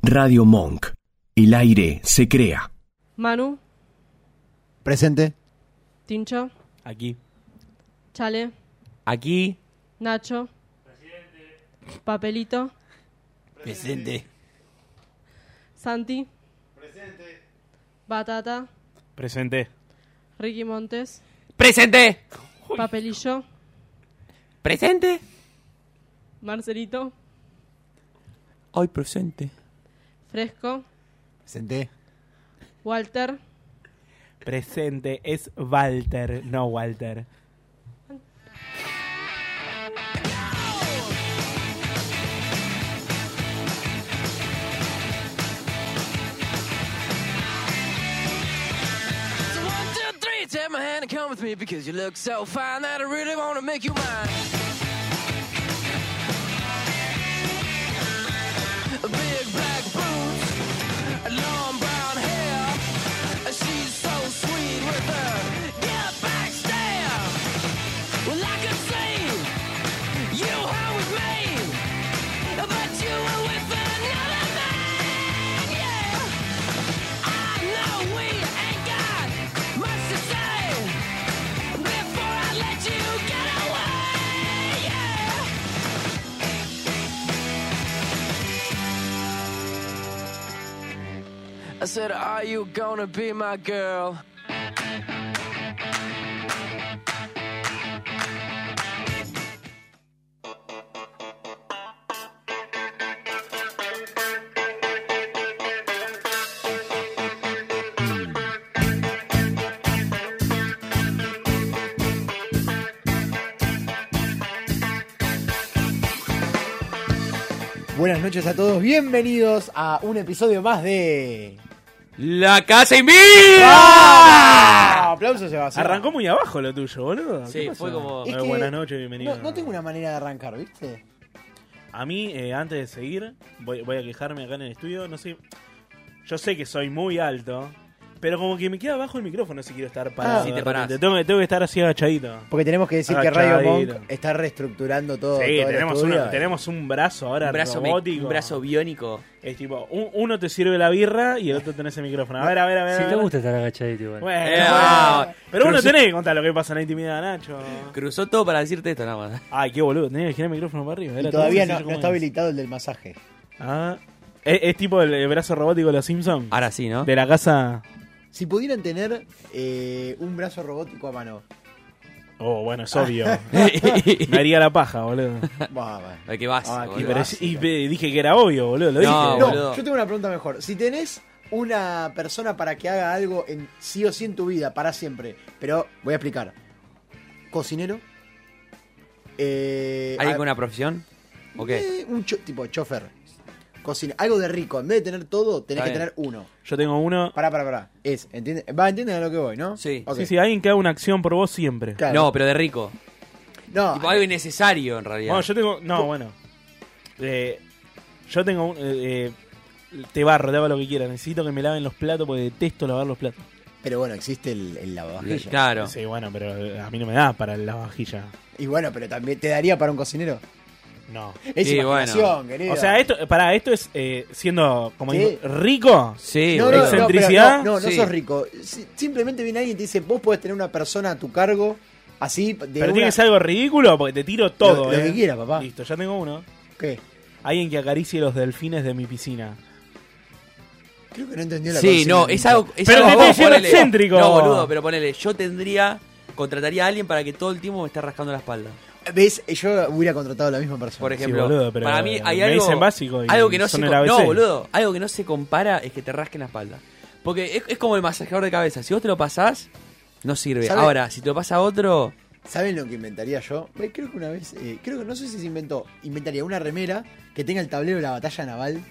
Radio Monk. El aire se crea. Manu, Presente. Tincho, Aquí. Chale, Aquí. Nacho, Papelito, Presente. Santi, Batata, Presente. Ricky Montes, Presente. Papelillo, Presente. Marcelito, Hoy presente. Fresco, Presente. Walter, Presente es Walter, no Walter. So one, two, three, take my hand and come with me because you look so fine that I really want to make you mine. Big black boots, long brown hair. She's so sweet with her get back stare. Well, I could see you were with me, but you were with another man. Yeah. I know we ain't got much to say before I let you get away. Yeah. I said, Are you gonna be my girl? Buenas noches a todos, bienvenidos a un episodio más de. La casa y mía. ¡Ah! Aplausos, Sebastián. Arrancó muy abajo lo tuyo, boludo. ¿Qué Sí, pasó? fue como- Es Eh, que- buenas noches, bienvenido. No, no tengo una manera de arrancar, ¿viste? A mí, eh, antes de seguir, voy, voy a quejarme acá en el estudio. No sé. Yo sé que soy muy alto, pero como que me queda abajo el micrófono si quiero estar parado. Ah. Si te de repente. parás. Tengo, que- tengo que estar así agachadito. Porque tenemos que decir que Radio Agachadito. Monk está reestructurando todo. Sí, todo el tenemos, estudio. uno- tenemos un brazo eh. ahora Un brazo, me- robótico. un brazo biónico. Es tipo, un- uno te sirve la birra y el otro tenés el micrófono. A ver, a ver, a ver. a Si te ver. gusta estar agachadito igual. Bueno, Eh, bueno. ah. pero uno Cruzó- tenés que contar lo que pasa en la intimidad, Nacho. Cruzó todo para decirte esto nada más. Ay, qué boludo, tenés que girar el micrófono para arriba. Y Era todavía tan no, sencillo no como está es. habilitado el del masaje. Ah, es, es tipo el, el brazo robótico de los Simpsons. Ahora sí, ¿no? De la casa. Si pudieran tener eh, un brazo robótico a mano. Oh, bueno, es obvio. Me haría la paja, boludo. Va, va. Ay, qué básico, Ah, qué boludo. Pero es- básico. y pe- dije que era obvio, boludo. Lo dije. No, No, boludo. yo tengo una pregunta mejor. Si tenés una persona para que haga algo en sí o sí en tu vida, para siempre, pero voy a explicar. Cocinero. Eh, ¿Alguien a- con una profesión? ¿O qué? eh, un cho- tipo chofer. Cocina, algo de rico. En vez de tener todo, tenés Está que bien. tener uno. Yo tengo uno. Pará, pará, pará. Es, ¿entiendes? Va, entienden a lo que voy, ¿no? Sí. Ok. Sí, sí, alguien que haga una acción por vos siempre. Claro. No, pero de rico. No, Tipo, algo innecesario en realidad. Bueno, yo tengo. No, bueno. Eh, yo tengo un. eh, eh, te barro, te hago lo que quieras. Necesito que me laven los platos porque detesto lavar los platos. pero bueno, existe el, el lavavajillas. Claro. Sí, bueno, pero eh, a mí no me da para la vajilla. Y bueno, pero también te daría para un cocinero. No. Es Sí, bueno. imaginación, querido. O sea, esto, para esto es eh, siendo, como Sí. digo, rico. Sí, No, no, boludo. no, pero Excentricidad. No, no, no Sí. sos rico. Si- Simplemente viene alguien y te dice, vos podés tener una persona a tu cargo, así, de Pero una- tiene que ser algo ridículo porque te tiro todo. Lo- lo eh. que quiera, papá. Listo, ya tengo uno. ¿Qué? Alguien que acaricie los delfines de mi piscina. Creo que no entendió la Sí, consigna no, nunca. es algo. Es Pero algo te vos, estoy diciendo ponele. excéntrico. No, boludo, pero ponele. Yo tendría. Contrataría a alguien para que todo el tiempo me esté rascando la espalda. ¿Ves? Yo hubiera contratado a la misma persona. Por Sí, ejemplo. boludo, pero para mí hay me algo. dicen básico y algo que no son se. el com- ABC. No, boludo. Algo que no se compara es que te rasquen la espalda. Porque es, es como el masajeador de cabeza. Si vos te lo pasás, no sirve. ¿Sabe? Ahora, si te lo pasa a otro. ¿Saben lo que inventaría yo? Ve, Creo que una vez, eh, creo que no sé si se inventó, inventaría una remera que tenga el tablero de la batalla naval.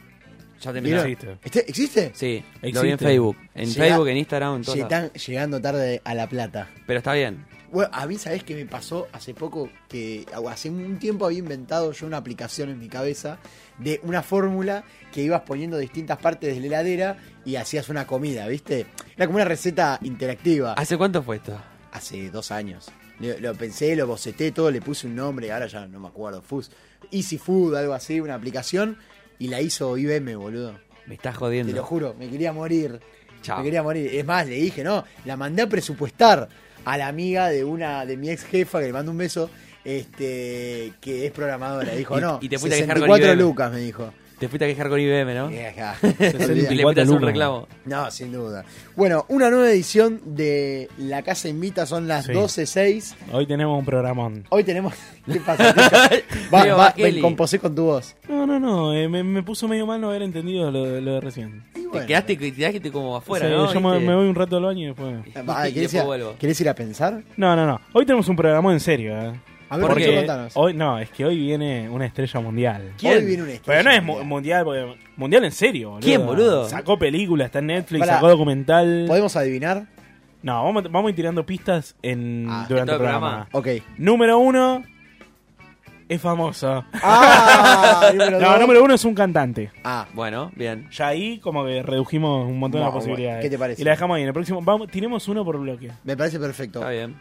Ya te Mira, mirás. existe. ¿Este- ¿Existe? Sí, lo vi Existe. en Facebook. En Llega- Facebook, en Instagram, en todas Lle- las- tan- llegando tarde a La Plata. Pero está bien. Bueno, a mí, ¿sabés qué me pasó hace poco? Que hace un tiempo había inventado yo una aplicación en mi cabeza de una fórmula que ibas poniendo distintas partes de la heladera y hacías una comida, ¿viste? Era como una receta interactiva. ¿Hace cuánto fue esto? Hace dos años. Lo, lo pensé, lo boceté todo, le puse un nombre, ahora ya no me acuerdo, Fus. Easy Food, algo así, una aplicación, y la hizo IBM, boludo. Me estás Te lo jodiendo. juro, me quería morir. Chao. Me quería morir. Es más, le dije, no, la mandé a presupuestar a la amiga de una de mi ex jefa que le mando un beso, este que es programadora. Dijo, Y- no, y te fuiste a quejar con 64 IBM. lucas, me dijo. Te fuiste a quejar con IBM, ¿no? Y ajá, Y le olvidá. metes un alumnos. reclamo. No, sin duda. Bueno, una nueva edición de La Casa Invita, son las Sí. 12.06. Hoy tenemos un programón. Hoy tenemos... ¿Qué pasa? Tisha? va, Leo va, Bakeli. ven, composé con tu voz. No, no, no. eh, me, me puso medio mal no haber entendido lo, lo de recién. Y Te bueno. quedaste, te quedaste como afuera, O sea, ¿no? Yo me, ¿Viste? me voy un rato al baño y después. Ah, Y ¿querés, después ir a, vuelvo. querés ir a pensar? No, no, no. Hoy tenemos un programón en serio, ¿eh? A ver, ¿Por Nacho, qué? contanos. Hoy, no, es que hoy viene una estrella mundial. ¿Quién? Hoy viene un estrella Pero no es mu- mundial. mundial, porque mundial en serio, boludo. ¿Quién, boludo? Sacó película, está en Netflix, Pará. sacó documental. ¿Podemos adivinar? No, vamos, vamos a ir tirando pistas en, Ah, durante en todo el programa. Ok. Número uno es famoso. Ah, número No, dos. número uno es un cantante. Ah, Bueno, bien. Ya ahí como que redujimos un montón No, de posibilidades. bueno, ¿qué te parece? Y la dejamos ahí. En el próximo, vamos, tiremos uno por bloque. me parece perfecto. Está bien.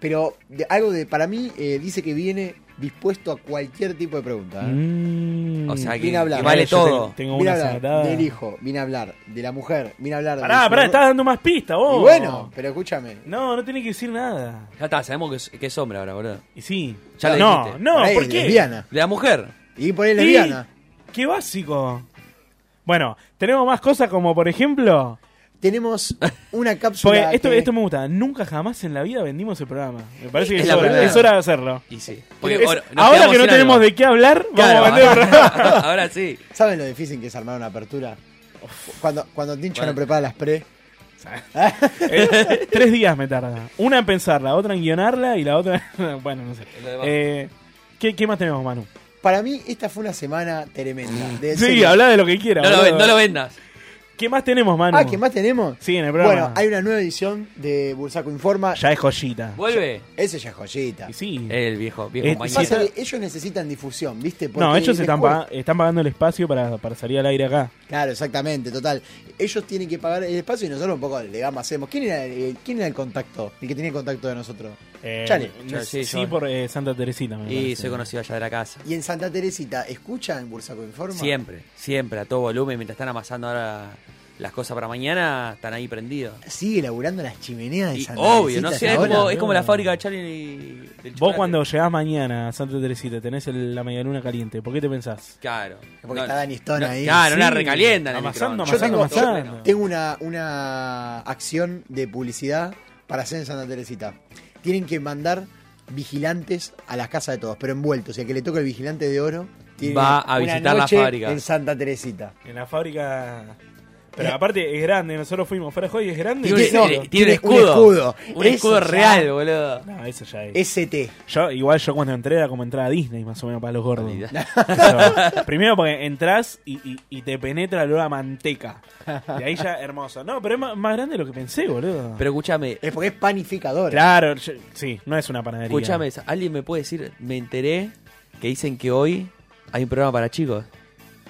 Pero de- algo de para mí eh, dice que viene dispuesto a cualquier tipo de pregunta. ¿eh? Mm. O sea que, Bien hablado. que vale Yo todo. te- Tengo Vine a una hablar anotada. del hijo, vine a hablar de la mujer, vine a hablar de. Pará, pará, estás dando más pistas Y vos. bueno, pero escúchame. No, no tenés que decir nada. Ya está, sabemos que es, que es hombre ahora, boludo. Y sí. Ya lo no, dijiste. no, Pará, ¿por es qué? Lesbiana. De la mujer. Y por ahí es Sí, lesbiana. Qué básico. Bueno, tenemos más cosas como, por ejemplo... Tenemos una Porque cápsula. esto, que- esto me gusta. Nunca jamás en la vida vendimos el programa. Me parece que Es es, la hora, primera. es hora de hacerlo. Y sí. Es- ahora que no tenemos de qué hablar, vamos a vender el programa. ahora, ahora sí. ¿Saben lo difícil que es armar una apertura? Cuando, cuando Tincho Bueno. no prepara las pre. Eh, tres días me tarda. Una en pensarla, otra en guionarla y la otra. bueno, no sé. Lo demás. Eh, ¿qué, qué más tenemos, Manu? Para mí, esta fue una semana tremenda. De- en Sí, serio. habla de lo que quiera. No lo, boludo. ven- no lo vendas. ¿Qué más tenemos, Manu? Ah, ¿qué más tenemos? Sí, en el programa. Bueno, hay una nueva edición de Bursaco Informa. Ya es joyita. Vuelve. Ese ya es joyita. Y sí. El viejo, Eh, viejo sí, mañana. Pasa está- que ellos necesitan difusión, ¿viste? no, Porque ellos les están, cuesta. pa- están pagando el espacio para, para salir al aire acá. Claro, exactamente, total. Ellos tienen que pagar el espacio y nosotros un poco le gama hacemos. ¿Quién era, el, ¿Quién era el contacto? El que tenía el contacto de nosotros. Eh, Chale. no Chale, sé, sí, sí, yo- por eh, Santa Teresita. me Y parece. soy conocido allá de la casa. Y en Santa Teresita, ¿escuchan Bursaco Informa? Siempre, siempre, a todo volumen. Mientras están amasando ahora las cosas para mañana, están ahí prendidos. Sigue laburando las chimeneas de Y oh, Santa obvio, Teresita no a sé, esa es hora. como, es boludo. como la fábrica de Charlie y del Vos chocolate. cuando llegás mañana a Santa Teresita tenés el- la medialuna caliente, ¿por qué te pensás? Claro. Porque está Dani Stone ahí. Claro, Sí. la recalientan. en el Amasando, microondas. amasando, Yo tengo- amasando. yo tengo- Tengo una, una acción de publicidad para hacer en Santa Teresita. Tienen que mandar vigilantes a las casas de todos, pero envueltos. Y a que le toque el vigilante de oro, tiene Va a una visitar la noche fábrica. En Santa Teresita. En la fábrica. Pero aparte es grande, nosotros fuimos fuera de juego y es grande. Tiene, No, tiene- tiene Eh. tiene un un escudo. escudo. Un escudo Eso ya- real, boludo. No, eso ya es. ST. Yo, igual yo cuando entré era como entrar a Disney, más o menos, para los gordos. Olvidá. Yo- primero porque entras y, y- y te penetra el olor a manteca. De ahí ya hermoso. No, pero es más, más grande de lo que pensé, boludo. Pero escúchame, Es porque es panificadora. claro, yo- sí, no es una panadería. escúchame, alguien me puede decir, me enteré que dicen que hoy hay un programa para chicos.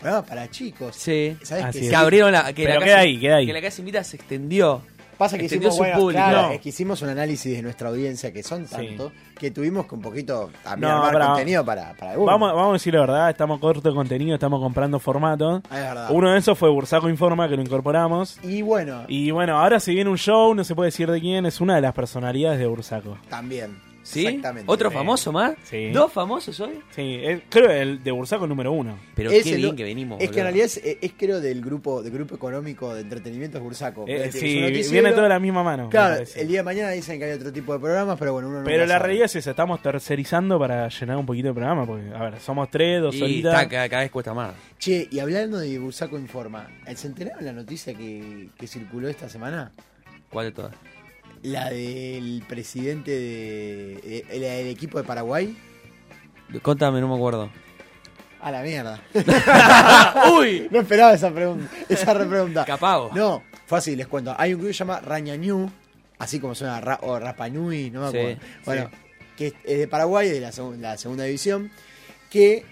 Programa Ah, para chicos. Sí. ¿Sabes Así qué? es. Que abrieron la que Pero la queda casa, ahí, queda ahí. que la casa invita se extendió. Pasa que Extendió hicimos, su bueno, público. claro, No. es que hicimos un análisis de nuestra audiencia, que son tantos, que tuvimos que un poquito a No, armar pará. contenido para, para algunos. Vamos, vamos a decir la verdad, estamos corto de contenido, estamos comprando formato. Ah, es verdad. Uno de esos fue Bursaco Informa, que lo incorporamos. Y bueno, Y bueno, ahora si viene un show, no se puede decir de quién, es una de las personalidades de Bursaco. también. ¿Sí? Exactamente. ¿Otro Sí. famoso más? Sí. ¿Dos famosos hoy? Sí, es- creo el de Bursaco número uno. Pero Es qué el- bien que venimos. Es que en boludo. realidad es, eh, es creo del grupo, del grupo económico de entretenimiento es Bursaco. Eh, Es sí, un noticiero. viene toda la misma mano. me Claro, parece. el día de mañana dicen que hay otro tipo de programas, pero bueno, uno no Pero la sabe. realidad es esa, estamos tercerizando para llenar un poquito el programa, porque, a ver, somos tres, dos Y horitas. está, cada, cada vez cuesta más. Che, y hablando de Bursaco Informa, ¿se enteraron la noticia que, que circuló esta semana? ¿Cuál de todas? La del presidente de, de- la del equipo de Paraguay. Contame, no me acuerdo. A la mierda. ¡Uy! No esperaba esa pregunta, esa repregunta. Capago. No, fue así, les cuento. Hay un club que se llama Rañañú, así como suena Ra- o Rapanui, no me Sí, acuerdo. bueno, sí. que es- es de Paraguay, de la, segun- la segunda división, que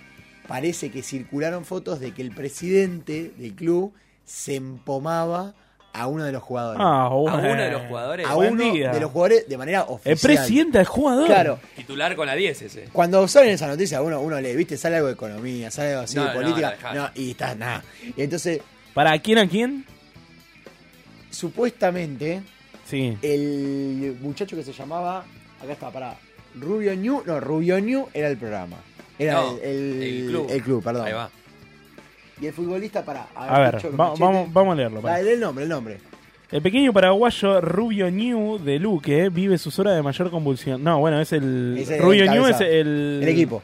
parece que circularon fotos de que el presidente del club se empomaba a uno de los jugadores. Ah, A bueno. uno de los jugadores. a buen uno día. de los jugadores de manera oficial. El presidente del jugador. Claro, Titular con la 10 ese. cuando salen esa noticia, uno, uno lee, viste, sale algo de economía, sale algo así No, de no, política, la dejás. no, y está nada. Y entonces ¿Para quién a quién? Supuestamente, Sí. el muchacho que se llamaba. Acá está, pará. Rubio New. No, Rubio New era el programa. Era No, el, el- el club. el club, perdón. Ahí va. Y el futbolista, pará. A ver, dicho los va- machetes. vamos, vamos a leerlo. pará. Dale, el Ah, nombre, el nombre. El pequeño paraguayo Rubio New de Luque vive sus horas de mayor convulsión. No, bueno, es el. Ese es Rubio el New es cabeza. el. El equipo.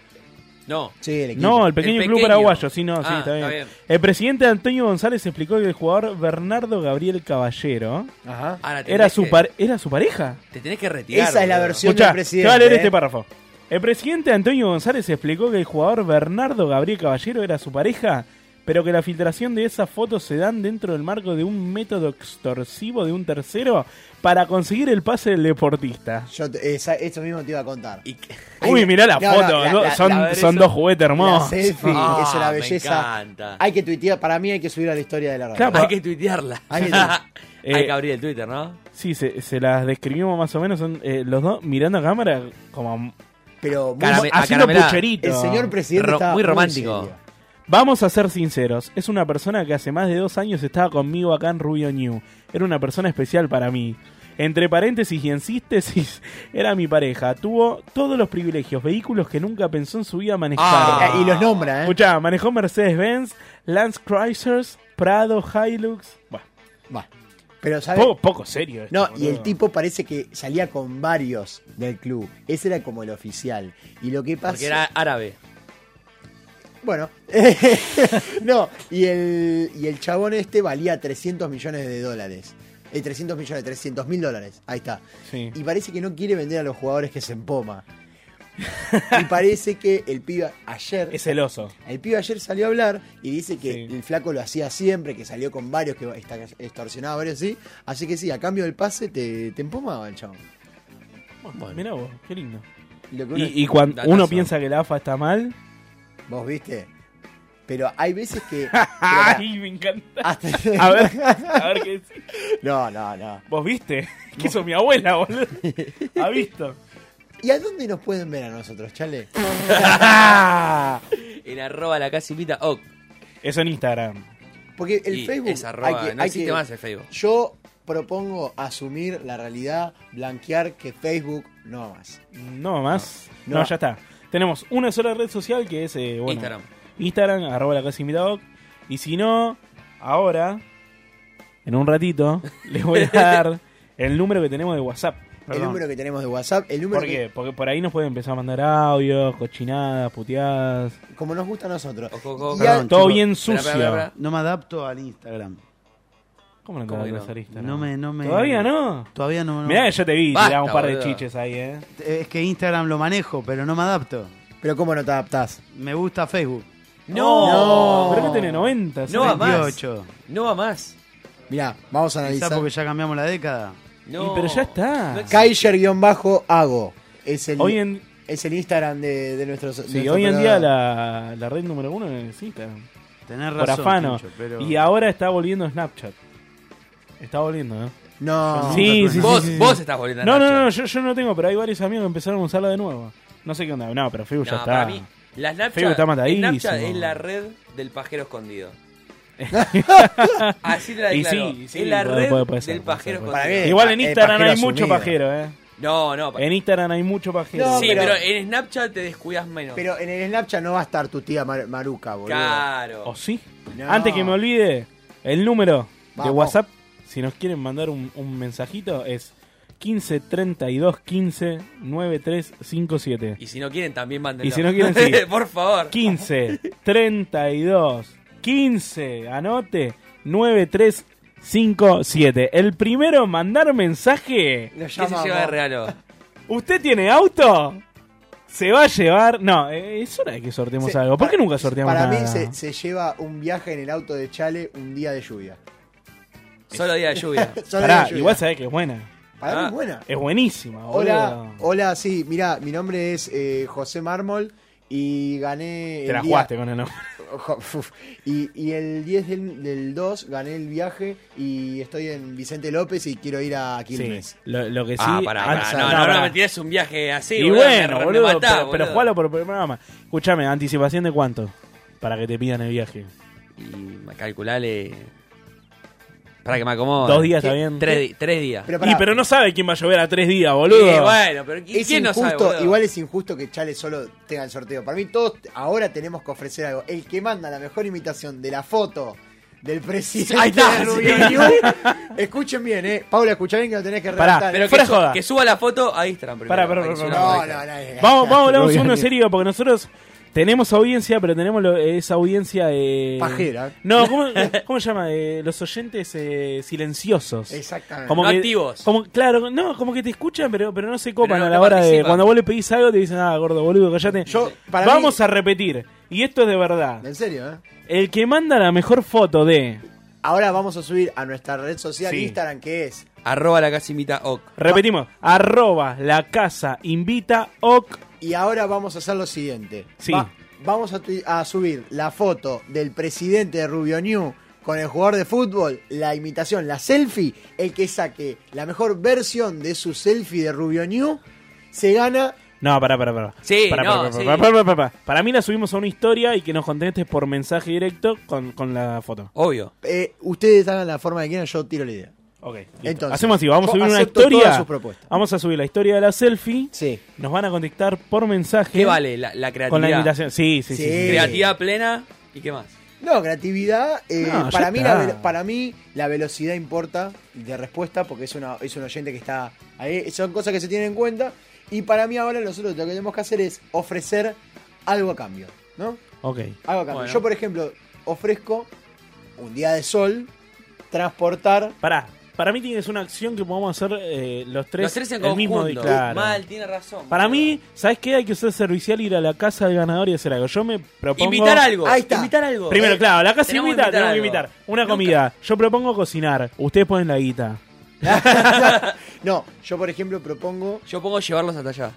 No. Sí, el equipo. No, el pequeño, El club pequeño. paraguayo, sí, no, sí, Ah, está bien. está bien. El presidente Antonio González explicó que el jugador Bernardo Gabriel Caballero Ajá. Ahora, te era tenés su, que- par- era su pareja. Te tenés que retirar. Esa es la boludo. versión. Escuchá, del te presidente, voy a leer eh. este párrafo. El presidente Antonio González explicó que el jugador Bernardo Gabriel Caballero era su pareja, pero que la filtración de esas fotos se dan dentro del marco de un método extorsivo de un tercero para conseguir el pase del deportista. Yo te- esa- eso mismo te iba a contar. Y que- Uy, mirá la no, no, foto, la- do- la- son, la ver son eso- dos juguetes La hermosos. selfie, Ah, eso es la me belleza. encanta. Hay que tuitear, para mí hay que subir a la historia de la radio. Claro, Hay que tuitearla. Hay Hay que- que, Eh, abrir el Twitter, ¿no? Sí, se, se las describimos más o menos, son eh, los dos mirando a cámara como Pero muy- Carame- haciendo acaramelá. pucherito. el señor presidente Ro- estaba muy romántico. serio. Vamos a ser sinceros, es una persona que hace más de dos años estaba conmigo acá en Rubio New. Era una persona especial para mí. Entre paréntesis y en síntesis, era mi pareja. Tuvo todos los privilegios, vehículos que nunca pensó en su vida manejar. Ah. Eh, Y los nombra, ¿eh? Escuchá, manejó Mercedes-Benz, Lance Chrysler, Prado, Hilux. Bueno, Va. Pero, ¿sabes? poco, poco serio. esto, No, y el boludo. tipo parece que salía con varios del club. Ese era como el oficial. Y lo que pasa. Porque era árabe. Bueno. no, y el, y el chabón este valía 300 millones de dólares. Eh, 300 millones, 300 mil dólares. Ahí está. Sí. Y parece que no quiere vender a los jugadores que se empoma. y parece que el pibe ayer. Es celoso. El pibe ayer salió a hablar y dice que Sí. el flaco lo hacía siempre, que salió con varios, que esta- extorsionaba a varios, sí. Así que sí, a cambio del pase te, te empomaba el chabón. Bueno. Mirá vos, qué lindo. Lo que uno- Y, y cuando Datazo. uno piensa que la AFA está mal... Vos viste. Pero hay veces que. ¡Ay, me encanta! A ver, a ver qué decís. Ah, No, no, no. ¿Vos viste? Que hizo mi abuela, boludo. ¿Ha visto? ¿Y a dónde nos pueden ver a nosotros, Chale? Ah. En arroba la casa invita. Oh, Eso en Instagram. Porque el y Facebook. es arroba. hay que- no hay existe que- más el Facebook. Yo propongo asumir la realidad, blanquear que Facebook no va más. No más. No. No, ya está. Tenemos una sola red social que es eh, bueno, Instagram. Instagram, arroba la casa invitada doc. Y si no, ahora, en un ratito, les voy a dar el número que tenemos de WhatsApp. El Perdón. número que tenemos de WhatsApp, el número ¿Por que- qué? Porque por ahí nos pueden empezar a mandar audios, cochinadas, puteadas. como nos gusta a nosotros. Ojo, ojo, ojo. Y a- Perdón, Todo chicos, bien espera, sucio. espera, espera. No me adapto al Instagram. ¿Cómo no te ¿Cómo vas a que no? usar Instagram? No me, no me. Todavía no. Todavía no. no. Mirá que yo te vi Basta, tirar un par de boludo. chiches ahí, eh. Es que Instagram lo manejo, pero no me adapto. Pero ¿cómo no te adaptás? Me gusta Facebook. No. Oh, Pero que tiene 90. No va ¿sabes? más. 28. No va más. Mirá, vamos a Quizá analizar. porque ya cambiamos la década. No. Y pero ya está. No existe. Kaiser-Hago es el, Hoy en, es el Instagram de, de nuestros. de sí, nuestro hoy en día operador. la, la red número uno eh, es Instagram. Tenés Por razón. afano. Tincho, pero... Y ahora está volviendo Snapchat. Está volviendo, ¿eh? No. Sí, sí, Vos, sí, sí, sí. vos estás volviendo a No, no, Snapchat. no, yo, yo no tengo, pero hay varios amigos que empezaron a usarla de nuevo. No sé qué onda. No, pero Facebook ya No, está. para mí, la Snapchat, Facebook está matadísimo. Snapchat es la red del pajero escondido. Así te la Y declaro. sí, sí, es la puede- red puede- puede ser, del puede pajero ser, Para escondido. mí- Igual en eh, Instagram pajero hay mucho asumido. pajero, ¿eh? No, no. pa- En Instagram hay mucho pajero. No, sí, pero- pero... en Snapchat te descuidas menos. Pero eh, en el Snapchat no va a estar tu tía Mar- Maruca, boludo. claro. ¿O sí? No. Antes que me olvide, el número de Vamos. WhatsApp, si nos quieren mandar un, un mensajito, es 15 32 15 9357. Y si no quieren, también mándenlo. Y si no quieren, sí. Por favor. 15 32 15, anote 9357. El primero en mandar mensaje. Lo ¿Qué se llamamos. lleva de regalo? ¿Usted tiene auto? Se va a llevar. No, eh, es hora de que sorteemos Se- algo. ¿Por qué para- nunca sorteamos Para nada? mí se, se lleva un viaje en el auto de Chale un día de lluvia. Solo día de lluvia. Solo de Pará, lluvia. igual sabés que es buena. Para mí es Ah. buena. Es buenísima, Hola, boludo. hola, sí, mira, mi nombre es eh, José Mármol y gané. Te el la día- jugaste con el nombre. Ojo, uf. Y, y el 10 del, del 2 gané el viaje y estoy en Vicente López y quiero ir a Quilmes. Sí, lo, lo que sí. ah, pará, pará. antes- No, no, no, no, pará. me tires un viaje así. y boludo, bueno, me- me boludo, matás, pero, pero boludo. jugalo por programa. Escuchame, anticipación de cuánto para que te pidan el viaje. y calculale. Para que me acomode. Dos días está bien. Tres, di- tres días. Pero pará, Y pero no sabe quién va a llover a tres días, boludo. Y bueno, pero ¿y es ¿quién no injusto, sabe? boludo? igual es injusto que Chale solo tenga el sorteo. Para mí todos t- ahora tenemos que ofrecer algo. El que manda la mejor imitación de la foto del presidente Ahí está, de sí. Rubio Ñu. Escuchen bien, eh. Paula, escucha bien que lo tenés que Pará, redactar. Pero que, Fuera su- joda. que suba la foto a Instagram primero. Pará, pará, para que pará, suba pará. la No, foto a no, Instagram. no. eh. Vamos, vamos, hablamos Obviamente. uno en serio, porque nosotros tenemos audiencia, pero tenemos lo- esa audiencia de. Pajera. No, ¿cómo, cómo se llama? Eh, los oyentes eh, silenciosos. Exactamente. Como No que- activos. Como, claro, no, como que te escuchan, pero, pero no se Pero copan no- a la no hora de. participan. Cuando vos le pedís algo, te dicen, ah, gordo, boludo, callate. Yo, para Vamos mí- a repetir, y esto es de verdad: En serio, eh. el que manda la mejor foto de. Ahora vamos a subir a nuestra red social Sí. Instagram que es Arroba la casa imita ok. Repetimos, arroba la casa invita ok. Y ahora vamos a hacer lo siguiente. Sí. vamos a, tui- a subir la foto del presidente de Rubio New con el jugador de fútbol, la imitación, la selfie. El que saque la mejor versión de su selfie de Rubio New se gana. No, pará, pará, pará. Sí, Pará, no, pará, sí. pará, pará, pará, pará, pará. Para mí la subimos a una historia y que nos contestes por mensaje directo con, con la foto. Obvio. eh, ustedes hagan la forma que quieran, yo tiro la idea. Ok. Entonces, Hacemos así, vamos yo a subir una acepto todas historia. sus propuestas. Vamos a subir la historia de la selfie. Sí. Nos van a contestar por mensaje. ¿Qué vale la, la creatividad? Con la invitación. Sí, sí, sí. Sí. sí. Creatividad plena y qué más. No, creatividad. eh, No, ya para, mí la, está. ve- para mí la velocidad importa de respuesta porque es, una, es un oyente que está ahí. Son cosas que se tienen en cuenta. Y para mí ahora nosotros lo que tenemos que hacer es ofrecer algo a cambio. ¿No? Ok. Algo a cambio. Bueno. Yo, por ejemplo, ofrezco un día de sol, transportar. Pará. Para mí tienes una acción que podemos hacer eh, los tres, Los tres en el conjunto. mismo día. Claro. Mal, tiene razón. Para boludo. mí, ¿sabes qué? Hay que ser servicial, ir a la casa del ganador y hacer algo. Yo me propongo... Invitar algo. Ahí está. Invitar algo. Primero, Eh, claro, la casa tenemos que invita, invitar tenemos que algo. invitar. Una Nunca- comida. Yo propongo cocinar. Ustedes ponen la guita. No, yo, por ejemplo, propongo. Yo pongo llevarlos hasta allá.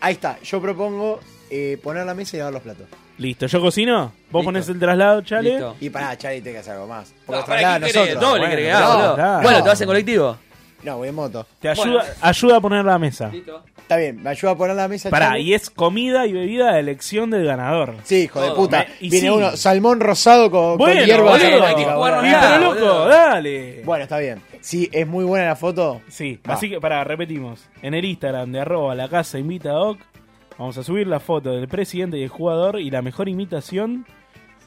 Ahí está, yo propongo eh, poner la mesa y lavar los platos. Listo, yo cocino, vos Listo. pones el traslado, chale. Listo. Y pará, Charlie, tenés que hacer algo más. Porque No, traslada a ¿para qué querés? nosotros. Doble Bueno, querés, no, boludo. claro. Bueno, te vas en colectivo. No, voy en moto. Te ayuda, Bueno. ayuda a poner la mesa. Listo. Está bien, me ayuda a poner la mesa. Pará, Charlie. y es comida y bebida de elección del ganador. Sí, hijo de Todo. puta. Me- y Viene sí. uno, salmón rosado con, con Bueno, hierba boludo. aromática, Hay que boludo. jugar Y nada, pero loco, boludo. dale. Bueno, está bien. Sí, es muy buena la foto. Sí, Va. así que pará, repetimos. En el Instagram de arroba la casa invita a Oc, vamos a subir la foto del presidente y el jugador y la mejor imitación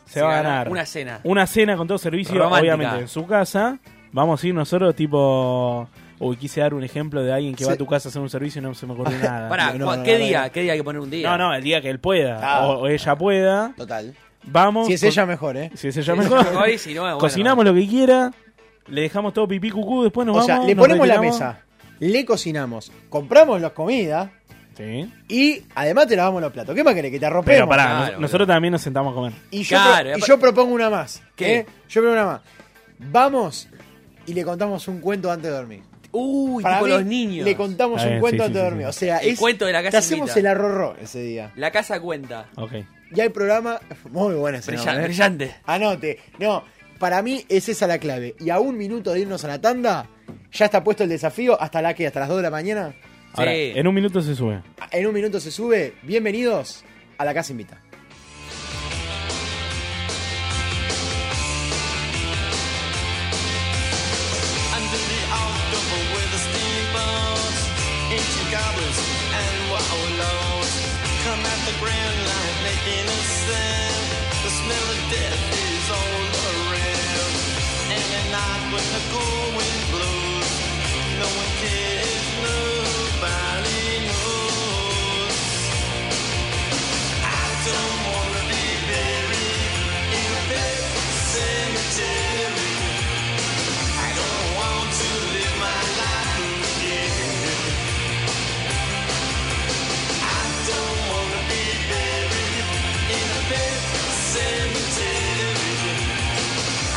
se, Se va a gana ganar. una cena. Una cena con todo servicio, Romántica. obviamente, en su casa. Vamos a ir nosotros tipo... Uy, quise dar un ejemplo de alguien que va Sí. a tu casa a hacer un servicio y no se me ocurrió nada. Pará, no, ¿cu- no, ¿qué no, día? no. ¿Qué día hay que poner un día? No, no, el día que él pueda Ah. o, o ella pueda. Total. Vamos. Si es con- ella, mejor, ¿eh? Si es ella Sí, mejor. mejor y si no, Ah, bueno, Cocinamos lo que quiera. Le dejamos todo pipí cucú. Después nos o vamos. sea, le nos ponemos la retiramos. mesa, eh. le cocinamos, compramos las comidas Sí. y además te lavamos los platos. ¿Qué más querés? Que te arropemos. Pero pará, Claro, nos- boludo. nosotros también nos sentamos a comer. Y yo, Claro, pro- y apa- yo propongo una más. ¿Qué? ¿eh? Yo propongo una más. Vamos y le contamos un cuento antes de dormir. Uy, Para tipo mí, los niños. Le contamos Está un bien, cuento sí, antes de sí, sí, dormir. sí. O sea, El es- cuento de la Te casa hacemos invita. el arrorró ese día. La casa cuenta. Ok. Ya el programa. Muy buena esa Brilla- nota, ¿eh? brillante. Anote. No, para mí es esa la clave. Y a un minuto de irnos a la tanda, ya está puesto el desafío. ¿Hasta la que? ¿Hasta las 2 de la mañana? Ahora, Sí. en un minuto se sube. En un minuto se sube. Bienvenidos a la Casa Invita. Under the October with the steamboats, ancient goblins and wallows. Come at the grand line making a sound. The smell of death is all around. And at night when the cold wind blows, no one cares, nobody knows. I don't wanna be buried in that cemetery. I don't want to live my life again. I don't wanna be buried in a big cemetery.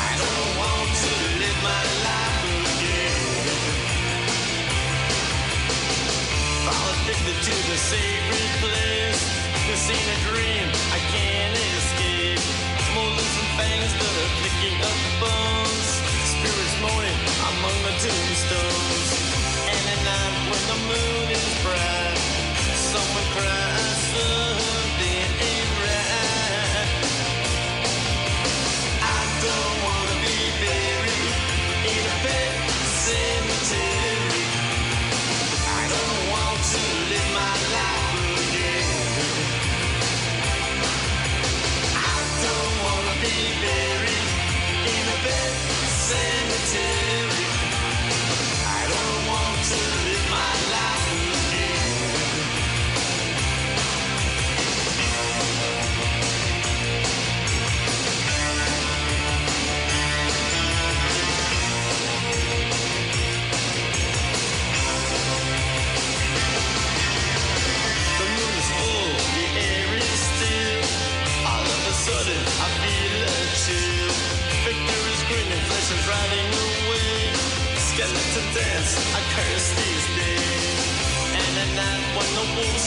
I don't want to live my life The room is full, the air is still. All of a sudden, I feel a chill. Victor is grinning, flesh is riding away. Skeleton dance, I curse these days. And at night, when the wolves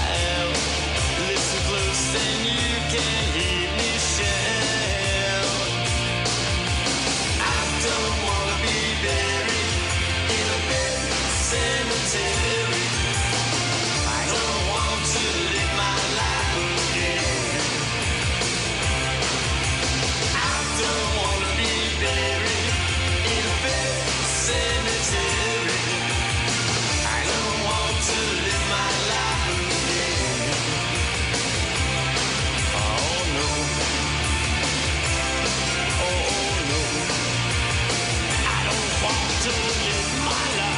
out, listen close and you can hear me shout. I don't wanna be buried in a big cemetery. I don't want to live my life again. I don't wanna be buried in a big cemetery. I don't want to live my life again. Oh no. Oh no. I don't want to live my life again.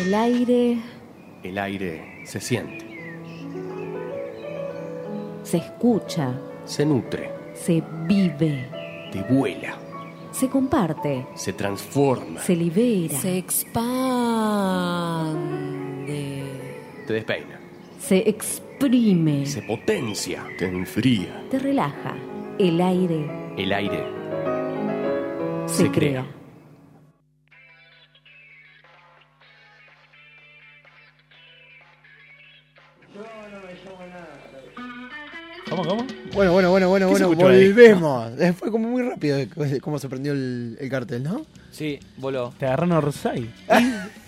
El aire El aire se siente, se escucha, se nutre, se vive, te vuela, se comparte, se transforma, se libera, Se expande. te despeina, se exprime, se potencia, te enfría. te relaja. El aire El aire se, crea. ¿Cómo, cómo? Bueno, bueno, bueno, bueno, ¿Qué se bueno, escuchó ahí? volvemos. Eh, Fue como muy rápido eh, cómo se prendió el, el cartel, ¿no? Sí, voló. Te agarró en Orsay.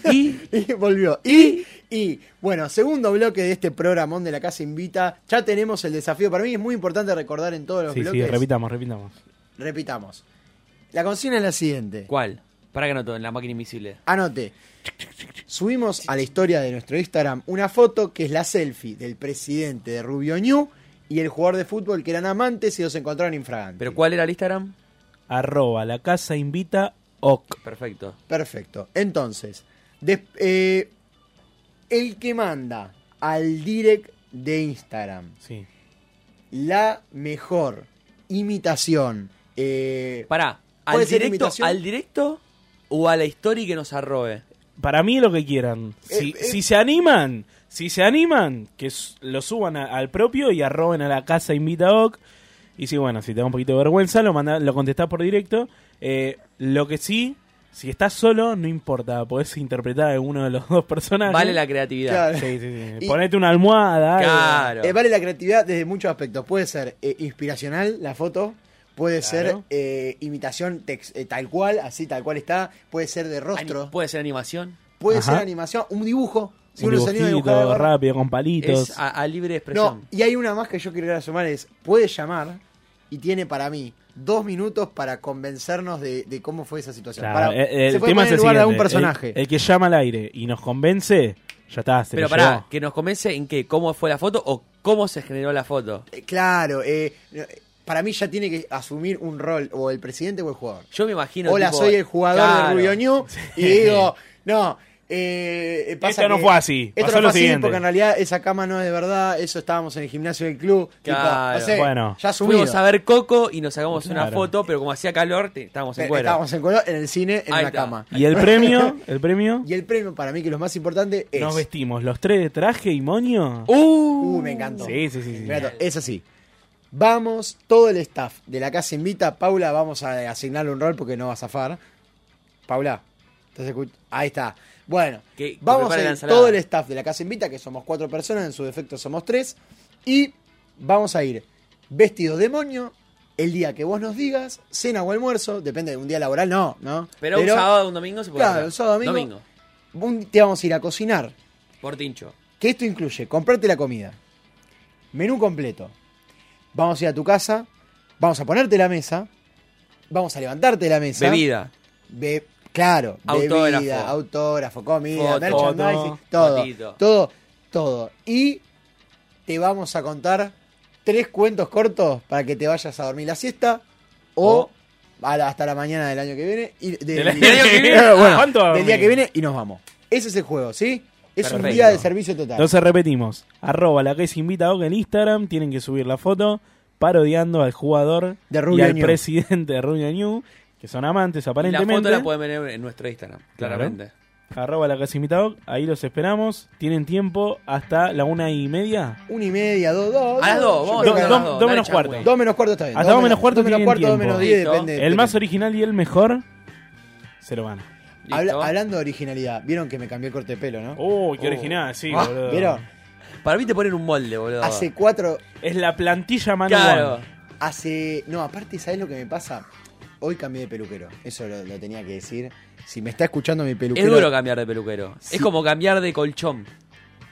Y Y volvió. Y, y, bueno, segundo bloque de este programón de la Casa Invita. Ya tenemos el desafío. Para mí es muy importante recordar en todos los Sí, sí, bloques. repitamos, repitamos. Repitamos. La consigna es la siguiente. ¿Cuál? Para que anoto en la máquina invisible. Anote. Subimos a la historia de nuestro Instagram una foto que es la selfie del presidente de Rubio New y el jugador de fútbol que eran amantes y los encontraron infragantes. ¿Pero cuál era el Instagram? Arroba la casa invita ok. Perfecto. Perfecto. Entonces, des- eh, el que manda al direct de Instagram Sí. la mejor imitación. eh, Pará, ¿Puede ¿al ser directo, imitación? ¿al directo o a la historia que nos arrobe? Para mí lo que quieran. Si, Eh, eh. si se animan, si se animan, que s- lo suban a- al propio y arroben a la casa invita ok. Y si bueno, si te da un poquito de vergüenza, lo manda, lo contestás por directo. Eh, lo que sí, si estás solo, no importa, podés interpretar a alguno de los dos personajes. Vale la creatividad. Claro. Sí, sí, sí. Y- Ponete una almohada. algo. Claro. eh, vale la creatividad desde muchos aspectos. Puede ser eh, inspiracional la foto. Puede Claro. ser eh, imitación tex- eh, tal cual, así tal cual está. Puede ser de rostro. Ani- Puede ser animación. Puede Ajá. ser animación. Un dibujo. Si Un uno se anima a dibujar dibujito algo. rápido, con palitos. Es ah, a, a libre No, expresión. y hay una más que yo quiero sumar es, puede llamar y tiene para mí dos minutos para convencernos de, de cómo fue esa situación. Claro, Para- eh, eh, se el puede poner tema es en el lugar de algún siguiente. personaje. El, el que llama al aire y nos convence, ya está, se Pero lo pará, llevó. que nos comience en qué, cómo fue la foto o cómo se generó la foto. Eh, claro, eh, no, eh, para mí ya tiene que asumir un rol, o el presidente o el jugador. Yo me imagino. Hola, tipo, soy el jugador claro. de Rubio New y digo, no. eh, eh, pasa Esto no que- fue así, Esto pasó no lo fue así siguiente. porque en realidad esa cama no es de verdad. Eso estábamos en el gimnasio del club. tipo, Claro. no sé, Bueno. ya asumido. Fuimos a ver Coco y nos sacamos una Claro. foto, pero como hacía calor, te- estábamos en Eh, cuero. Estábamos en cuero, en el cine, en Ahí una está. cama. Y el premio, el premio, Y el premio para mí, que lo más importante es. nos vestimos los tres de traje y moño. Uh, me encantó. sí, sí, sí. sí. Me encantó. Es así. Vamos, todo el staff de la casa invita. Paula, vamos a asignarle un rol porque no va a zafar. Paula, ¿estás escu- ahí está. Bueno, Que- que vamos a prepare la ir ensalada. todo el staff de la casa invita, que somos cuatro personas, en su defecto somos tres. Y vamos a ir vestidos de moño el día que vos nos digas, cena o almuerzo, depende de un día laboral, no, ¿no? Pero, un sábado, un domingo se puede Claro, hacer. un sábado, domingo. un día vamos a ir a cocinar. Por tincho. Que esto incluye comprarte la comida, menú completo. Vamos a ir a tu casa, vamos a ponerte la mesa, vamos a levantarte la mesa. Bebida. Be- claro, Autógrafo. bebida, autógrafo, comida, Foto. merchandising, Foto. todo, Fotito. todo, todo. Y te vamos a contar tres cuentos cortos para que te vayas a dormir la siesta o, a la- hasta la mañana del año que viene. Y del- Del año que viene. Bueno, ¿Cuánto del dormí? día que viene y nos vamos. Ese es el juego, ¿sí? Es un Perfecto. día de servicio total. Entonces repetimos, arroba la que se invita a Oca en Instagram, tienen que subir la foto parodiando al jugador De y Rubio al Ñu. presidente de Rubio New, que son amantes Y la aparentemente. foto la pueden ver en nuestro Instagram, Claro. claramente. Arroba la que se invita a Oca, ahí los esperamos, tienen tiempo hasta la una y media. Una y media, dos, dos. A las dos, vamos yo a creo las que dos. dos menos cuarto. Dos menos cuarto está bien. Hasta dos menos cuarto dos menos tienen cuarto, dos tiempo. menos diez, Listo. depende. El depende. más original y el mejor se lo van. Habla- hablando de originalidad, vieron que me cambié el corte de pelo, ¿no? Uy, qué original, sí, Ah, boludo. ¿Vieron? Para mí te ponen un molde, boludo. Hace cuatro. Es la plantilla mano Claro. one. Hace. No, aparte, ¿sabes lo que me pasa? Hoy cambié de peluquero. Eso lo, lo tenía que decir. Si me está escuchando mi peluquero. Es duro cambiar de peluquero. Sí. Es como cambiar de colchón.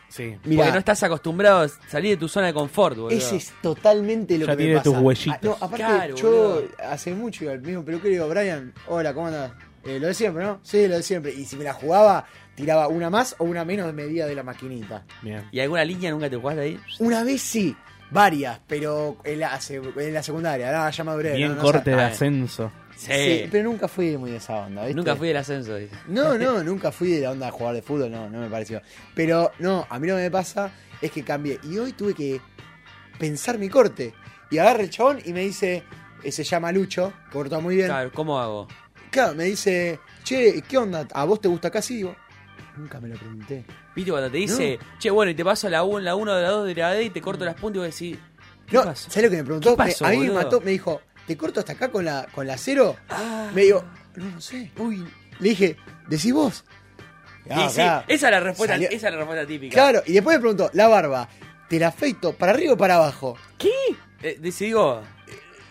Sí. Mirá, Porque no estás acostumbrado a salir de tu zona de confort, boludo. ese es totalmente lo Ya que me tiene pasa. tus huellitas. Ah, no, aparte, Claro, yo boludo. hace mucho iba al mismo peluquero y digo, Brian, hola, ¿cómo andás? Eh, lo de siempre, ¿no? Sí, lo de siempre. Y si me la jugaba, tiraba una más o una menos de medida de la maquinita. Bien. ¿Y alguna línea nunca te jugaste ahí? Una vez sí, varias, pero en la, se- en la secundaria, nada, ya maduré. Bien no, no, corte o de ah, ascenso. sea, sí, pero nunca fui muy de esa onda, ¿viste? Nunca fui del ascenso. dice. No, no, nunca fui de la onda de jugar de fútbol, no, no me pareció. Pero no, a mí lo que me pasa es que cambié. Y hoy tuve que pensar mi corte. Y agarra el chabón y me dice, eh, se llama Lucho, que cortó muy bien. Claro. Claro, ¿cómo hago? me dice, che, ¿qué onda? ¿A vos te gusta acá? Sí, digo, nunca me lo pregunté. Viste cuando te dice, che, bueno, y te paso la 1, la 1 de la 2 de la D y te Mm. corto las puntas y vos decís, ¿qué No, pasó? ¿sabes lo que me preguntó? ¿Qué pasó, Me- a mí me boludo? mató, me dijo, ¿te corto hasta acá con la, con la cero? Ah. Me digo, no, no sé. Uy. Le dije, decís vos. Y Ah, sí, claro. esa es la respuesta, Salió- esa es la respuesta típica. Claro, y después me preguntó, la barba, ¿te la afeito para arriba o para abajo? Eh, decidí vos.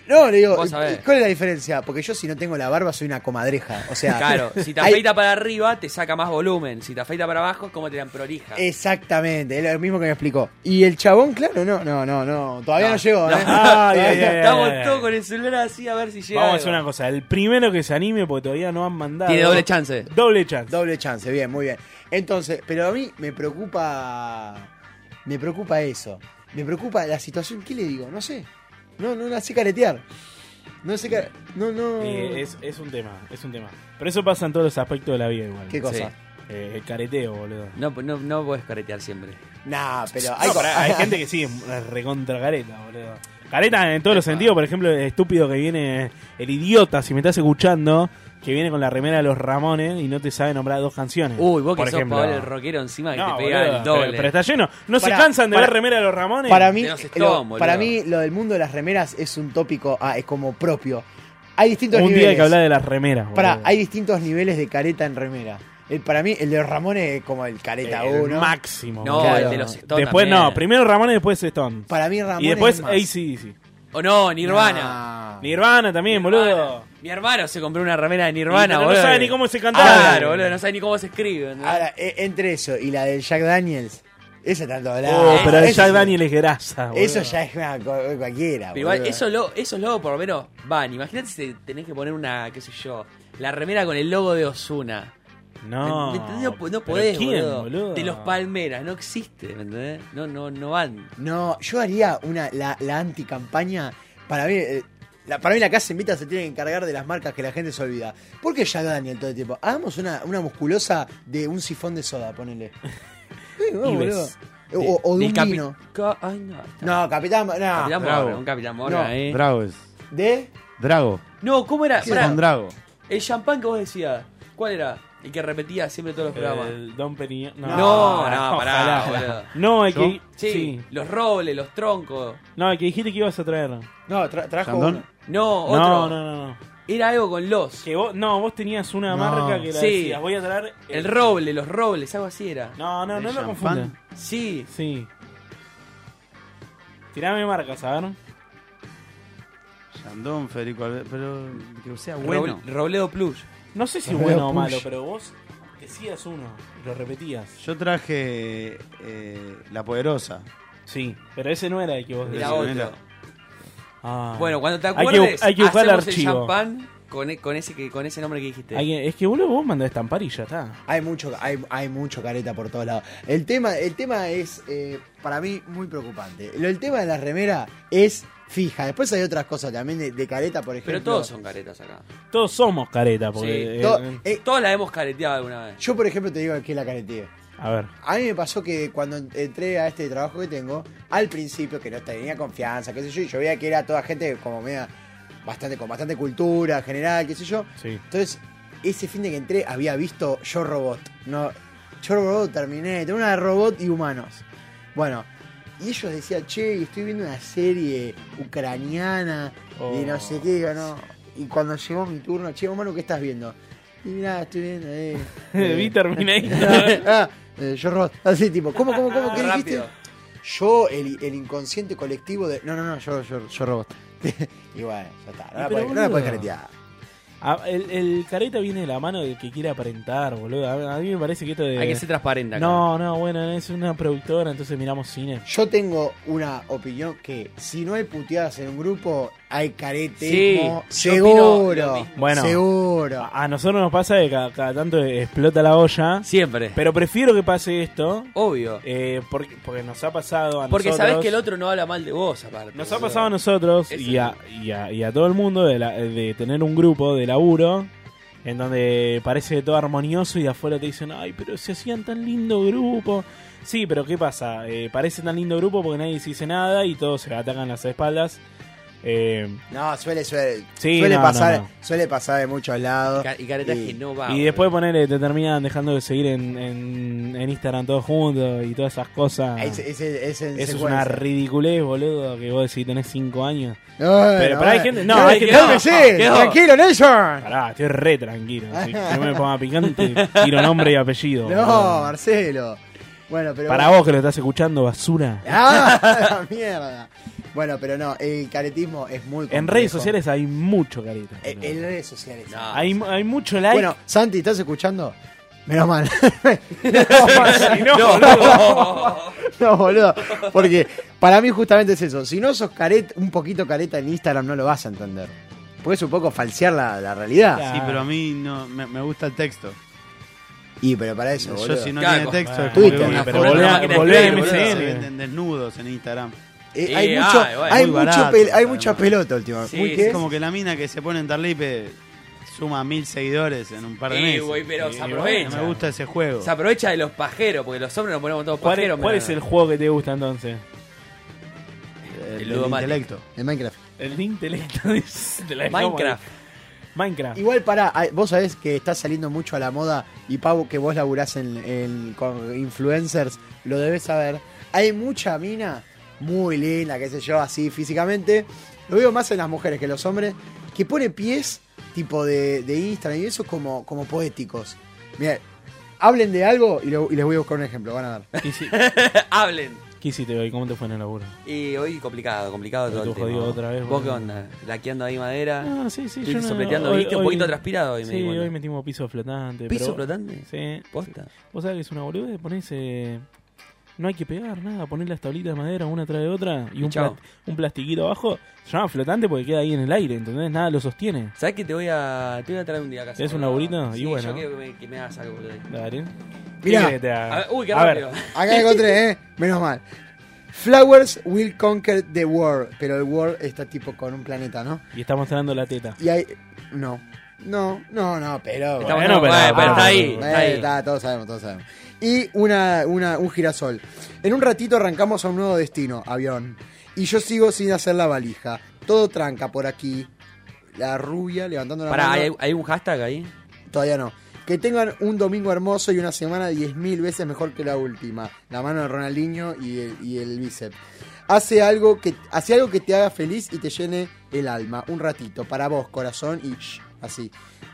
No, le digo, Vos ¿y- sabés. ¿cuál es la diferencia? Porque yo si no tengo la barba soy una comadreja. O sea, Claro, si te hay- afeita para arriba, te saca más volumen. Si te afeita para abajo, es como te dan prolija. Exactamente, es lo mismo que me explicó. Y el chabón, claro, no, no, no, no, todavía no, llegó. ¿eh? Ay, ay, ay. Estamos todos con el celular así a ver si llega. Vamos a algo. hacer una cosa. El primero que se anime, porque todavía no han mandado. Tiene doble chance. Doble chance. Doble chance, bien, muy bien. Entonces, pero a mí me preocupa. Me preocupa eso. Me preocupa la situación. ¿Qué le digo? No sé. No, no la sé caretear. No sé care- No, no. Eh, es, es un tema, es un tema. Pero eso pasa en todos los aspectos de la vida igual. ¿Qué cosa? Sí. Eh, el careteo, boludo. No, no, no podés caretear siempre. Nah, pero hay, No, co- pará, hay gente que sí, es recontra careta, boludo. Careta en todos los sentidos, por ejemplo, el estúpido que viene, el idiota, si me estás escuchando, que viene con la remera de los Ramones y no te sabe nombrar dos canciones. Uy, vos que por sos ejemplo. Paola el rockero encima que No, te pega boludo, el Pero, doble. pero está lleno. ¿No Pará, se cansan de pará. ver remera de los Ramones? Para mí, de los lo, Stones, boludo. para mí, lo del mundo de las remeras es un tópico, ah, es como propio. Hay distintos un niveles. día hay que hablar de las remeras. boludo. Pará, hay distintos niveles de careta en remera. El- para mí, el de los Ramones es como el careta El 1. máximo. No, boludo. Claro. el de los Stones. Después no, también. primero Ramones, después Stone. Para mí, Ramones. Y después es más. ACDC. O no, Nirvana. Nah. Nirvana también, boludo. Mi hermano se compró una remera de Y Nirvana, no- boludo. No sabe ni cómo se cantaba. Claro, boludo, no sabe ni cómo se escribe. ¿no? Ahora, e- entre eso y la del Jack Daniels, esa tanto hablaba. Oh, pero el Eso Jack sí, Daniel es grasa. boludo. Eso ya es una co- Ah, cualquiera. Pero igual, boludo. esos lo- esos logos por lo menos van. Imagínate si te tenés que poner una, qué sé yo, la remera con el logo de Osuna. No. ¿Me entendés? No, po- no ¿Pero podés, quién, boludo? boludo? De los Palmeras, no existe, ¿me entendés? No, no, no van. No, yo haría una, la, la anticampaña. Para mí, eh, la, para mí la casa invita se tiene que encargar de las marcas que la gente se olvida. ¿Por qué Jack Daniel todo el tiempo? Hagamos una, una musculosa de un sifón de soda, ponele. Eh, no, Y ves. boludo. O, o de un capi- vino. Ca- Ay, no. No, capitán. No. Capitán bravo. Mora, un Capitán No, Mora, eh. Drago es. ¿De? Drago. No, ¿cómo era? Es Pará, con Drago. el champán que vos decías, ¿cuál era? El que repetía siempre todos los programas. El Don Periñón. No, No, no, ojalá. pará, boludo. No, el que. Sí, Sí. los robles, los troncos. No, el que dijiste que ibas a traer. No, No, tra- trajo. ¿Sandón? uno. No, otro. no, no, no. Era algo con los. Que vos, no, vos tenías una marca que la Sí. decías. Voy a traer. este". El roble, los robles, algo así era. No, no, ¿El no lo champán? confundas. Sí, Sí. Tirame marcas, a ver. Sandón, Federico Alve- Pero que sea bueno. Roble- Robledo Plus. No sé si Roledo bueno o Push. malo, pero vos Decías uno, lo repetías. Yo traje eh, La Poderosa. Sí, pero ese no era el que vos Era decías. otro. Ah. Bueno, cuando te Hay que bu- acuerdes, hay que buscar el hacemos archivo. champán con, e- con ese, que- con ese nombre que dijiste. Hay que- es que boludo, vos mandás estampar y ya está. Hay mucho, hay, hay mucho careta por todos lados. El tema, el tema es eh, para mí muy preocupante. Lo- El tema de la remera es fija. Después hay otras cosas también de, de careta, por ejemplo. Pero todos son caretas acá. Todos somos careta, Sí. porque. eh, To- eh, eh, Todos la hemos careteado alguna vez. yo, por ejemplo, te digo que la careteé. a ver. A mí me pasó que cuando entré a este trabajo que tengo, al principio que no tenía confianza, qué sé yo, y yo veía que era toda gente como media bastante con bastante cultura general, qué sé yo. Sí. Entonces, ese fin de que entré había visto Yo Robot. No, Yo Robot terminé, tengo una de robot y humanos. Bueno, y ellos decían, che, estoy viendo una serie ucraniana de no sé qué, digo, no. Y cuando llegó mi turno, che, humano, ¿qué estás viendo? Y mirá, estoy viendo, eh. eh, Vi Terminator. ah, eh, yo robot. Así tipo, ¿cómo, cómo, cómo? ¿Qué dijiste? Rápido. Yo, el, el inconsciente colectivo de. No, no, no, yo, yo, yo robot. y bueno, ya está. No Y la pero, podés- no la boludo. podés caretear. Ah, el, el careta viene de la mano del que quiere aparentar, boludo. A, a mí me parece que esto de. Hay que ser transparente acá. no, no, bueno, es una productora, entonces miramos cine. Yo tengo una opinión que si no hay puteadas en un grupo, hay Sí, caretismo. yo opino lo seguro. mismo. Bueno. Seguro. A, a nosotros nos pasa que cada, cada tanto explota la olla. Siempre. Pero prefiero que pase esto. Obvio. eh, porque, porque nos ha pasado a Porque nosotros. sabés que el otro no habla mal de vos, aparte. Nos ha boludo. pasado a nosotros Eso y a, y, a, y a todo el mundo de, la- de tener un grupo de laburo en donde parece todo armonioso y de afuera te dicen, ay, pero se hacían tan lindo grupo. Sí, pero ¿qué pasa? Eh, parece tan lindo grupo porque nadie se dice nada y todos se atacan las espaldas. Eh, No, suele, suele. Sí, suele no, pasar, no, no. suele pasar de muchos lados. Ca- Y caretas Y- que no va. y boludo. después ponele, te terminan dejando de seguir en, en, en Instagram todos juntos y todas esas cosas. Es- es- es en Eso es secuencia. una ridiculez, boludo, que vos decís tenés 5 años. No, Pero- no, eh. pero hay no. gente- no, Claro hay que gente- claro no, que sí. quedó. Tranquilo, Nelson. Pará, estoy re tranquilo. Si no me ponga picante, tiro nombre y apellido. No, boludo. Marcelo. Bueno, pero. Para vos que lo estás escuchando, basura. ¡Ah! la mierda. Bueno, pero no, el caretismo es muy En complejo. redes sociales hay mucho careta. Eh, boludo. En redes sociales. No. Hay, hay mucho like. Bueno, Santi, ¿estás escuchando? Menos mal. Si no, no, boludo. Porque para mí justamente es eso. Si no sos careta, un poquito careta en Instagram, no lo vas a entender. Puedes un poco falsear la, la realidad. Claro. Sí, pero a mí no, me, me gusta el texto. Y pero para Yo eso, boludo. si no Claro, tiene texto, es Ah, como Twitter. que sí, una pero foto. volvé a- máquina de volvé a escribir, boludo. Se MSN. venden desnudos eh, en Instagram. Eh, hay Eh, mucho, ah, bueno, hay muy mucho barato, pel- hay además. mucha pelota últimamente. Sí, Muy sí, que Es es- como que la mina que se pone en Tarlipe suma mil seguidores en un par de Sí, meses. güey, pero se No aprovecha. me gusta ese juego. Se aprovecha de los pajeros, porque los hombres nos ponemos todos ¿Cuál, pajeros. cuál mira. es el juego que te gusta entonces? El, El del ludomático. intelecto. En Minecraft. El de intelecto de la Minecraft. Minecraft. Igual para, vos sabés que está saliendo mucho a la moda y Pau, que vos laburás en, en- con influencers, lo debes saber. Hay mucha mina muy linda, qué sé yo, así físicamente. Lo veo más en las mujeres que en los hombres, que pone pies tipo de, de Instagram y eso como, como poéticos. Mira, hablen de algo y, lo- y les voy a buscar un ejemplo, van a ver. ¿Qué, hici- Hablen. qué hiciste hoy? ¿Cómo te fue en el laburo? Y hoy complicado, complicado Hoy todo te el tema. jodió otra vez, ¿Vos qué boludo. onda? ¿Laqueando ahí madera? No, sí, sí. Estuviste yo no- sopleteando, hoy- viste un hoy- poquito transpirado hoy me di Sí, cuenta. hoy metimos piso flotante. ¿Piso pero- flotante? Sí. ¿Posta? Vos sabés que es una boludez, ponés... eh, no hay que pegar nada, poner las tablitas de madera una tras de otra y Y un, chao. plas- un plastiquito abajo. Se llama flotante porque queda ahí en el aire, ¿entendés? Nada lo sostiene. ¿Sabés que te voy a, te voy a traer un día a casa? ¿Tenés un boludo? laburito? Y Sí, bueno. Yo quiero que me, que me hagas algo, boludo. Dale. Mirá. ¿Qué querés que te haga? A ver, uy, qué A ver, rápido. Acá encontré, ¿eh? Menos mal. Flowers will conquer the world, pero el world está tipo con un planeta, ¿no? y está mostrando la teta. Y hay. No. No, no, no, pero. Está Estamos- bueno, no, pero- bueno, pero- está ahí, Eh, está ahí. está, todos sabemos, todos sabemos. Y una, una- un girasol. En un ratito arrancamos a un nuevo destino, avión. Y yo sigo sin hacer la valija. Todo tranca por aquí. La rubia levantando la Pará, mano. ¿hay, hay un hashtag ahí? Todavía no. Que tengan un domingo hermoso y una semana 10.000 veces mejor que la última. La mano de Ronaldinho y el, y el bíceps. Hace algo, que, hace algo que te haga feliz y te llene el alma. Un ratito. Para vos, corazón y shh, así.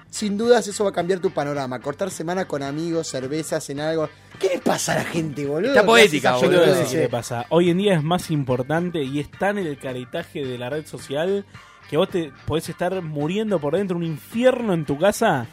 Sin dudas eso va a cambiar tu panorama. Cortar semana con amigos, cervezas, en algo. ¿Qué le pasa a la gente, boludo? Está ¿Qué poética, haces Yo esa te boludo. voy a boludez? decir qué le pasa. Hoy en día es más importante y es tan el caretaje de la red social que vos te podés estar muriendo por dentro, un infierno en tu casa,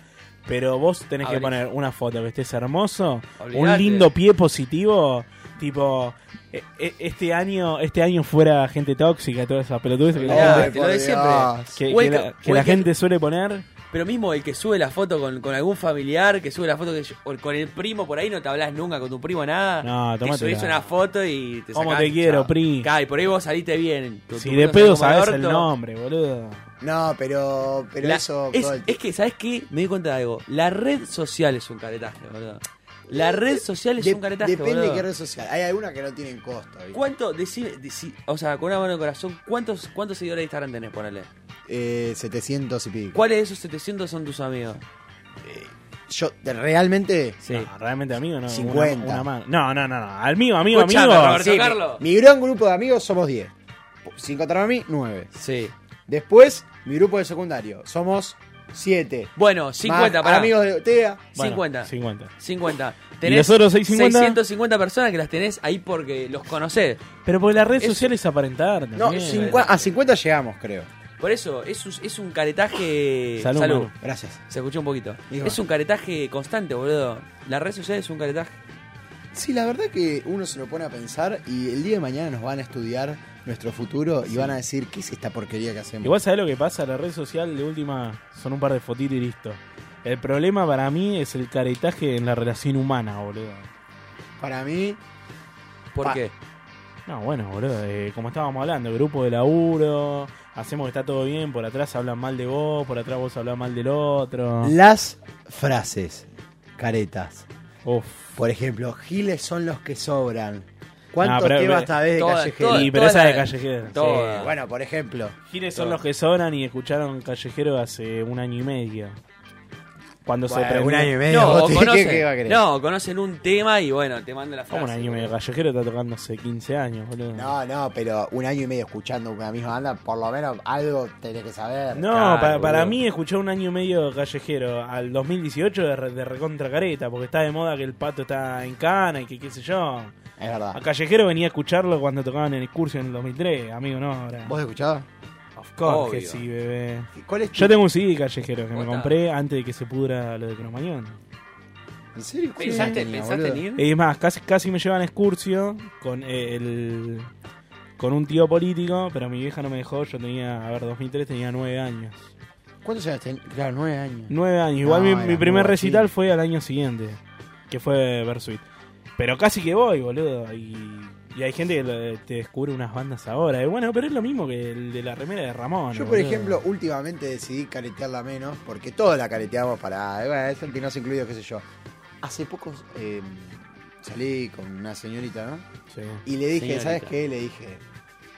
Pero vos tenés que Abrís. poner una foto que estés hermoso, un Olvidate. lindo pie positivo, tipo e- e- este año este año fuera gente tóxica, todas esas pelotudes que, la Olvidate. te gente- lo de siempre. que- que Welcome- la, que la welcome- gente suele poner. Pero mismo el que sube la foto con, con algún familiar, que sube la foto que yo- o con el primo por ahí, no te hablas nunca con tu primo nada. No, te tomátela. subís una foto y te ¿Cómo sacás, te quiero, chao. pri? Claro, y por ahí vos saliste bien. Tu- Si tu de foto pedo salió como sabés el el orto. nombre, boludo. No, pero, pero La- eso. es, todo el- es que, ¿sabes qué? Me di cuenta de algo. La red social es un caretaje, boludo. La red social es Eh, de- un caretaje, Depende boludo. de qué red social. Hay algunas que no tienen costo. ¿viste? ¿Cuánto? Decime, deci- o sea, con una mano de corazón, ¿cuántos, ¿cuántos seguidores de Instagram tenés? Ponele. Eh, 700 y pico. ¿Cuáles de esos 700 son tus amigos? Yo de- realmente. Sí. No, realmente amigo no. 50. Una, una más. No, no, no, no. Amigo, amigo, Escuchame, amigo. Roberto Carlos. Mi gran grupo de amigos somos 10. Sin contarme a mí, 9. Sí. Después, mi grupo de secundario. Somos 7. Bueno, 50 para amigos de TEA. Bueno, 50. 50. 50. los otros 650? 650 personas que las tenés ahí porque los conocés. Pero porque la red Es- social es aparentar. No, también. cincua- a 50 llegamos, creo. Por eso es un, es un caretaje. Salud, Salud. mano. Gracias. Se escuchó un poquito. Digo. Es un caretaje constante, boludo. La red social es un caretaje. Sí, la verdad que uno se lo pone a pensar y el día de mañana nos van a estudiar nuestro futuro y van a decir, ¿qué es esta porquería que hacemos? Igual sabés lo que pasa, la red social de última son un par de fotitos y listo. El problema para mí es el caretaje en la relación humana, boludo. Para mí, ¿Por Pa- qué? No, bueno, boludo, eh, como estábamos hablando, grupo de laburo, hacemos que está todo bien, por atrás hablan mal de vos, por atrás vos hablas mal del otro. las frases caretas. Uf. Por ejemplo, giles son los que sobran. ¿Cuántos No, pero- temas sabés de Todas- callejero? todas- Y pero toda esa la- de callejero. Toda. Eh, bueno, por ejemplo, ¿Quiénes son los que sobran y escucharon Callejero hace un año y medio? Cuando se Bueno, prendió. un año y medio. No, vos o te- conocen, ¿qué- qué va a querer? no, conocen un tema y bueno, te mando la frase. ¿Cómo un año y medio? boludo. Callejero está tocando hace 15 años, boludo. No, no, pero un año y medio escuchando una misma banda, por lo menos algo tenés que saber. No, Claro, para, para boludo. mí escuchar un año y medio de callejero al 2018 de, re- de recontra careta, porque está de moda que el pato está en cana y que qué sé yo. Es verdad. A callejero venía a escucharlo cuando tocaban en el curso en el 2003, amigo, no, ahora. ¿Vos escuchabas? Of course que Obvio. sí, bebé. ¿Cuál es tu- Yo tengo un CD de callejero que me Vota. compré antes de que se pudra lo de Cromañón. ¿En serio? ¿Cuál ¿Pensaste, tenía, pensaste boludo? en ir? Y es más, casi, casi me llevan a Excursio con eh, el con un tío político, pero mi vieja no me dejó, yo tenía, a ver, 2003 tenía 9 años. ¿Cuántos años tenés? Claro, nueve años. Nueve años. Igual No, mi, era mi muy primer guachín. recital fue al año siguiente, que fue Versuit. Pero casi que voy, boludo. Y, y hay gente que lo- te descubre unas bandas ahora. Y bueno, pero es lo mismo que el de la remera de Ah, Ramón. Yo, por ejemplo, últimamente decidí caretearla menos, porque todos la careteamos para. eh, Bueno, es el que no se incluido, qué sé yo. Hace poco eh, salí con una señorita, ¿no? Y le dije, Señorita. ¿sabes qué? Le dije,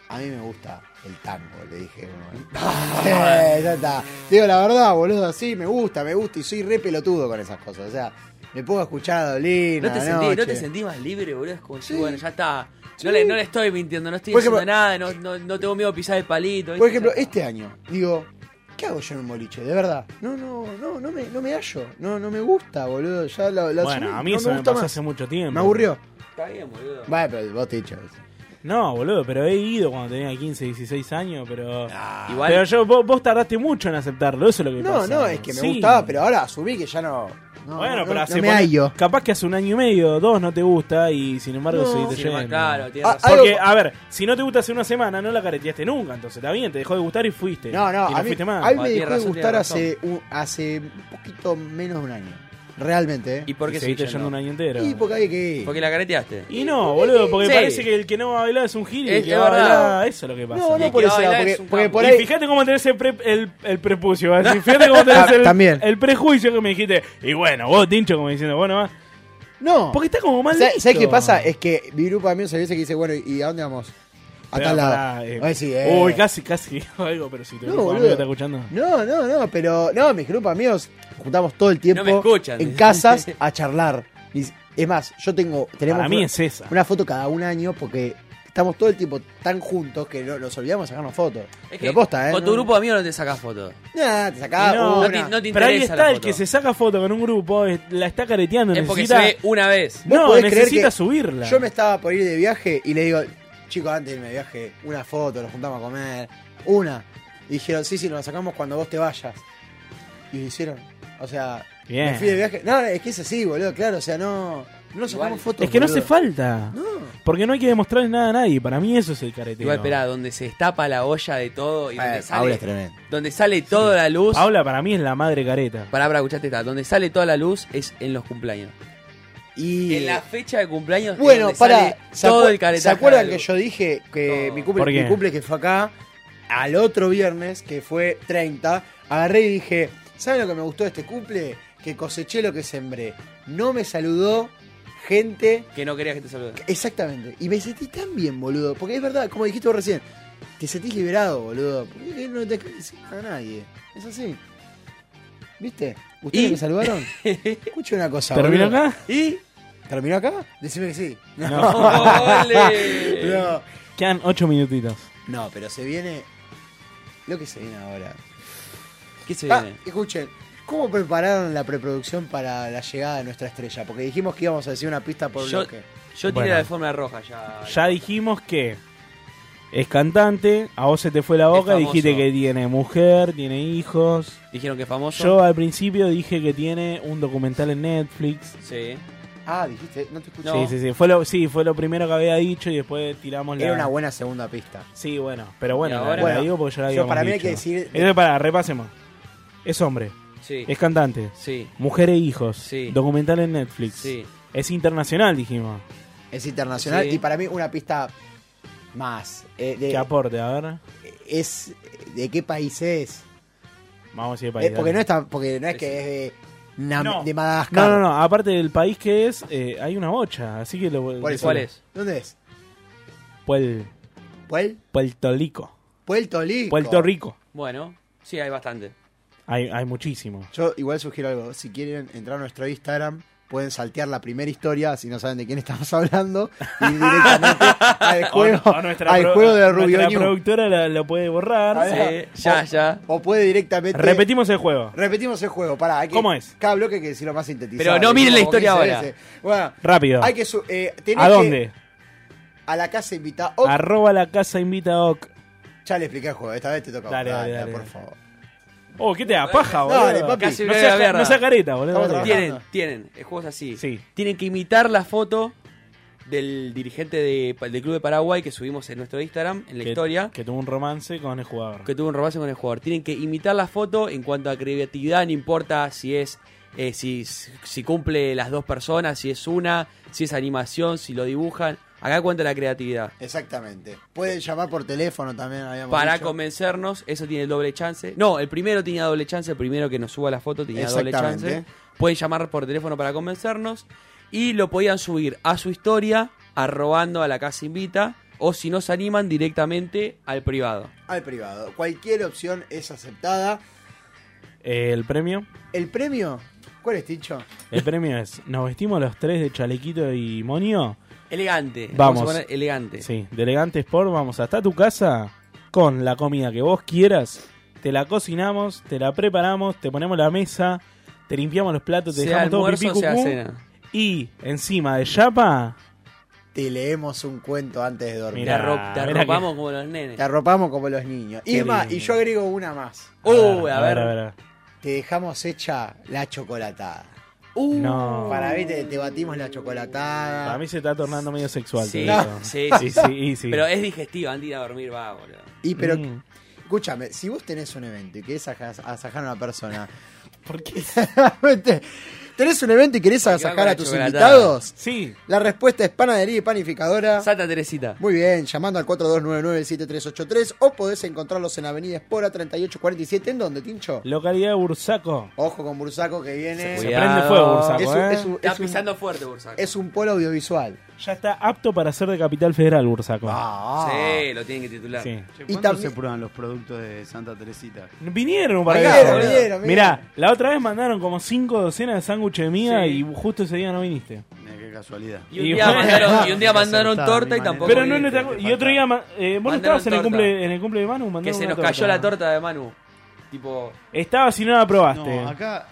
a mí me gusta el tango, le dije. bueno. Eh, ya está. Te Digo, la verdad, boludo, sí, me gusta, me gusta, y soy re pelotudo con esas cosas. O sea, me puedo escuchar a Dolina. No te, sentí, no te sentí más libre, boludo. Es como, Sí. sí, bueno, ya está. Sí. No, le, no le estoy mintiendo, no estoy Por diciendo ejemplo, nada, no, no, no tengo miedo de pisar el palito. ¿viste? Por ejemplo, Ya está. este año, digo, ¿qué hago yo en un boliche? De verdad. No, no, no, no me, no me hallo. No, no me gusta, boludo. Ya lo, lo Bueno, asumí, a mí no eso me gusta pasó más. hace mucho tiempo. Me aburrió. Está bien, boludo. Vale, pero vos te he dicho eso. No, boludo, pero he ido cuando tenía 15, 16 años, pero... Ah, Igual, Pero yo, vos, vos tardaste mucho en aceptarlo, eso es lo que No, pasa. no, es que me Sí. gustaba, pero ahora asumí que ya no. no, bueno, no, pero no hace me pone- hallo. Capaz que hace un año y medio, dos no te gusta y sin embargo No. seguiste Sí, más yendo. claro, tiene Ah, razón. Porque, Algo- a ver, si no te gusta hace una semana, no la careteaste nunca, entonces está bien, te dejó de gustar y fuiste. No, no, y a mí, fuiste más. a mí Ah, me tiene dejó de razón, gustar tiene hace un, hace un poquito menos de un año. Realmente, ¿eh? ¿Y por qué Y seguiste seguiste yendo un año entero. Y porque había que ir. Porque la careteaste. Y no, boludo, porque Sí. parece que el que no va a bailar es un gil y el Es- que es va a verdad. bailar, eso es lo que pasa. No, Y no que por ese bailar es lado, porque, un porque campo. por Y ahí. fíjate cómo tenés el, pre- el, el prepucio, ¿vas a decir, fíjate cómo tenés el, También. el prejuicio que me dijiste. Y bueno, vos, Tincho, como diciendo, bueno, va. No. Porque está como mal ¿Sabes visto. sabes qué pasa? Es que mi grupo de amigos se dice que dice, bueno, ¿y a dónde vamos? A Pero tal lado. pará, eh. Ay, sí, eh. Uy, casi, casi digo algo, pero si tu No, grupo de boludo. amigos está escuchando. No, no, no, pero no, mis grupos de amigos juntamos todo el tiempo No me escuchan. en casas a charlar. Y- Es más, yo tengo, tenemos Para mí una, es esa. una foto cada un año porque estamos todo el tiempo tan juntos que no- nos olvidamos de sacarnos fotos. Es que pero posta, ¿eh? Con No- tu grupo de amigos no te sacás fotos. Nah, te sacás Y no, una. No te, no te Pero ahí interesa está la el foto. que se saca foto con un grupo, es- la está careteando, Es porque se necesita... ve una vez. ¿Vos No, podés creer necesita que subirla. Yo me estaba por ir de viaje y le digo, chicos, antes de irme de viaje, una foto, nos juntamos a comer, una. Y dijeron, sí, sí, nos la sacamos cuando vos te vayas. Y lo hicieron. O sea, Bien. Me fui de viaje. No, es que es así, boludo, claro. O sea, no. No sacamos fotos. Es que no boludo. hace falta. No. Porque no hay que demostrarle nada a nadie. Para mí eso es el careteo. Igual, esperá, donde se destapa la olla de todo y donde Eh, Paula sale, es tremendo. donde sale toda la luz. Paula para mí es la madre careta. Pará, pará, escuchate esta. Donde sale toda la luz es en los cumpleaños. Y. En la fecha de cumpleaños Bueno, es donde para. sale todo el caretaje. ¿Se acuerdan de que la luz. yo dije que Todo. mi, ¿Por cumple, qué? mi cumple que fue acá, al otro viernes, que fue 30, agarré y dije: ¿Saben lo que me gustó de este cumple? Que coseché lo que sembré. No me saludó gente. Que no querías que te salude. Exactamente. Y me sentí tan bien, boludo. Porque es verdad, como dijiste vos recién, te sentís liberado, boludo. Porque no te decís a nadie. Es así. ¿Viste? ¿Ustedes Y- me saludaron? Escucha una cosa, ¿Termino boludo. acá? ¿Y? ¿Terminó acá? Decime que sí. ¡Ole! No, Quedan ocho minutitos. no pero se viene lo que se viene ahora. ¿Qué se Ah, viene? escuchen, ¿cómo prepararon la preproducción para la llegada de nuestra estrella? Porque dijimos que íbamos a decir una pista por Yo- bloque. Yo tiré Bueno. la de forma roja ya. Ya dijimos que es cantante, a vos se te fue la boca, Es dijiste famoso. que tiene mujer, tiene hijos. Dijeron que es famoso. Yo al principio dije que tiene un documental en Netflix. Sí. Ah, dijiste, no te escuché. No. Sí, sí, sí. Fue lo, sí, fue lo primero que había dicho y después tiramos la... Era una buena segunda pista. Sí, bueno, pero Y bueno, ahora- la- la Bueno, digo porque yo la yo habíamos para mí hay dicho. que decir- Entonces, pará, repasemos. Es hombre, Sí. es cantante, Sí. mujer e hijos, Sí. documental en Netflix. Sí. Es internacional, dijimos. Es internacional Sí. y para mí una pista más. eh, de- Que aporte, a ver. es de qué país es. Vamos a decir país. Eh, porque dale. no es tan- porque no es que es de, Nam- No. de Madagascar. No, no, no. Aparte del país que es, eh, hay una bocha. Así que lo. Por eso. ¿Cuál es? ¿Dónde es? Puel- ¿Puel? Puerto Rico. Puerto Rico. Puerto Rico. Bueno, sí, hay bastante. Hay, hay muchísimos. Yo igual sugiero algo. Si quieren entrar a nuestro Instagram, pueden saltear la primera historia, si no saben de quién estamos hablando, y ir directamente al juego, O- o nuestra al pro- juego de Rubio Nuestra New. productora la- lo puede borrar. A ver. Sí. Sí, ya, ya. O puede directamente... Repetimos el juego. Repetimos el juego, pará. hay que- ¿Cómo es? Cada bloque hay que decirlo más sintetizado. Pero no Hay miren la como historia 15 ahora. veces. Bueno, Rápido. hay que... su- eh, tenés ¿A dónde? que- a la casa invitada. Arroba la casa invita a Oc. Ya le expliqué el juego, esta vez te toca. a vos. Dale, dale, dale. por favor. Oh, ¿qué te da? Paja, boludo. Dale, papi. Casi No me sea, da mierda. no sea careta, boludo. Estamos Dale. trabajando. Tienen, tienen. El juego es así. Sí. Tienen que imitar la foto del dirigente de- del Club de Paraguay que subimos en nuestro Instagram, en la Que- historia, Que tuvo un romance con el jugador. que tuvo un romance con el jugador. Tienen que imitar la foto en cuanto a creatividad, no importa si es. eh, si, si cumple las dos personas, si es una, si es animación, si lo dibujan. Acá cuenta la creatividad. Exactamente. Pueden llamar por teléfono también, habíamos Para dicho. convencernos, eso tiene doble chance. No, el primero tenía doble chance, el primero que nos suba la foto tenía doble Exactamente. chance. Pueden llamar por teléfono para convencernos y lo podían subir a su historia arrobando a la casa invita o si no se animan directamente al privado. Al privado. Cualquier opción es aceptada. Eh, el premio. ¿El premio? ¿Cuál es, Tincho? El premio es, nos vestimos los tres de chalequito y monio. Elegante. Vamos. a poner elegante. Sí, de Elegante Sport vamos hasta tu casa con la comida que vos quieras. Te la cocinamos, te la preparamos, te ponemos la mesa, te limpiamos los platos, te Sea dejamos todo almuerzo, pipí, sea cucú. cena. Y encima de Yapa, Te leemos un cuento antes de dormir. Te, Mirá, arro- te mirá arropamos como los nenes. Te arropamos como los niños. Y Qué es más, y lindo. yo agrego una más. Uy, a ver. Te dejamos hecha la chocolatada. Uh, No. Para mí te, te batimos la chocolatada. Para mí se está tornando medio sexual. Sí, te digo. no. sí, sí, sí, sí, sí. Pero es digestivo, antes de ir a dormir, va, boludo. Y pero, Mm. escúchame, si vos tenés un evento y querés aja- agasajar a una persona, ¿Por qué? Vente. tenés un evento y querés con agasajar la a tus chocolatada. invitados, Sí. la respuesta es panadería y panificadora. Santa Teresita. Muy bien, llamando al 4299-7383 o podés encontrarlos en Avenida Espora 3847. ¿En dónde, Tincho? Localidad de Bursaco. Ojo con Bursaco que viene. Se Cuidado. prende fuego Bursaco, Es un, ¿eh? es un- Está es un- pisando fuerte, Bursaco. es un polo audiovisual. Ya está apto para ser de Capital Federal Bursaco. Ah. Sí, lo tienen que titular. Sí. Che, Y ¿Cuándo también- se prueban los productos de Santa Teresita? Vinieron para Vinieron, acá. boludo. vinieron, vinieron. Mirá, la otra vez mandaron como cinco docenas de sándwiches de miga Sí. y justo ese día no viniste. Mira, qué casualidad. Y un Y día bueno. mandaron, y un día mandaron Acertado, torta y mi tampoco. manera. Pero no, no viniste. te acu- y otro día, ma- eh, vos no Mandaron estabas en el, torta. cumple, en el cumple de Manu, mandaron Que se una nos cayó la torta de Manu. Tipo, Estaba si no la probaste. No, acá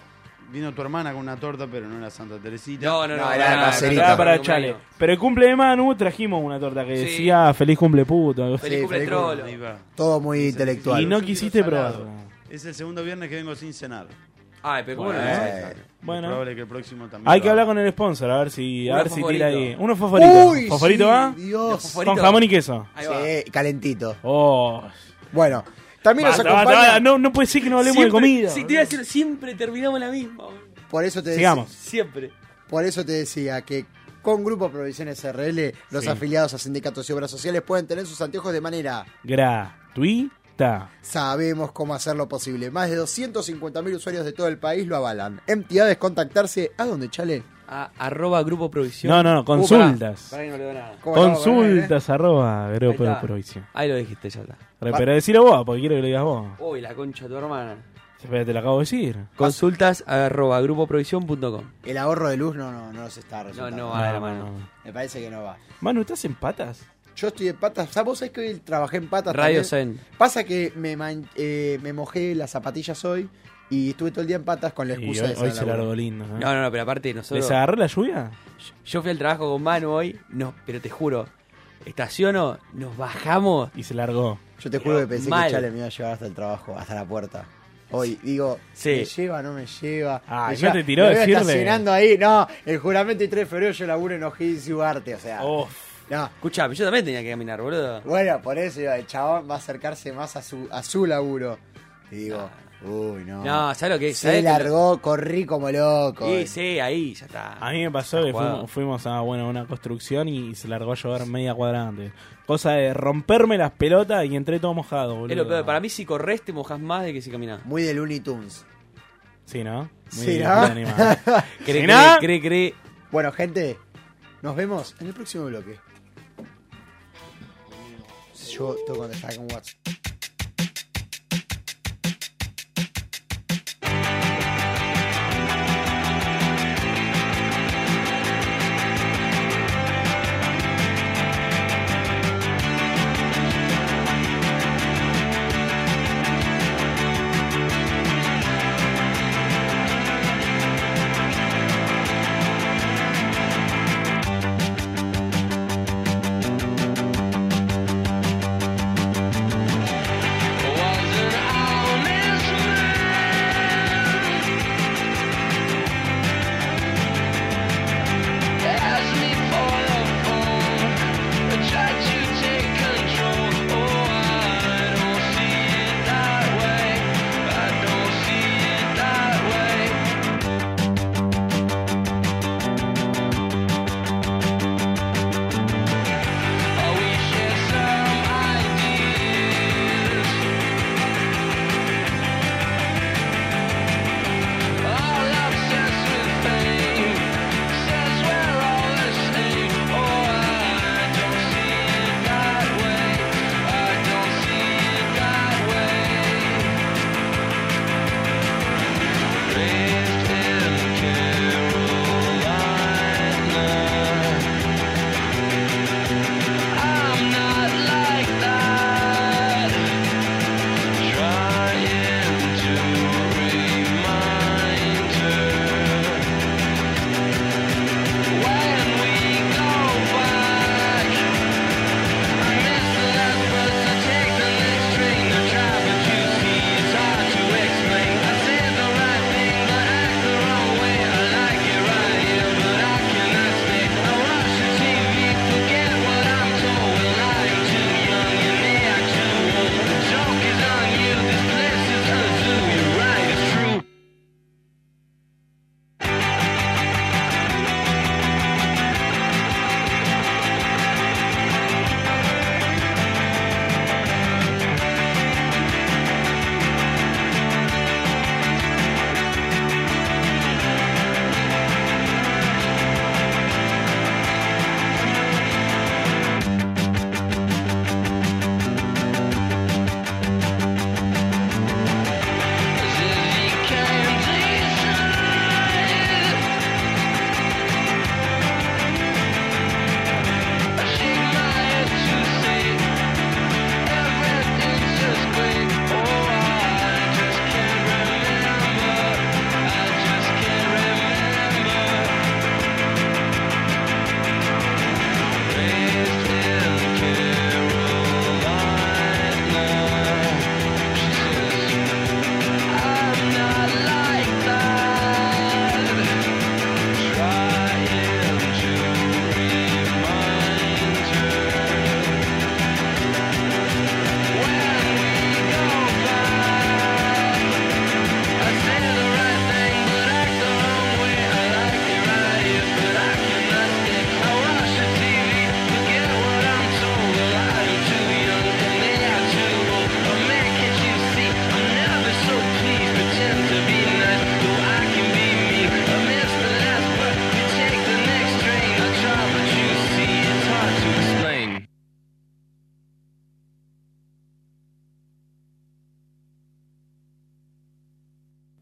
vino tu hermana con una torta, pero no era Santa Teresita. no, no, no. No, era no, no, caserita. no, no, Estaba no, para no, Chale. no. Pero el cumple de Manu trajimos una torta que Sí. decía feliz cumple puto. algo así. Feliz Sí, cumple feliz trolo. Ahí va. Todo muy intelectual. Y no Es un quisiste vino salado. probarlo. Es el segundo viernes que vengo sin cenar. Ay, pero ¿cómo lo Bueno, haces? Bueno. Es probable que el próximo también. Hay lo que haga. hablar con el sponsor, a ver si, a Uno ver si fosforito. tira ahí. Uno fosforito. Uy, ¿Fosforito sí, va? Dios. Con jamón y queso. Ahí va. Sí, calentito. Oh. Bueno, también nos Basta, basta, acompaña. basta. No, no puede ser que no hablemos Siempre- de comida. Sí, te iba a decir, siempre terminamos la misma. boludo. Por eso te dec- Sigamos. Siempre. Por eso te decía que con Grupo Provisiones RL, los afiliados a sindicatos y obras sociales pueden tener sus anteojos de manera. Gratuita. Sabemos cómo hacerlo posible. Más de 250.000 usuarios de todo el país lo avalan. Entidades contactarse. ¿A dónde, Chale? A- arroba grupo provisión. No, no, no, consultas. pará, pará que no leo nada. Uh, ¿Cómo estamos con el, eh? Consultas arroba Ahí Grupo está. Ah. Provisión. Ahí lo dijiste, ya está. Re- Pero decilo vos, porque quiero que lo digas vos. Uy, la concha de tu hermana. Espera, te lo acabo de decir. Consultas arroba grupoprovisión.com. El ahorro de luz no, no, no nos está No, resultando. no va de la mano. Me parece que no va. Manu, ¿estás en patas? Yo estoy de patas. ¿Sabes? Vos sabés que hoy trabajé en patas. Radio también. Zen. Pasa que me, man- eh, me mojé las zapatillas hoy y estuve todo el día en patas con la Y excusa hoy, de hoy esa se laburo. largó lindo. ¿eh? No, no, no, pero aparte nosotros... ¿Les agarró la lluvia? Yo fui al trabajo con Manu hoy, no, pero te juro, estaciono, nos bajamos. Y se largó. Yo te juro que Pero pensé mal. que Chale me iba a llevar hasta el trabajo, hasta la puerta. Hoy, digo, Sí. ¿me lleva no me lleva? Ah, me ya lleva. te tiró Me veo decirle. estacionando ahí, no, el juramento y 3 de febrero yo laburo en O'Higgins y Ugarte, o Oh. sea. No, Escuchá, pero yo también tenía que caminar, boludo. bueno, por eso digo, el chabón va a acercarse más a su, a su laburo. Y digo, uy, no. Ah. No, ¿sabes lo que es? Se ¿Sabés que- largó, corrí como loco. Sí, sí, ahí, ya está. A mí me pasó Está que jugado. fuimos, fuimos a bueno, una construcción y se largó a llover media cuadra antes. Cosa de romperme las pelotas y entré todo mojado, boludo. Es lo peor. Para mí, si corres, te mojas más de que si caminas. Muy de Looney Tunes. Sí, ¿no? Muy Sí, bien, ¿no? bien animado. Cree, Si no- cree, cree, cree. Bueno, gente, nos vemos en el próximo bloque. Yo tengo que contestar con WhatsApp. Thank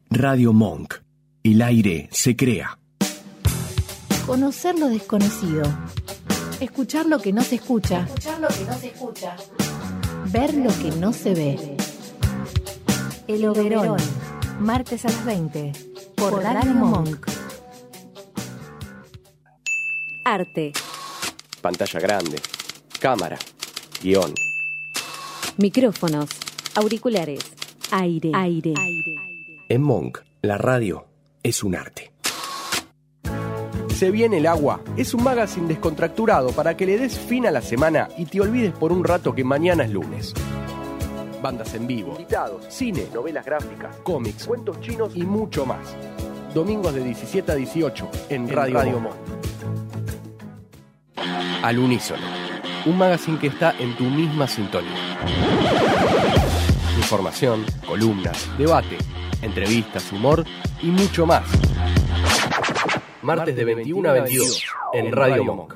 Radio Monk. El aire se crea. Conocer lo desconocido. Escuchar lo que no se escucha. Ver lo que no se ve. El Oberón. Martes a las 20. Por, Radio Monk. Arte. Pantalla grande. Cámara. Guión. Micrófonos. Auriculares. Aire. Aire. En Monk, la radio es un arte. Se viene el agua. Es un magazine descontracturado para que le des fin a la semana y te olvides por un rato que mañana es lunes. Bandas en vivo, invitados, cine, novelas gráficas, cómics, cuentos chinos y mucho más. Domingos de 17 a 18 en, Radio, Monk. Al unísono. Un magazine que está en tu misma sintonía. Información, columnas, debate, entrevistas, humor y mucho más. Martes de 21 a 22 en Radio Monk.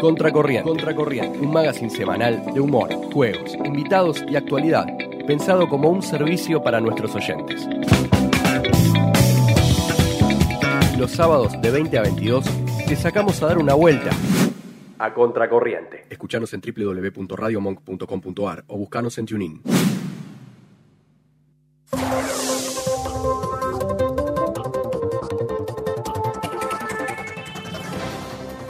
Contracorriente. Contracorriente. Un magazine semanal de humor, juegos, invitados y actualidad, pensado como un servicio para nuestros oyentes. Los sábados de 20 a 22 te sacamos a dar una vuelta a Contracorriente. Escuchanos en www.radiomonk.com.ar o buscanos en TuneIn.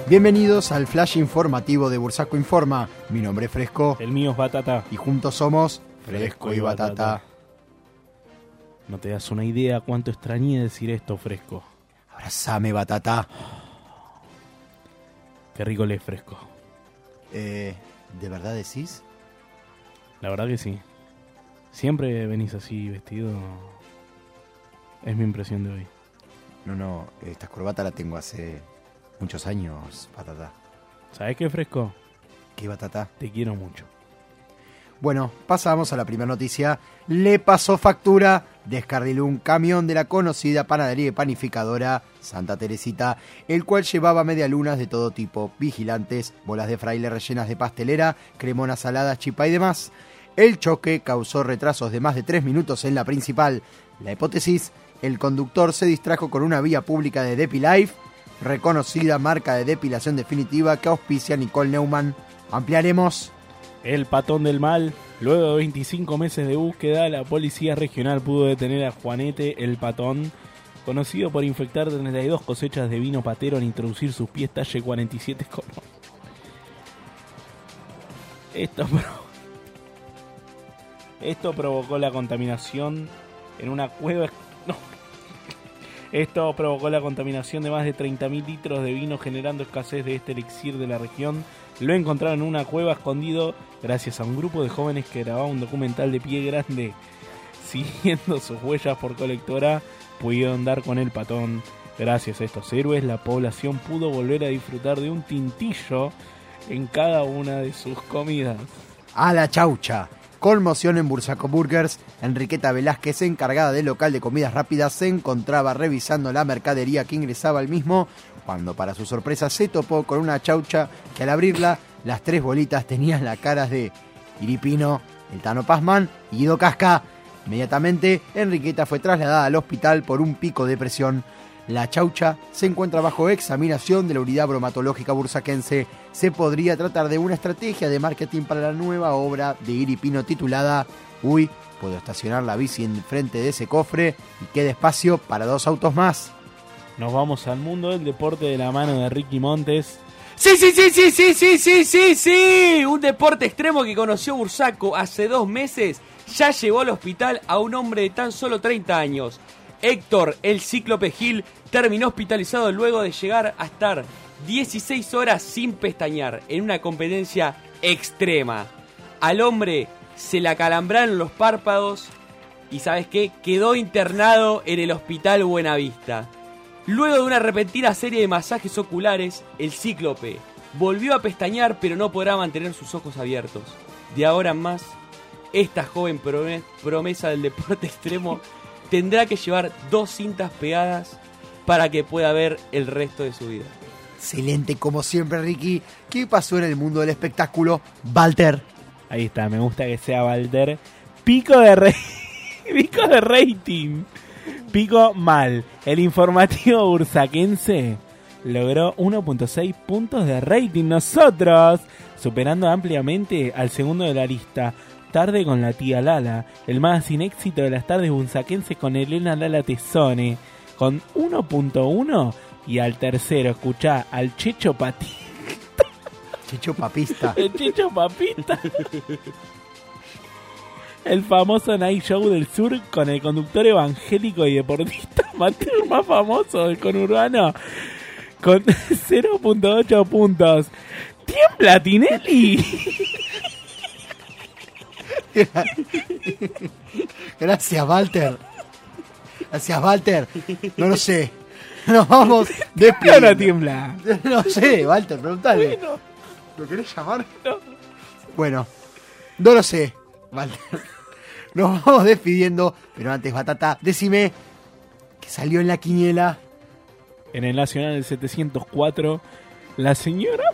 Bienvenidos al flash informativo de Bursaco Informa. Mi nombre es Fresco El mío es batata. y juntos somos Fresco y Batata. No te das una idea cuánto extrañé decir esto, fresco. Abrazame, Batata. Qué rico le es fresco. Eh, ¿De verdad decís? La verdad que sí. Siempre venís así vestido. Es mi impresión de hoy. No, no, esta corbata la tengo hace muchos años, Batata. ¿Sabes qué, fresco? ¿Qué Batata? Te quiero mucho. Bueno, pasamos a la primera noticia. Le pasó factura. Descarriló un camión de la conocida panadería y panificadora Santa Teresita, el cual llevaba medialunas de todo tipo, vigilantes, bolas de fraile rellenas de pastelera, cremonas saladas, chipa y demás. El choque causó retrasos de más de tres minutos en la principal. La hipótesis, el conductor se distrajo con una vía pública de DepiLife, reconocida marca de depilación definitiva que auspicia Nicole Neumann. Ampliaremos. El patón del mal. Luego de 25 meses de búsqueda, la policía regional pudo detener a Juanete el patón, conocido por infectar 32 cosechas de vino patero al introducir sus pies talle 47 como. Esto, pro- Esto provocó la contaminación en una cueva. no. Esto provocó la contaminación de más de 30.000 litros de vino, generando escasez de este elixir de la región. Lo encontraron en una cueva escondido gracias a un grupo de jóvenes que grababa un documental de pie grande. Siguiendo sus huellas por colectora, pudieron dar con el patón. Gracias a estos héroes, la población pudo volver a disfrutar de un tintillo en cada una de sus comidas. a la chaucha. Conmoción en Bursaco Burgers, Enriqueta Velázquez, encargada del local de comidas rápidas, se encontraba revisando la mercadería que ingresaba al mismo, cuando para su sorpresa se topó con una chaucha que al abrirla, las tres bolitas tenían las caras de Iripino, el Tano Pazman y Guido Casca. Inmediatamente, Enriqueta fue trasladada al hospital por un pico de presión. La chaucha se encuentra bajo examinación de la unidad bromatológica bursaquense. Se podría tratar de una estrategia de marketing para la nueva obra de Iripino titulada Uy, puedo estacionar la bici enfrente de ese cofre y queda espacio para dos autos más. Nos vamos al mundo del deporte de la mano de Ricky Montes. Sí, sí, sí, sí, sí, sí, sí, sí, sí. Un deporte extremo que conoció Bursaco hace dos meses ya llevó al hospital a un hombre de tan solo 30 años. Héctor, el cíclope Gil, terminó hospitalizado luego de llegar a estar 16 horas sin pestañear en una competencia extrema. Al hombre se le acalambraron los párpados y ¿sabes qué? Quedó internado en el hospital Buenavista. Luego de una repentina serie de masajes oculares, el cíclope volvió a pestañear pero no podrá mantener sus ojos abiertos. De ahora en más, esta joven prome- promesa del deporte extremo tendrá que llevar dos cintas pegadas para que pueda ver el resto de su vida. Excelente como siempre, Ricky. ¿Qué pasó en el mundo del espectáculo? Walter. Ahí está, me gusta que sea Valder. Pico de rey. Pico de rating. Pico mal. El informativo bursaquense logró 1.6 puntos de rating nosotros, superando ampliamente al segundo de la lista. Tarde con la tía Lala, el más sin éxito de las tardes bursaquenses con Elena Lala Tesone, con 1.1 y al tercero, escuchá, al Checho Pati. Chicho papista. El Chicho Papita. El famoso Night Show del Sur con el conductor evangélico y deportista amateur más famoso del conurbano. Con 0.8 puntos. ¡Tiembla, Tinelli! Gracias, Walter. Gracias, Walter. No lo sé. Nos vamos ¿Tiembla o no despidiendo. tiembla? No sé, Walter, preguntale. Bueno, ¿Lo querés llamar? no. Bueno, no lo sé, Walter. Nos vamos despidiendo, pero antes, Batata, decime que salió en la quiniela. En el Nacional del 704, la señora...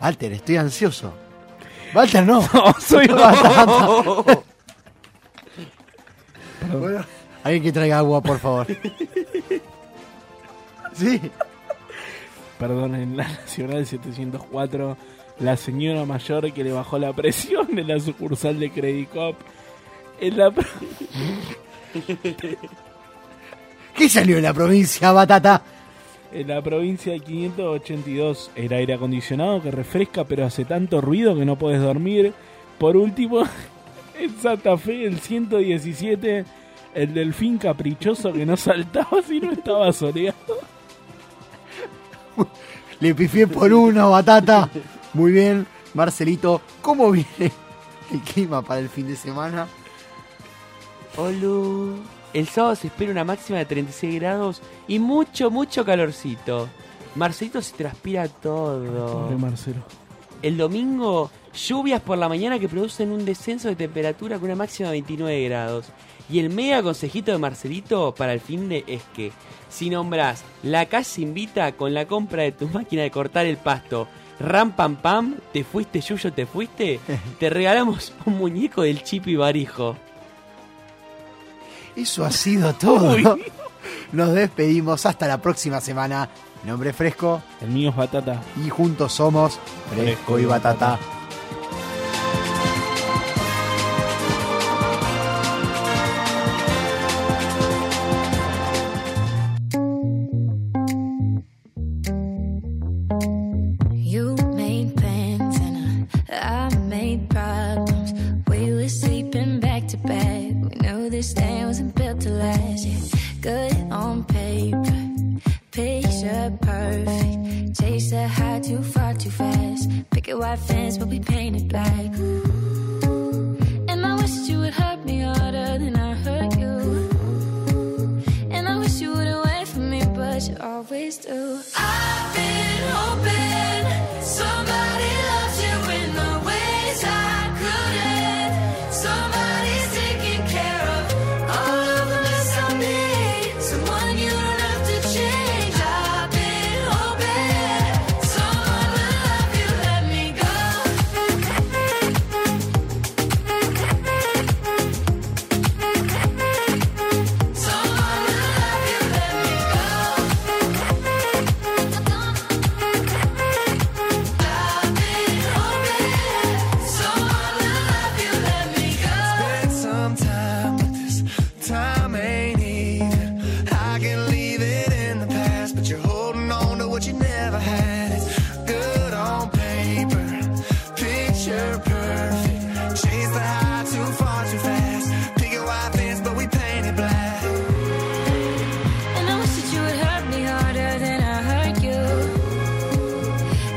Walter, estoy ansioso. Walter, no. soy Batata. Bueno, alguien que traiga agua, por favor. Sí. Perdón, en la Nacional 704, la señora mayor que le bajó la presión en la sucursal de Credit Cop. En la pro- ¿Qué salió en la provincia, Batata? En la provincia de 582, el aire acondicionado que refresca pero hace tanto ruido que no puedes dormir. Por último, en Santa Fe, el 117, el delfín caprichoso que no saltaba si no estaba soleado. Le pifié por uno, Batata. Muy bien, Marcelito. ¿Cómo viene el clima para el fin de semana? Olu. El sábado se espera una máxima de 36 grados y mucho, mucho calorcito. Marcelito se transpira todo. Pobre Marcelo. El domingo, lluvias por la mañana que producen un descenso de temperatura con una máxima de 29 grados. Y el mega consejito de Marcelito para el fin de es que si nombrás la casa invita con la compra de tu máquina de cortar el pasto, ram pam pam, te fuiste Yuyo, te fuiste, te regalamos un muñeco del Chipi Barijo. Eso ha sido todo. Nos despedimos hasta la próxima semana. Mi nombre es Fresco El mío es batata. y juntos somos Fresco y Batata. You made plans and I, I made problems. We were sleeping back to back. We knew this thing wasn't built to last. Yeah. Good on paper, picture perfect. Chase the high too far too fast. Picket white fence, but we painted black. Ooh. And I wish that you would hurt me harder than I hurt you. And I wish you wouldn't wait for me, but you always do. I've been hoping somebody loves you in the ways I couldn't. Somebody's taking care of all of the mess I made. Someone you don't have to change. I've been hoping someone will love you, let me go. Someone will love you, let me go. I've been hoping someone will love you, let me go. Spend some time, but this time ain't even. I can leave it in the past, but you're holding on to what you never had. It's good on paper, picture perfect. Chase the high too far too fast. Picket white fence, but we painted black. And I wish that you would hurt me harder than I hurt you.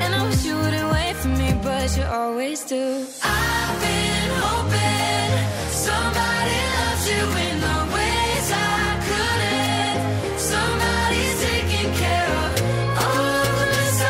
And I wish you wouldn't wait for me, but you always do. I've been hoping somebody loves you in the ways I couldn't. Somebody's taking care of all of the mess I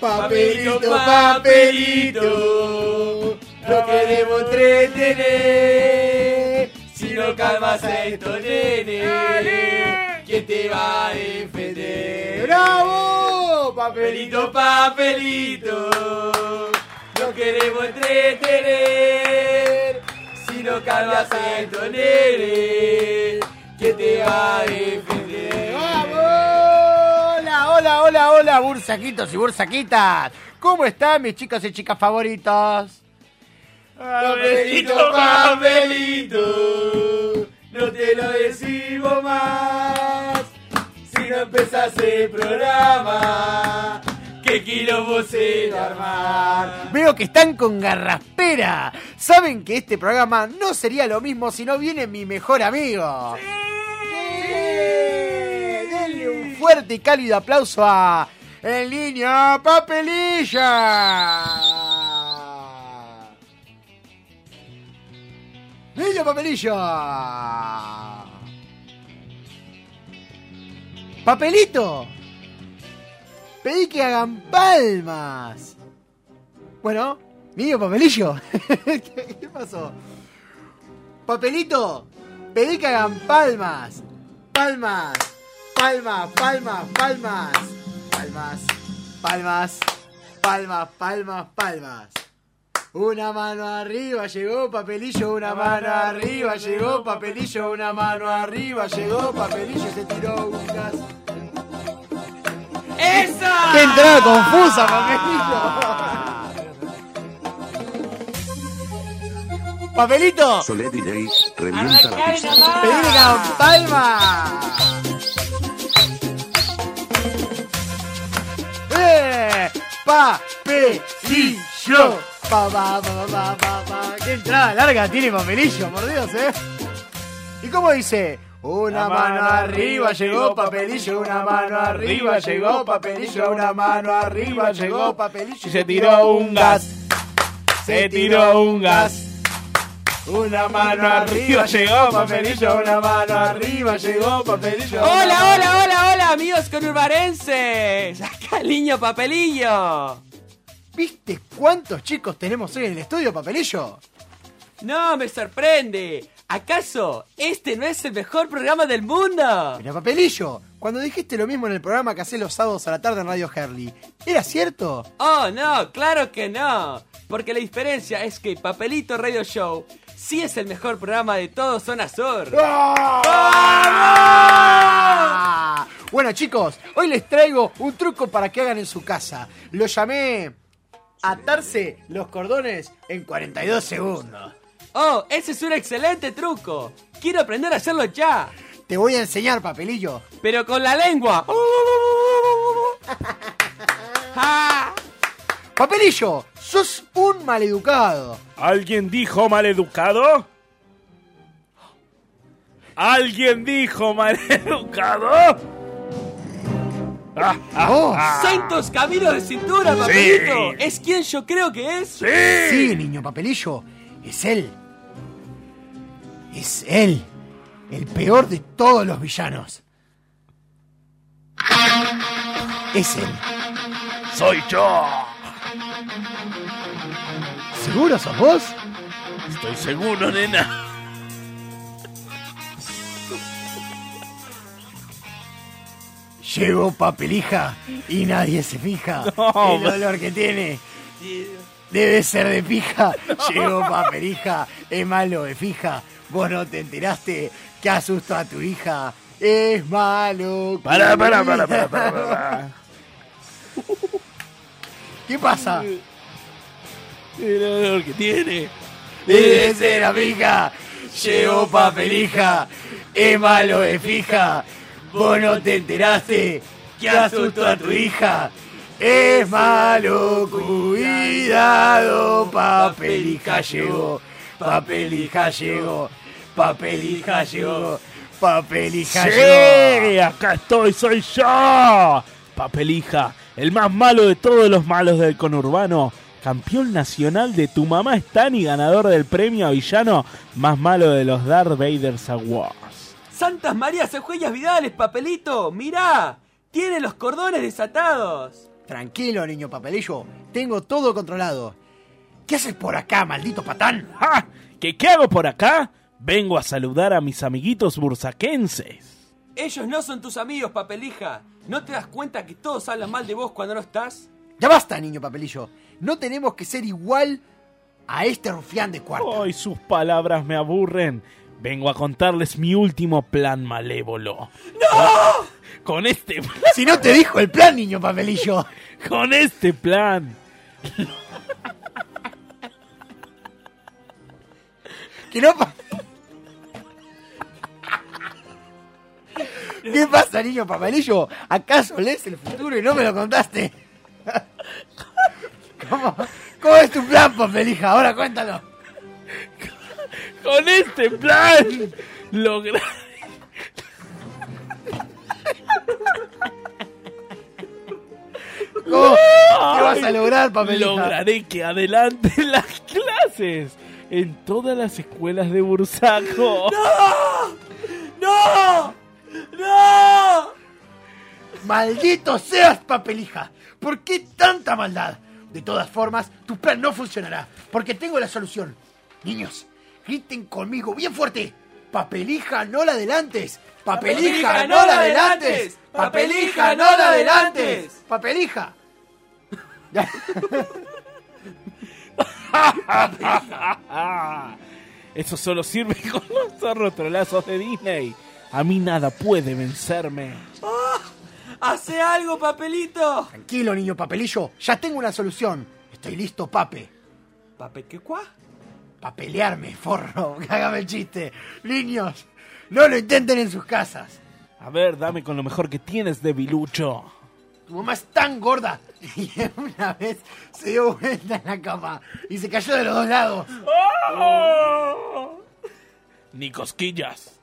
Papelito, papelito, lo queremos entretener. Si no calmas a estos nene, ¿quién te va a defender? ¡Bravo! Papelito, papelito, lo queremos entretener. Si no calmas a estos nene, ¿quién te va a defender? ¡Vamos! Hola, hola, hola, hola, bursaquitos y bursaquitas. ¿Cómo están mis chicos y chicas favoritos? Papelito, papelito, no te lo decimos más. Si no empezás el programa, que quilombo se va a armar. Veo que están con garraspera. Saben que este programa no sería lo mismo si no viene mi mejor amigo. ¡Sí! Denle un fuerte y cálido aplauso a el niño Papelilla. Niño Papelilla. Papelito. Pedí que hagan palmas. Bueno, niño Papelillo. ¿Qué, qué pasó? Papelito, pedí que hagan palmas. Palmas, palmas, palmas, palmas. Palmas, palmas, palmas, palmas, palmas. Una mano arriba llegó papelillo, una mano arriba llegó papelillo, una mano arriba llegó papelillo, se tiró unas. ¡Esa! ¡Qué entrada confusa, papelillo! ¡Papelito! Soledad y Days revienta la pista. ¡Pedile que hagan palma! ¡Eh! ¡Papelillo! Pa, pa, pa, pa, pa, pa. ¡Qué entrada larga tiene papelillo, por Dios, eh! ¿Y cómo dice? Una mano arriba llegó papelillo, una mano arriba llegó papelillo, una mano arriba llegó papelillo. Y se tiró un gas. Se tiró un gas. Una mano arriba llegó papelillo, una mano arriba llegó papelillo. Hola, hola, hola, hola, amigos conurbarenses. Acá el niño papelillo. ¿Viste cuántos chicos tenemos hoy en el estudio, papelillo? No, me sorprende. ¿Acaso este no es el mejor programa del mundo? Mira, papelillo, cuando dijiste lo mismo en el programa que hacés los sábados a la tarde en Radio Herley, ¿era cierto? Oh, no, claro que no. Porque la diferencia es que Papelito Radio Show sí es el mejor programa de todo Zona Sur. ¡Ah! ¡Ah! ¡Vamos! Bueno, chicos, hoy les traigo un truco para que hagan en su casa. Lo llamé atarse los cordones en 42 segundos. Oh, ese es un excelente truco. Quiero aprender a hacerlo ya. Te voy a enseñar, papelillo. Pero con la lengua. Ah, Papelillo, sos un maleducado. ¿Alguien dijo maleducado? ¿Alguien dijo maleducado? Ah, ah, Oh, ¡Santos caminos de cintura, papelito! ¿Es quien yo creo que es? Sí, niño papelillo, es él. Es él. El peor de todos los villanos. Es él. soy yo. ¿Seguro sos vos? Estoy seguro, nena. Llegó papelija y nadie se fija. el dolor que tiene. Debe ser de pija. Llegó papelija, es malo de fija. Vos no te enteraste que asustó a tu hija. Es malo. Para, para, para, para, para, para. ¿Qué pasa? El olor que tiene. Debe ser a pija. Llegó papelija. es malo de fija. Vos no te enteraste que asustó a tu hija. Es malo, cuidado, papelija llegó, papelija llegó, papelija llegó, papelija llegó. ¡Sí! ¡Acá estoy! ¡Soy yo! Papelija, el más malo de todos los malos del conurbano. Campeón nacional de Tu Mamá Stan y ganador del premio a villano más malo de los Darth Vader's Awards. ¡Santas Marías Ejuellas Vidales, papelito! ¡Mirá! ¡Tiene los cordones desatados! Tranquilo, niño papelillo, tengo todo controlado. ¿Qué haces por acá, maldito patán? ¡Ja! ¿Qué, qué hago por acá? Vengo a saludar a mis amiguitos bursaquenses. Ellos no son tus amigos, papelija. ¿No te das cuenta que todos hablan mal de vos cuando no estás? Ya basta, niño papelillo. No tenemos que ser igual a este rufián de cuarta. Hoy sus palabras me aburren. Vengo a contarles mi último plan malévolo. ¡No! Con este, Si no te dijo el plan, niño papelillo. con este plan. Que no pa- ¿Qué pasa, niño papelillo? ¿Acaso lees el futuro y no me lo contaste? ¿Cómo, cómo es tu plan, papelija? Ahora cuéntalo. Con este plan lograré. ¿Cómo, ¿Qué vas a lograr, papelija? Lograré que adelante las clases en todas las escuelas de Bursaco. ¡No! ¡No! ¡Maldito seas, papelija! ¿Por qué tanta maldad? De todas formas, tu plan no funcionará, porque tengo la solución. Niños, griten conmigo bien fuerte. Papelija, no la adelantes. Papelija, no la adelantes. Papelija, no la adelantes. Papelija. Eso solo sirve con los zorros trolazos de Disney. A mí nada puede vencerme. ¡Hace algo, papelito! Tranquilo, niño papelillo, ya tengo una solución. Estoy listo, pape. ¿Papel qué cuá? Pa' pelearme, forro. Hágame el chiste. Niños, no lo intenten en sus casas. A ver, dame con lo mejor que tienes, debilucho. Tu mamá es tan gorda. Y una vez se dio vuelta en la cama y se cayó de los dos lados. ¡Oh! Ni cosquillas.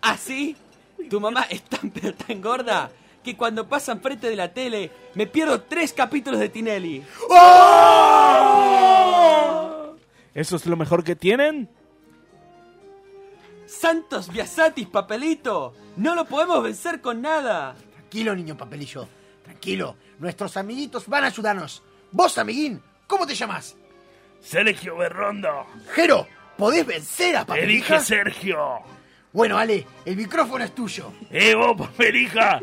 ¿Así? Ah, Tu mamá es tan pero tan gorda que cuando pasa enfrente de la tele me pierdo tres capítulos de Tinelli. ¡Oh! ¿Eso es lo mejor que tienen? ¡Santos Biasatis, papelito! ¡No lo podemos vencer con nada! Tranquilo, niño papelillo. Tranquilo. Nuestros amiguitos van a ayudarnos. Vos, amiguín, ¿cómo te llamas? Sergio Berrondo. Jero, ¿podés vencer a papelija? Sergio. Bueno, Ale, el micrófono es tuyo. ¡Eh, vos, paperija!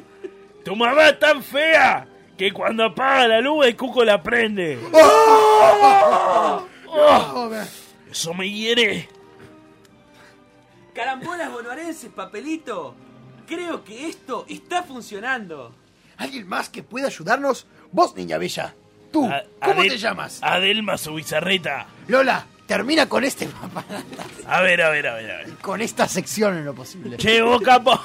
¡Tu mamá es tan fea que cuando apaga la luz el cuco la prende! Oh. Joder. ¡Eso me hiere! ¡Carambolas bonaerenses, papelito! Creo que esto está funcionando. ¿Alguien más que pueda ayudarnos? Vos, niña bella. Tú, A- ¿cómo Adel- te llamas? Adelma su bizarreta. Lola, termina con este papá. A ver, a ver, a ver, a ver. Con esta sección en lo posible. Che, vos, capo.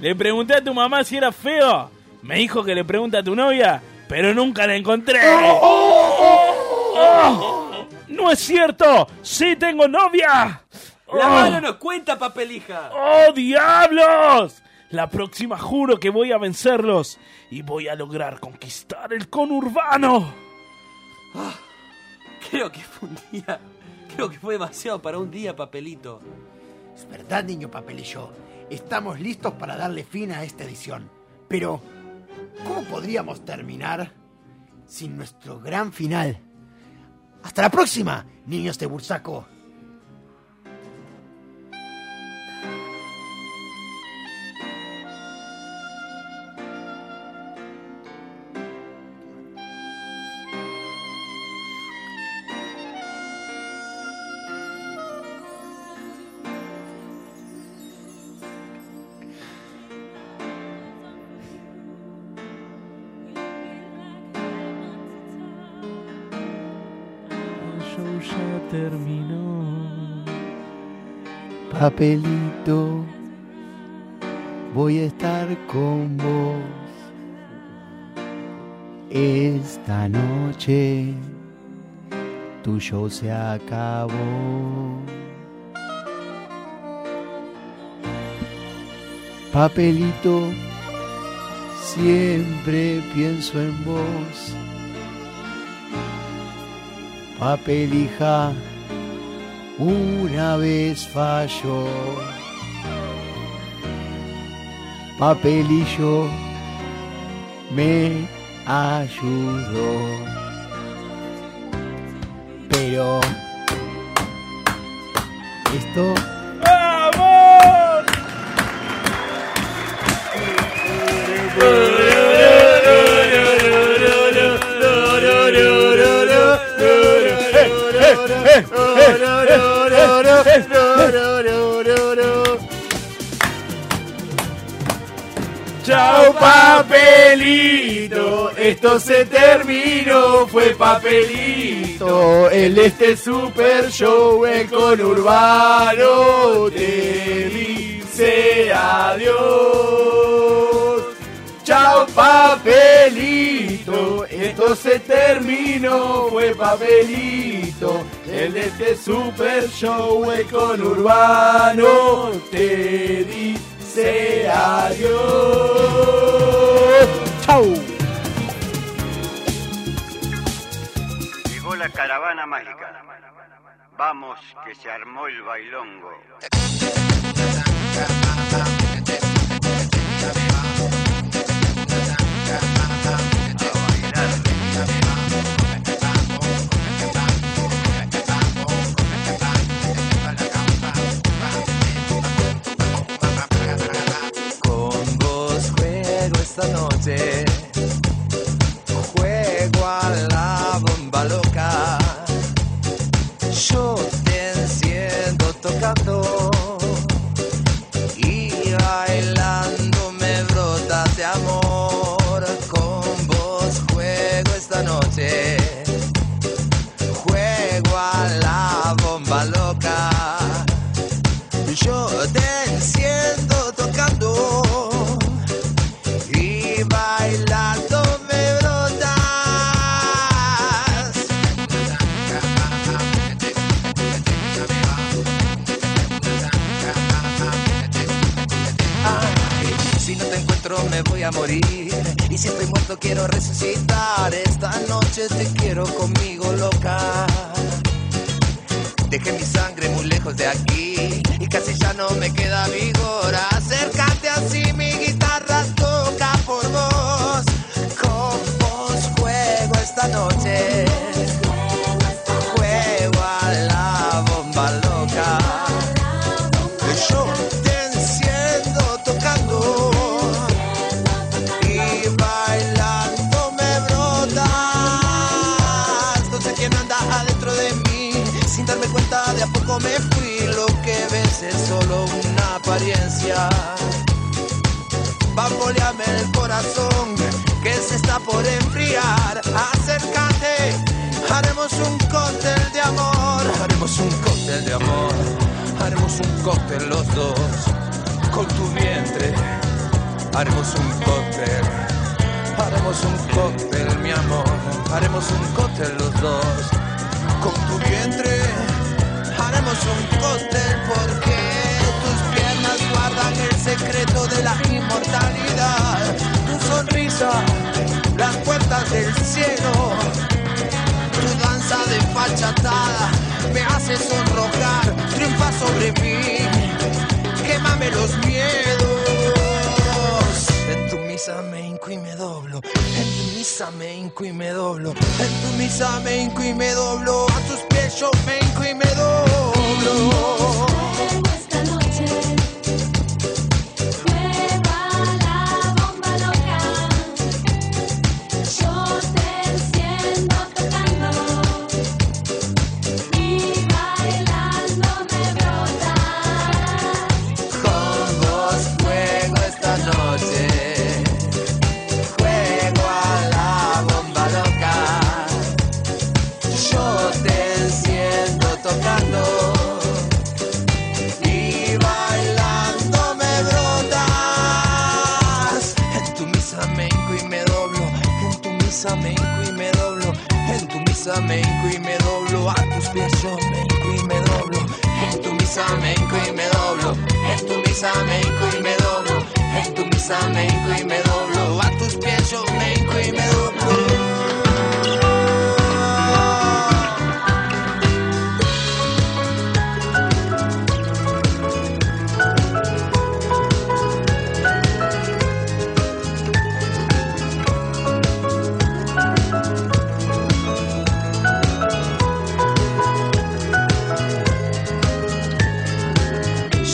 Le pregunté a tu mamá si era feo. Me dijo que le pregunta a tu novia, pero nunca la encontré. Oh, Oh, ¡No es cierto! ¡Sí tengo novia! ¡La Oh. mano no cuenta, papelija! ¡Oh, diablos! La próxima juro que voy a vencerlos y voy a lograr conquistar el conurbano. Creo que fue un día. Creo que fue demasiado para un día, papelito. Es verdad, niño papelillo. Estamos listos para darle fin a esta edición. Pero, ¿cómo podríamos terminar sin nuestro gran final? Hasta la próxima, niños de Bursaco. El show ya terminó. Papelito, voy a estar con vos esta noche. Tu show se acabó. Papelito, siempre pienso en vos. Papel hija, una vez falló. Papelillo me ayudó. Pero esto ¡Vamos! Chao papelito, esto se terminó, fue papelito, el este super show en conurbano, te dice adiós. Chao papelito, esto se terminó, fue papelito, el de este super show en conurbano, te dice adiós. Chao. Llegó la caravana mágica. Vamos, que se armó el bailongo. Con vos juego esta noche. Juego a la bomba loca. Yo te enciendo tocando. Y bailando me brota de amor. Con vos juego esta noche. Juego a la bomba loca. Yo te enciendo tocando y bailando me brotas. Ay, si no te encuentro me voy a morir y si estoy muerto quiero resucitar. Esta noche te quiero conmigo loca. Dejé mi sangre muy lejos de aquí y casi ya no me queda vigor. Acércate así, mi guitarra toca por vos. Con vos juego esta noche. Juego a la bomba loca. Yo te enciendo tocando y bailando me brotas. No sé quién anda adentro de mí, sin darme cuenta de a poco me fui. Lo que ves es solo una apariencia. Bamboleame el corazón que se está por enfriar. Acércate, haremos un cóctel de amor. Haremos un cóctel de amor, haremos un cóctel los dos con tu vientre. Haremos un cóctel, haremos un cóctel, mi amor. Haremos un cóctel los dos, con tu vientre. Haremos un cóctel porque tus piernas guardan el secreto de la inmortalidad. Tu sonrisa, las puertas del cielo. Tu danza desfachatada me hace sonrojar, triunfa sobre mí, quémame los miedos. En tu misa me hinco y me doblo, en tu misa me hinco y me doblo, en tu misa me hinco y me doblo, a tus pies yo me hinco y me doblo. Juego esta noche, juego a la bomba loca. Yo te enciendo tocando y bailando me brotas. Con vos juego esta noche, juego a la bomba loca. Yo te enciendo tocando flamenco y me doblo. A tus pies yo menco y me doblo. En tu misa menco y me doblo. En tu misa menco y me doblo. En tu misa menco y me doblo. A tus pies yo menco y me doblo.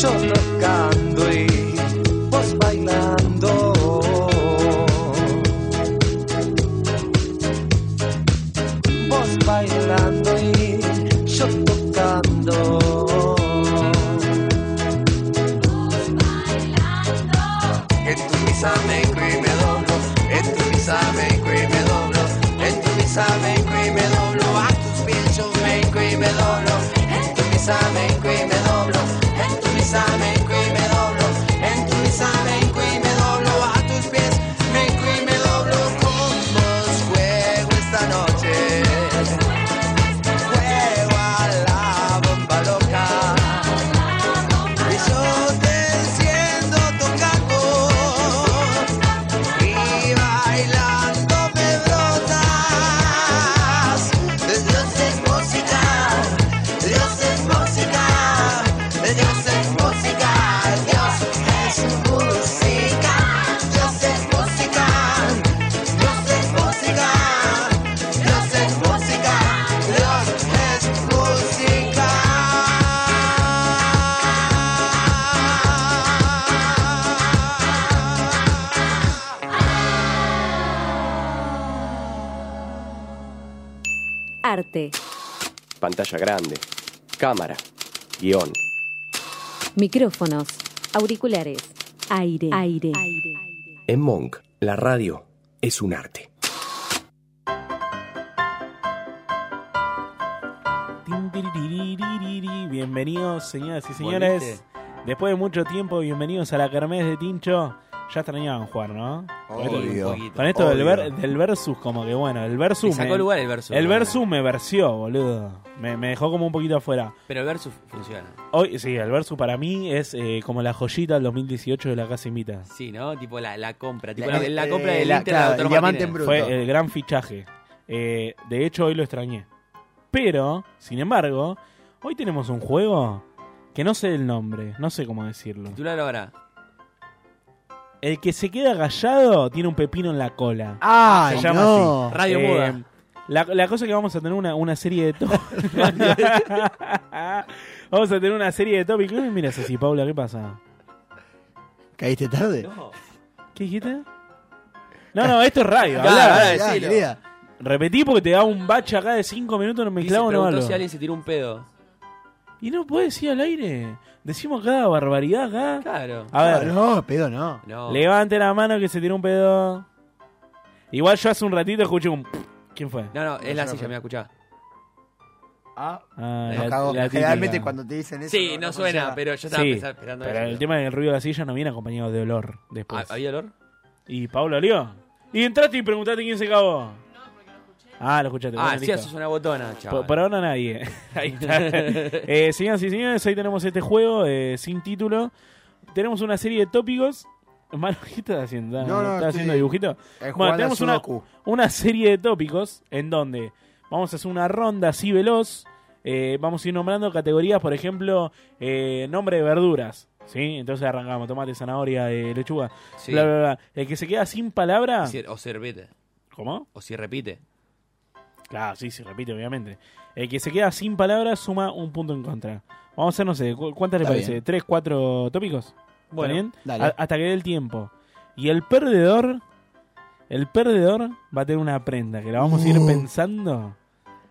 Yo tocando y vos bailando. Vos bailando y yo tocando. En tu misa me y me doblo, en tu misa me y me doblo, en tu misa me y me doblo, a tus pies yo me y me doblo, en tu misa me y me doblo, en tu misa me y me doblo, en tu misa me y me doblo, a tus pies me y me doblo, con vos juego esta noche. Juego a la bomba loca y yo te enciendo tocando y bailando me brotas. Dios es música, Dios es música, Dios es música, Dios es música, Dios es música, Dios es música, Dios es música, Dios es música. Arte, Pantalla grande. Cámara. Guión. micrófonos, auriculares, aire, aire. En Monk, la radio es un arte. Tintiririririri. Bienvenidos, señoras y Volviste. señores. Después de mucho tiempo, bienvenidos a la Kermés de Tincho. Ya extrañaban jugar, ¿no? Obvio. Con esto- Con esto del, ver- del versus, como que bueno, el versus... Le sacó lugar el versus. El versus me versió, boludo. Me, me dejó como un poquito afuera. Pero el versus funciona. Hoy, sí, el versus para mí es eh, como la joyita del 2018 de la Casa Invita. Sí, ¿no? Tipo la, la compra. Tipo La- la, la eh, compra del la- Inter claro, a el Lautaro diamante Martínez. Fue el gran fichaje. Eh, de hecho, hoy lo extrañé. Pero, sin embargo, hoy tenemos un juego que no sé el nombre, no sé cómo decirlo. Titular ahora. El que se queda callado tiene un pepino en la cola. ¡Ay, se llama no! así. Eh, Radio Muda. La, la cosa es que vamos a tener una, una serie de top. vamos a tener una serie de tópicos. Uy, Mira, Ceci Paula, ¿qué pasa? ¿Caíste tarde? ¿Qué dijiste? No, no, esto es radio. Claro, hablá. ahora decilo. Querida. Repetí porque te da un bache acá de 5 minutos no Y se mezclado no preguntó hablo. si alguien se tiró un pedo. Y no puede decir al aire. Decimos cada barbaridad acá. Claro. A ver. No, no, pedo no. No. Levante la mano que se tiró un pedo. Igual yo hace un ratito escuché un. ¿Quién fue? No, no, es la no silla, fue. me escuchá. Ah, Ah, Nos la- cagó. la típica. Generalmente cuando te dicen eso. Sí, no suena, funciona. pero yo estaba Sí, pensando- esperando Pero eso. el tema del ruido de la silla no viene acompañado de olor después. ¿Había olor? ¿Y Pablo olió? Y entraste y preguntaste quién se cagó. Ah, lo escuchaste. Ah, bueno, sí, listo. eso es una botona, chaval. Por, por ahora nadie. Ahí está. Eh, señoras y señores, ahí tenemos este juego eh, sin título. Tenemos una serie de tópicos. Mano, ¿qué estás haciendo? No, no, ¿Estás estoy- haciendo dibujito? eh, jugando Bueno, a tenemos una, Sudoku. una serie de tópicos en donde vamos a hacer una ronda así veloz. Eh, vamos a ir nombrando categorías, por ejemplo, eh, nombre de verduras. ¿Sí? Entonces arrancamos, tomate, zanahoria, eh, lechuga, Sí. bla, bla, bla. El que se queda sin palabra... Si- O si repite. ¿Cómo? O si repite. Claro, sí, se repite, obviamente. El que se queda sin palabras suma un punto en contra. Vamos a hacer, no sé, cu- ¿cuántas le Está parece? bien. ¿Tres, cuatro tópicos? Bueno, Bueno, bien? dale. A- hasta que dé el tiempo. Y el perdedor, el perdedor va a tener una prenda que la vamos a ir Uh. pensando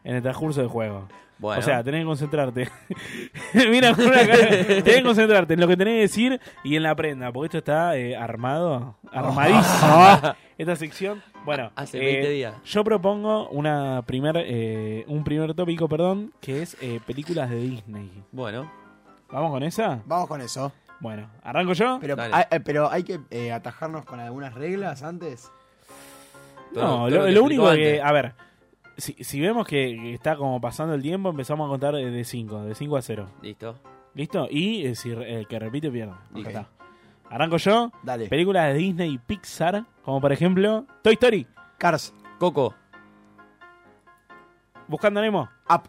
en el transcurso del juego. Bueno. O sea, tenés que concentrarte. Mira, con una cara- tenés que concentrarte en lo que tenés que decir y en la prenda, porque esto está eh, armado, Oh. Ah. armadísimo. Esta sección, bueno, Hace eh, 20 días. yo propongo una primer, eh, un primer tópico, perdón, que es eh, películas de Disney. Bueno. ¿Vamos con esa? Vamos con eso. Bueno, ¿arranco yo? Pero, ah, eh, pero hay que eh, atajarnos con algunas reglas antes. no, lo, lo único que... A ver, si, si vemos que está como pasando el tiempo, empezamos a contar eh, de 5, de 5 a 0. Listo. ¿Listo? Y eh, si re- el que repite pierde. Ya Ok. está. Arranco yo. Dale. Películas de Disney y Pixar, como por ejemplo Toy Story, Cars, Coco. Buscando a Nemo. Up,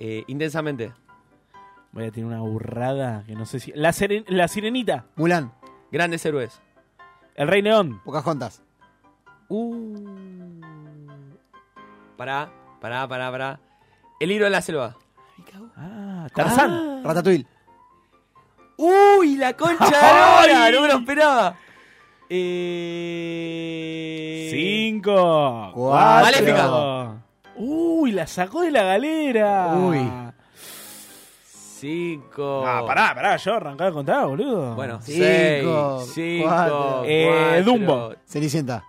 Eh, intensamente. Voy a tener una burrada que no sé si. La, Seren- la Sirenita, Mulan, Grandes héroes. El Rey León, Pocahontas, Uh. Pará, pará, pará, pará. El libro de la selva. ah, Tarzán, Ratatouille, ¡Uy, la concha de la hora! No me lo esperaba. Eh... 5, Maléfica. 4. Uy, la sacó de la galera. Uy. Cinco. Ah, pará, pará, yo arrancaba a contar, boludo. Bueno, Cinco, seis, cinco, cuatro. Eh, cuatro. Dumbo. Cenicienta.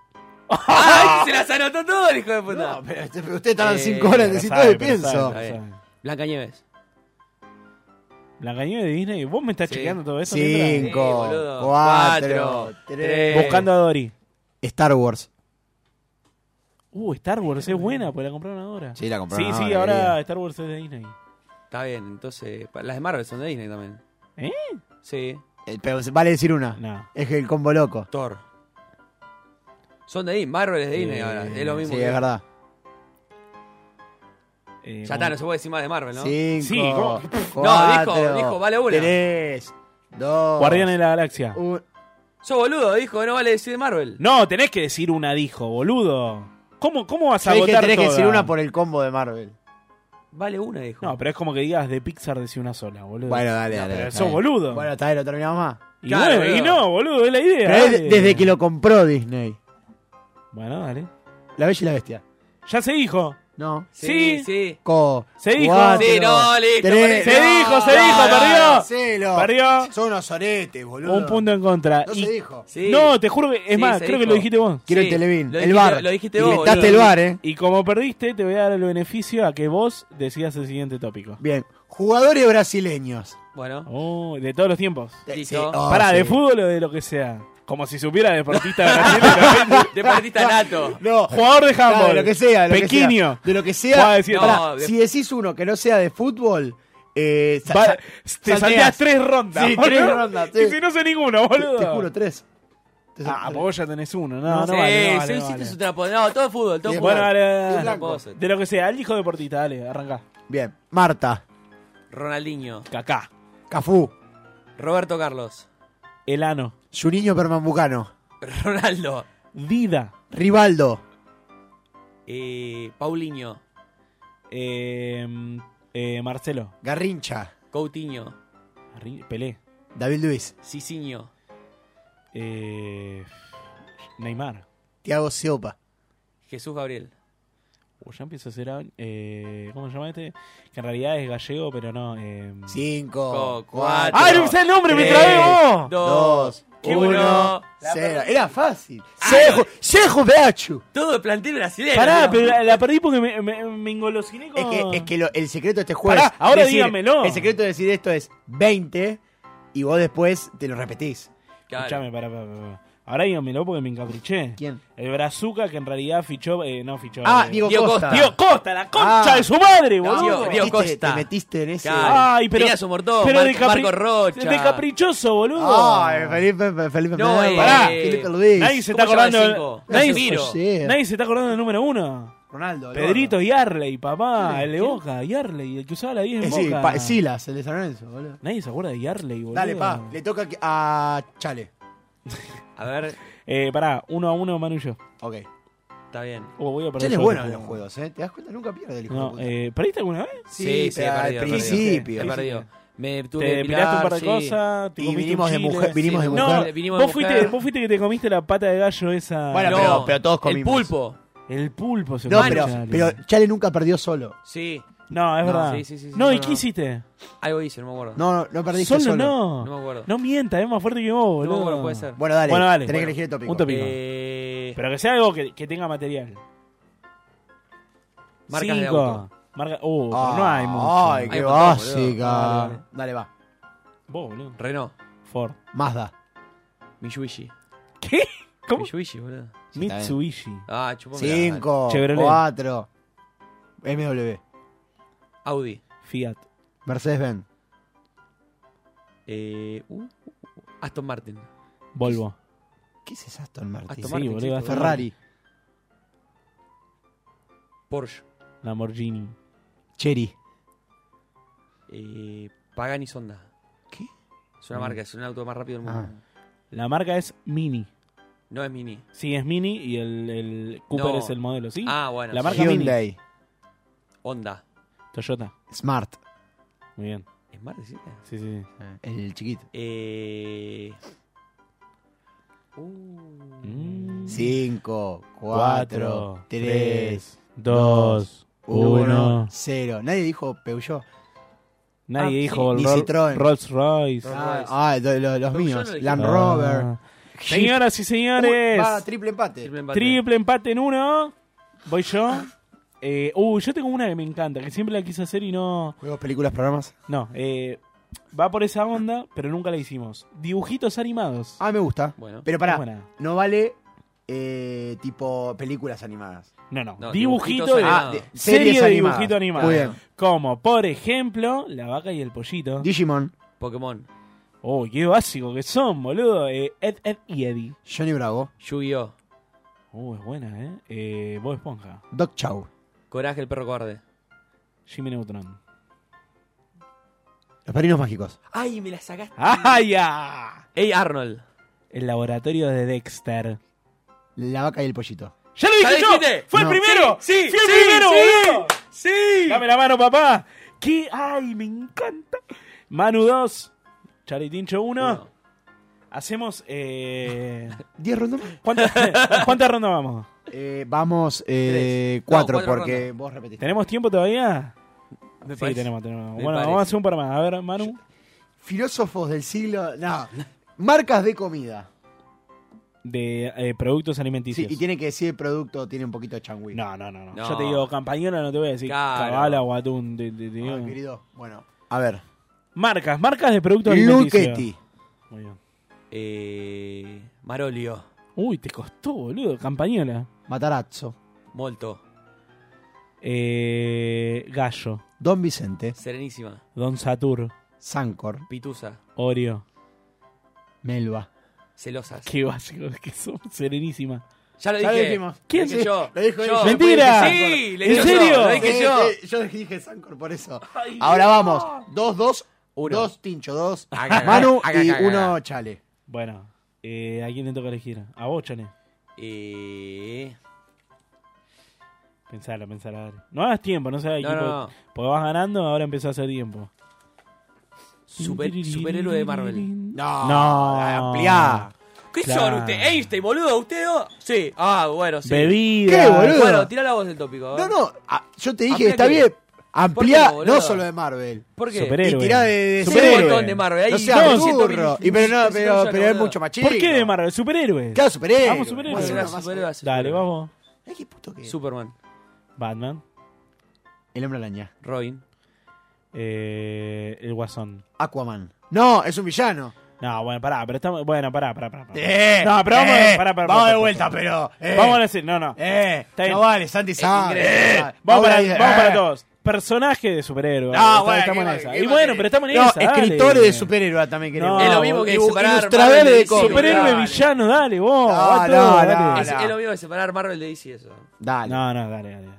¡Ay, se las anotó todo el hijo de puta! No, pero este- pero ustedes tardan Eh, 5 horas en Pero decir sabe, todo y pero sabe, pienso. pero Está sabe. Blanca Nieves. La cañada de Disney, vos me estás Sí. chequeando todo eso. mientras? Sí, 5, boludo. 4, Cuatro, 3. tres. Buscando a Dory. Star Wars. Uh, Star Wars es buena, pues la compraron ahora. Sí, la sí, compraron. sí, ahora Star Wars es de Disney. Está bien, entonces. pa- Las de Marvel son de Disney también. ¿Eh? Sí. Eh, Pero se- vale decir una. No. Es el combo loco. Thor. Son de Disney. Marvel es de Disney ahora. Es lo mismo. Sí, que- es verdad. Eh, Ya está, no se puede decir más de Marvel, ¿no? 5, Sí, ¿cómo? dijo- dijo, vale una. 3, 2. Guardianes de la Galaxia. Uh. Yo boludo, dijo, no vale decir de Marvel. No, tenés que decir una, dijo, boludo. ¿Cómo, cómo vas a Sabés que votar tenés que decir toda? una por el combo de Marvel. Vale una, dijo. No, pero es como que digas de Pixar decir una sola, boludo. Bueno, dale, dale. pero está sos bien. boludo. Bueno, está bien, lo terminamos más. y, claro, bueno, y boludo. no, boludo, es la idea. Pero es de- dale. desde que lo compró Disney. Bueno, dale. La Bella y la Bestia. Ya se dijo. No. sí. Sí, sí. Co. Se dijo. cuatro, Sí, no, listo, tres. Se dijo, se dijo, perdió. Marcelo. Perdió. Son unos oretes, boludo. Un punto en contra. No Y- se dijo. Sí. No, te juro que. Es Sí, más, se creo que dijo. lo dijiste vos. Quiero el Sí, Televín. lo el dijiste- bar. lo dijiste Y vos, Gritaste boludo. el bar, eh. Y como perdiste, te voy a dar el beneficio a que vos decidas el siguiente tópico. Bien. Jugadores brasileños. Bueno. Oh, de todos los tiempos. Listo. oh, Pará, sí. de fútbol o de lo que sea. Como si supiera deportista brasileño. Deportista nato. No. Jugador de Claro, handball. de lo que sea. de lo que sea. Pequeño. De lo que Vas a sea. decir- Pará, No, de- Si decís uno que no sea de fútbol, eh, sa- Va- sa- te salteás. salteas tres rondas. Sí, boludo. tres rondas, sí. Y si no sé ninguno, Te, boludo. te juro, tres. Te Ah, salteás. vos ya tenés uno. No, no, sí, vale, no sí, pues. vale, no hiciste vale. su trapo. No, todo fútbol, todo Bien, fútbol. Bueno, dale, dale, Todo dale. blanco. fútbol. De lo que sea, el hijo deportista, dale, arrancá. Bien. Marta. Ronaldinho, Cacá. Cafú. Roberto Carlos, Elano. Juninho Permambucano. Ronaldo, Dida. Rivaldo. eh, Paulinho, Eh, eh, Marcelo. Garrincha. Coutinho, Arri- Pelé. David Luis. Cicinho, Eh, Neymar. Tiago Siopa. Jesús Gabriel. O ya empiezo a ser. Eh, ¿Cómo se llama este? Que en realidad es gallego, pero no. Eh... Cinco. Co- cuatro, ¡Ay, no me sé el nombre! ¡Me trabé vos! Dos, Qué uno. bueno. Cero. Era fácil. Sejo, Sejo Beachu. Todo el plantel brasileño. Pará, ¿no? pero la, la perdí porque me, me, me engolosiné con. Es que, es que lo- el secreto de este juego es Pará, ahora decir- dígamelo. El secreto de decir esto es 20 y vos después te lo repetís. Claro. Escuchame, pará, pará, pará. Ahora dígamelo porque me encapriché. ¿Quién? El Brazuca que en realidad fichó. Eh, no fichó. Ah, eh, Diego Diego Costa. Diego Costa, la concha Ah. de su madre, boludo. Diego- te Diego metiste- Costa. Te metiste en ese. Claro. Ay, pero. Tenía su mortón, pero Mar- Marco Rocha. De caprichoso, boludo. Ay, Felipe, Felipe No, Melo, eh, pará, Felipe Luis. Nadie se está ¿Cómo se llama el acordando. cinco? Nadie, Casemiro. Oye. nadie se está acordando del número uno. Ronaldo. Pedrito y Arley, papá, el de ¿Quién? Boca, Yarley, el que usaba la 10 Eh, en sí, Boca. pa- Silas, el de San Lorenzo, boludo. Nadie se acuerda de Yarley, boludo. Dale, pa, le toca que- a Chale. A ver, Eh, pará, uno a uno, Manullo. Ok. está bien. Oh, voy a perder Chale es yo bueno este en los juego. juegos, ¿eh? ¿Te das cuenta? Nunca pierde el hijo de No, puta. eh, ¿Perdiste alguna vez? Sí, sí, he perdido, al he perdido. principio. He perdido. Me tuve te que pilaste un par de sí. cosas. te Y comiste vinimos un de chile. mujer- vinimos de No, mujer. Vinimos de vos, fuiste, mujer. vos fuiste que te comiste la pata de gallo esa. Bueno, No, pero- pero todos El comimos. pulpo. El pulpo se No, comió pero, Charlie. pero Chale nunca perdió solo. Sí, No, es No, verdad. sí, sí, sí, sí, no, ¿y no, qué no. hiciste? algo hice, no me acuerdo. No, no, no perdiste solo. Solo, no. No me acuerdo. No mientas, es más fuerte que vos, No me boludo. acuerdo, puede ser. Bueno, dale. Bueno, dale. Tenés Bueno, que elegir el tópico. un tópico. Eh, Pero que sea algo que, que tenga material. Marcas de Cinco. auto. Marca... Uh, Ah, pero no hay mucho. Ay, qué Hay un montón, boludo. básica. Dale, dale. Dale, va. Vos, boludo. Renault. Ford. Mazda. Mitsubishi. ¿Qué? ¿Cómo? Mitsubishi, boludo. Mitsubishi. Ah, chupame. la- Cinco, Chevrolet. cuatro, MW. Audi. Fiat. Mercedes-Benz. Eh, uh, uh, Aston Martin. Volvo. ¿Qué es esa Aston Martin? Aston Sí, Martin, boludo, chico, Aston Ferrari. Porsche. Lamborghini. Cherry. Eh, Pagani Sonda. ¿Qué? Ah. Es una marca, es un auto más rápido del mundo. La marca es Mini. No es Mini. Sí, es Mini y el, el Cooper No. es el modelo, ¿sí? Ah, bueno, La sí. marca Mini. Hyundai. Honda. Toyota. Smart. Muy bien. ¿Es más decirte? Sí, sí. sí. El chiquito. Eh. Uh, Mm. 5, 4, Cuatro, 3, tres, dos, 1, uno. 0. Nadie dijo Peugeot. Nadie Ah, dijo sí. Roll- Ni Citroën. Rolls Royce. Ah, Royce. ah, lo- lo- Peugeot los no míos. dijiste. Land Ah. Rover. Señoras y señores. Uh, va, triple empate. triple empate. Triple empate en uno. Voy yo. Eh, uh, yo tengo una que me encanta, que siempre la quise hacer y no. Juegos, películas, programas. No, eh, va por esa onda, pero nunca la hicimos. Dibujitos animados. Ah, me gusta. Bueno. Pero pará, Buena. no vale eh, tipo películas animadas. No, no. No, dibujito dibujitos de. animados. de- serie Ah, series de animadas. dibujito animado. Muy bien. Como, por ejemplo, La vaca y el pollito. Digimon, Pokémon. Oh, qué básico que son, boludo. Eh, Ed, Ed y Eddie. Johnny Bravo, Yu-Gi-Oh! Uh, es buena, ¿eh? eh Bob Esponja. Doc Chow, Coraje, el perro cobarde. Jimmy Neutron. Los Padrinos Mágicos, ¡Ay, me la sacaste! ¡Ah, ya! ¡Ey, Arnold! El laboratorio de Dexter. La Vaca y el Pollito. ¡Ya lo ¿Ya dije yo! dijiste? ¡Fue No. el primero! Sí, ¡Fui el sí, primero, sí, boludo! ¡Sí! ¡Dame la mano, papá! ¡Qué! ¡Ay, me encanta! Manu 2, Charitincho 1. Uno. Hacemos. Eh... 10 rondas más. ¿Cuántas cuántas rondas vamos? Eh, vamos eh, Tres. 4 No, cuatro porque vos repetiste. ¿Tenemos tiempo todavía? Me sí, parece. tenemos, tenemos. Me bueno, parece. vamos a hacer un par más. A ver, Manu. Filósofos del siglo. No. Marcas de comida. De eh, productos Sí, alimenticios. y tiene que decir el producto, tiene un poquito de changüí. No, no, no, no. No. Yo te digo, campañola no te voy a decir Ah. Claro. cabala o atún. te- te- te Ah, digo. querido. Bueno, a ver. Marcas, marcas de productos alimenticios. Luchetti. Muy bien. Eh, Marolio. Uy, te costó, boludo. Campañola. Matarazzo. Molto. Eh, Gallo. Don Vicente. Serenísima. Don Satur. Sancor. Pitusa. Oreo. Melba. Celosas. Qué básico que son. Serenísima. Ya lo Ya lo dije. dijimos. ¿Quién? Sí, Dije yo. lo dijo él. Yo. ¡Mentira! Sí, le ¿En dije serio? yo. Lo dije Sí, yo. sí, yo dije Sancor por eso. Ahora vamos. 2-2. Dos, dos, Uno. dos Tincho, dos. Acá, acá, Manu acá, y acá, acá. uno Chale. Bueno, eh, ¿a quién le toca elegir? A vos, Chane. Eh, Pensala, pensala, dale. No hagas tiempo, no seas No, equipo. no, no. Porque vas ganando, ahora empezás a hacer tiempo. super, superhéroe de Marvel. No. No. Ampliá. ¿Qué Claro. son ustedes? Einstein, boludo. ¿Ustedes dos? Sí. Ah, bueno, sí. Bebida. ¿Qué, boludo? Bueno, tira la voz del tópico. a No, ver. no. ah, yo te dije, Ampliá está qué. bien. Ampliá, qué, boludo? no solo de Marvel. ¿Por qué? Y Superhéroe. tirá de- de Sí, un montón Superhéroe. de Marvel. Ahí No seas no, siento burro. mil- Y pero no, mil- pero, mil- pero es mil- mucho más chico. ¿Por qué de Marvel? Superhéroe. Claro, superhéroe. Vamos, superhéroe. Más uno, Superhéroe, más superhéroe, uno. Dale, superhéroe. vamos. Ay, qué puto que es. Superman, Batman. El hombre araña. Robin, Eh, el Guasón. Aquaman. No, es un villano. No, bueno, pará, pero estamos. Bueno, pará, pará, pará. pará. Eh, no, pero vamos, eh, pará, pará, vamos pará, de pará, vuelta, pará. pero. eh, Vamos a decir, no, no. Eh, Está bien. no vale, Santi sabe. inglés, eh, Vamos, para, ahí, vamos eh. para todos. Personaje de superhéroe. No, Está- bueno, estamos qué en va- esa. qué Y va bueno, que- pero estamos en No, esa. dale. escritores de superhéroe también queremos. No, Es lo mismo que separar Ilustradores Marvel de de DC, cómics. Superhéroe Dale. villano, dale, vos. No, va no, todo, no, dale. no. Es, es lo mismo que separar Marvel de DC eso. Dale, No, no, dale, dale.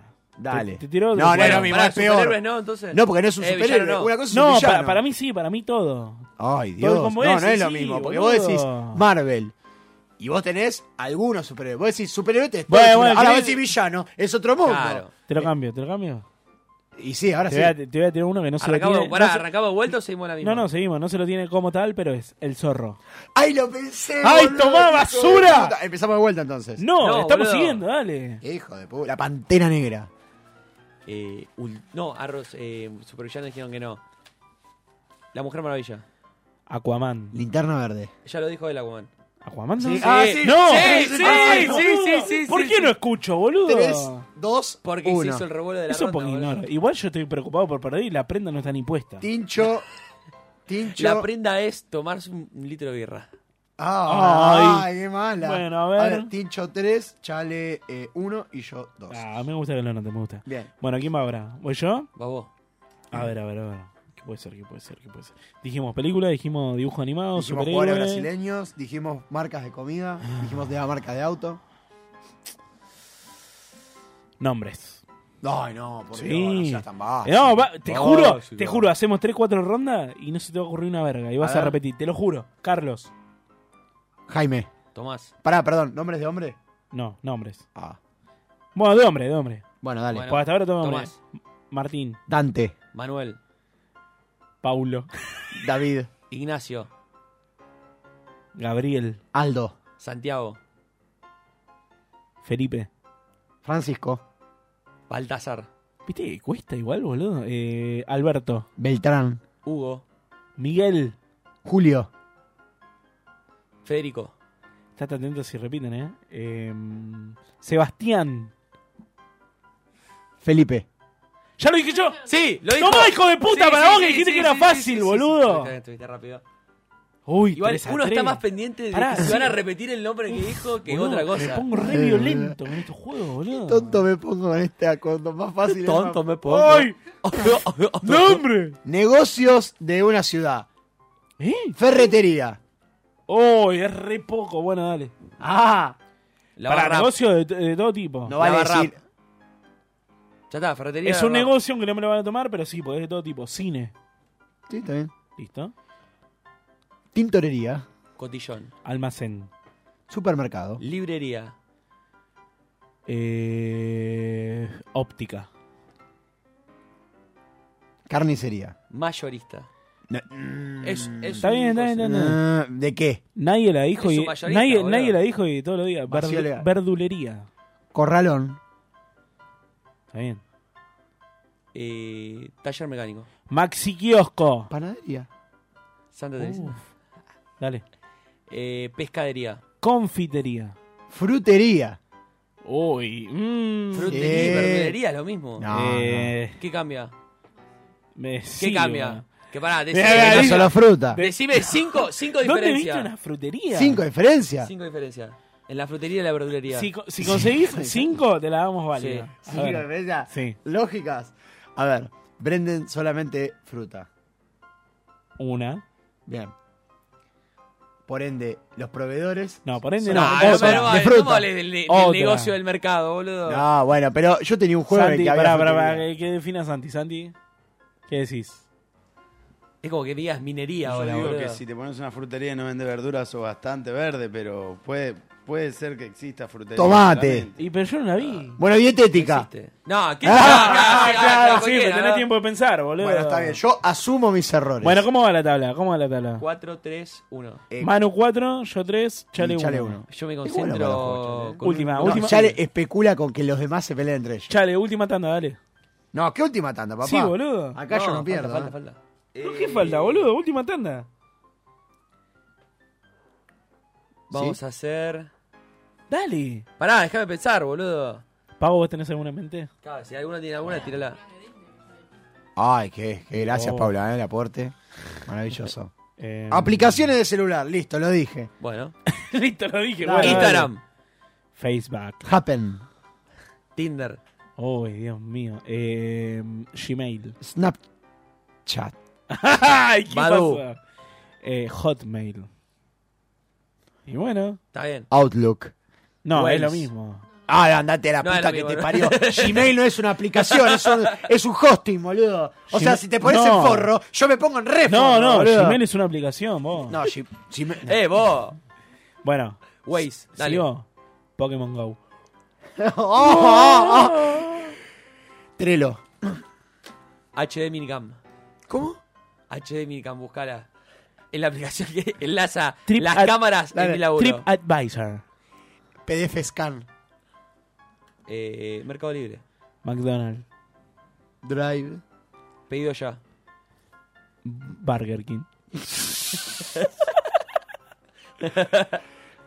dale. te tiró de- no, no es Bueno, lo mismo, pará, es peor. superhéroes no, entonces. No, porque no es un Eh, villano superhéroe. no. Una cosa es un No, villano. para, para mí sí, para mí todo. Ay, Todo Dios. No, como no ese, es lo sí, mismo. Porque boludo. vos decís Marvel. Y vos tenés algunos superhéroes. Vos decís superhéroe te Bueno, bueno, bueno, Ahora Ah, vos querés- decís villano. Es otro mundo. Claro. Te lo cambio, te lo cambio. Y sí, ahora Te sí. voy, a, te voy a tirar uno que no se lo Arrancamos, tiene. pará, no, se- arrancamos vuelta o seguimos la misma. no, no, seguimos, no se lo tiene como tal, pero es el zorro. ¡Ay, lo pensé! ¡Ay, boludo, tomá, hijo de basura! puta! Empezamos de vuelta entonces. No, No, estamos boludo. siguiendo, dale. Hijo de puta. La pantera negra. Eh, ul- no, arroz, eh, supervillanos dijeron que no. La Mujer Maravilla. Aquaman. Linterna verde. Ya lo dijo el Aquaman. ¿Aquaman no? Sí. Ah, sí. ¡No! Sí, sí, Ay, sí, boludo, sí, sí, ¿Por sí, qué sí. no escucho, boludo? Tres, dos, Porque se uno. hizo el revuelo de la Eso ronda, porque boludo. ignoro. Igual yo estoy preocupado por perder y la prenda no está ni puesta. Tincho. Tincho. La prenda es tomarse un litro de birra. Ah, Ay. ay, qué mala. Bueno, a ver. Tincho 3, Chale 1 y yo 2. Ah, me gusta que lo notes, me gusta. Bien. Bueno, ¿quién va ahora? ¿Voy yo? Va vos. A ver, a ver, a ver. ¿Qué puede ser? ¿Qué puede ser? ¿Qué puede ser? Dijimos película, dijimos dibujo animado, Dijimos jugadores superhéroe. brasileños, dijimos marcas de comida, dijimos de la marca de auto. Nombres. Ay, no, por Dios, no Sí. seas tan bajo. No, va- te Ay, juro, sí, te va. juro, hacemos 3, 4 rondas y no se te va a ocurrir una verga. Y vas A a, ver. repetir, te lo juro. Carlos. Jaime. Tomás. Pará, perdón, ¿nombres de hombre? No, nombres. Ah. Bueno, de hombre, de hombre. Bueno, dale. Pues hasta ahora toma hombre. Tomás. Martín. Dante, Manuel. Paulo. David, Ignacio. Gabriel. Aldo, Santiago. Felipe. Francisco, Baltasar. ¿Viste que cuesta igual, boludo? Eh, Alberto. Beltrán, Hugo. Miguel. Julio, Federico. Estás atento si repiten, ¿eh? Em, Sebastián. Felipe. ¡Ya lo dije yo! Sí, lo dijo. ¡Toma, hijo de puta! Sí, para sí, vos que sí, dijiste sí, que era sí, fácil, sí, sí, sí. boludo. Estuviste- estuviste rápido. Uy, Igual tres a uno está tres. más pendiente de Pará, que sí. se van a repetir el nombre que dijo que Boludo, otra Me cosa. pongo re Eh, violento con estos juegos, boludo. Tonto me pongo en este cuando más fácil. es Tonto más- me pongo. ¡Ay! No. ¡Nombre! Negocios de una ciudad. ¿Eh? Ferretería. ¡Oh, es re poco! Bueno, dale. Ah, La Para barra. negocios de, de todo tipo. no La vale barra. decir. Ya está, ferretería. es un la barra. negocio aunque no me lo van a tomar, pero sí, podés de todo tipo. Cine. Sí, está bien. ¿Listo? Tintorería, Cotillón. Almacén. supermercado, Librería. Eh, óptica. carnicería. Mayorista. No. Es, Mm. es Está un bien, está bien, negocio. está bien. Ah, ¿De qué? Nadie la dijo Es y. un mayorista, Nadie, boludo. nadie la dijo y todos los días. Vacío Verdu- legal. verdulería. Corralón, Está bien. Eh, taller mecánico. Maxi Kiosco. panadería, Santa Teresa. Uf. Dale. Eh, pescadería. Confitería. frutería. Uy. mm. Frutería y Eh. verdulería, lo mismo. No, Eh, ¿Qué cambia? me- ¿Qué sí, cambia? boludo. Que pará, Mira, no. ahí- decime, No solo fruta. decime cinco, cinco ¿Dónde viste una diferencias. frutería? Cinco diferencias. Cinco diferencias. En la frutería y la verdulería. Si, co- si conseguís cinco, te la damos válida. Sí, A ver. ¿verdad? Sí. Lógicas. A ver, Brenden solamente fruta. Una. Bien. Por ende, los proveedores. No, por ende Son- no. Ah, otra. no, pero no, de no fruta. me hables del, del Otra. negocio del mercado, boludo. No, bueno, pero yo tenía un juego en Santi, el que había pará, pará, frutería. pará, que, que defina Santi. Santi, ¿qué decís? Es como que digas minería Yo ahora, digo boludo. que si te pones una frutería no vende verduras o bastante verde, pero puede, puede ser que exista frutería. Tomate. solamente. Y pero yo no la vi. Bueno, dietética. Existe. No, ¿qué? Ah, Ah, claro, sí, cualquiera, pero tenés ¿no? tiempo de pensar, boludo. Bueno, está bien. Yo asumo mis errores. Bueno, ¿cómo va la tabla? ¿Cómo va la tabla? 4, 3, 1. Eh, Manu 4, yo 3, Chale y 1. Chale Chale, uno. Yo me Es bueno concentro. para los con Última, un- No, última. ya le especula con que los demás se peleen entre ellos. última tanda, dale. No, ¿qué última tanda, papá? Sí, boludo. Acá yo no falta, pierdo. Falta, ¿eh? falta. Eh, ¿Pero ¿Qué falta, boludo? Última tanda. Vamos a hacer. Dale. Pará, déjame pensar, boludo. Pago, ¿vos tenés alguna en mente? Claro, si alguna tiene alguna, tírala. Ay, qué, qué gracias, Oh. Paula, ¿eh? el aporte. Maravilloso. Eh, Aplicaciones de celular, listo, lo dije. Bueno. Listo, lo dije. Dale. bueno, Instagram, dale. Facebook. Happen, Tinder, Uy, Dios mío. Eh, Gmail. Snapchat, ¡Ay, qué Badoo. pasa? Eh, Hotmail. Y bueno. está bien. Outlook. No, Waze. es lo mismo. Ay, andate a la No, puta era que mi, te boludo. parió. Gmail no es una aplicación, es un, es un hosting, boludo. O sea, Gmail- si te pones en no. forro, yo me pongo en re No, forro, no, boludo. Gmail es una aplicación, vos. No, Gi- Gmail- ¡Eh, vos! Bueno, Waze, dale. sigo. Pokémon Go. Oh, oh, oh. Trello. HD Minicam. ¿Cómo? HD Minicam, buscala. Es la aplicación que enlaza Trip las ad- cámaras dale, en mi laburo. Trip Advisor. PDF Scan. Eh, Mercado Libre. McDonald's. Drive. Pedido ya. Burger King.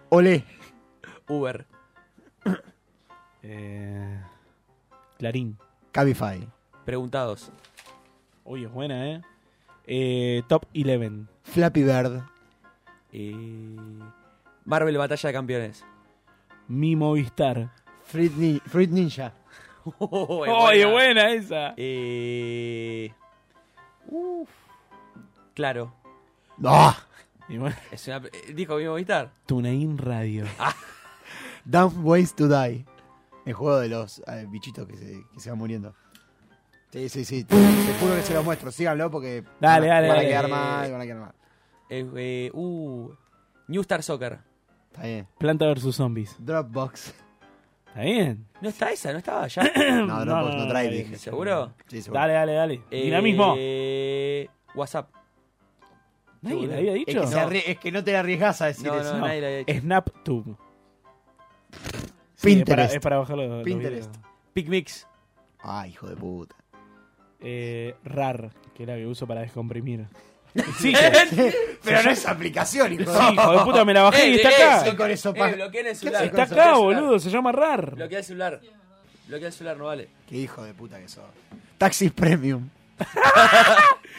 Olé. Uber. Eh, Clarín. Cabify. Preguntados. Uy, es buena, ¿eh? eh top 11. Flappy Bird. Eh, Marvel Batalla de Campeones. Mi Movistar. Fruit, Ni- Fruit Ninja. ¡Oye, buena esa! Eh, uf, claro. ¡No! Y bueno, Es una- eh, dijo mi Movistar. TuneIn Radio. Dumb Ways to Die. El juego de los eh, bichitos que se, que se van muriendo. Sí, sí, sí. Te, te juro que se los muestro. Síganlo porque Dale, van, a- van dale, dale. a quedar mal, van a quedar mal. Eh, eh, uh, New Star Soccer. Está bien. Planta versus Zombies. Dropbox. ¿Está bien? No está esa, no estaba ya. No, Dropbox no, no, trae, no, dije. ¿Seguro? Sí, seguro. Dale, dale, dale. Eh, Dinamismo. WhatsApp. Nadie lo había Es dicho. que, se arrie- es que no te arriesgas a decir No, eso. no, nadie lo había dicho. SnapTube. Sí, es para- Pinterest. es para bajar los- los Pinterest. videos. Picmix. Ay, Ah, hijo de puta. Eh, RAR, que es la que uso para descomprimir. Sí, Pero no es aplicación, hijo sí, hijo de puta, me la Eh, bajé y está eso. acá. con pa- eh, bloquea en el celular. haces Está con acá, boludo, se llama RAR. Bloquea el celular. Bloquea el celular, no vale. Qué hijo de puta que sos. Taxis Premium.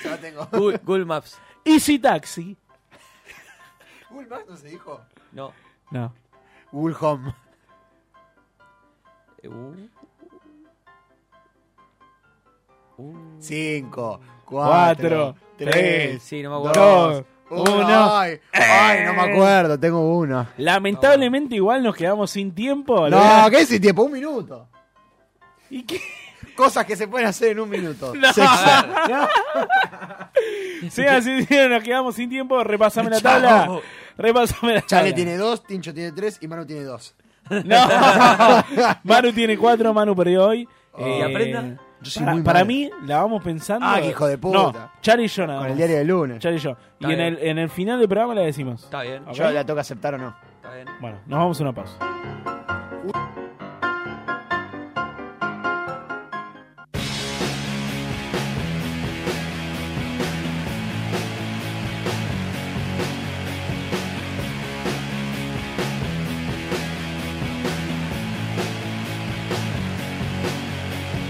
Ya tengo. Google, Google Maps. Easy Taxi. Google Maps no se dijo. No. No. Google Home. Eh, uh. Uh. 5, Cuatro, 4, tres, 3, Sí, no me acuerdo. Eh. dos, dos, uno. uno. Ay, ay, no me acuerdo, tengo uno. Lamentablemente igual nos quedamos sin tiempo. Lo voy No, a- ¿qué es tiempo? Un minuto. ¿Y qué? Cosas que se pueden hacer en un minuto. No. Sexo. Sí, así sí, nos quedamos sin tiempo. Repásame la tabla. Chao. Repásame la Chale tabla. tiene dos, Tincho tiene tres y Manu tiene dos. No. Manu tiene cuatro, Manu perdió hoy. Oh. Eh, ¿Y aprenda? Yo soy Para, muy para malo. mí, la vamos pensando. Ah, qué hijo de puta. No, Char y yo nada Con más. el diario del lunes. Char y yo. Y Está en el, en el final del programa la decimos. Está bien, ¿Ok? Yo la toca aceptar o no. está bien. Bueno, nos vamos a una pausa.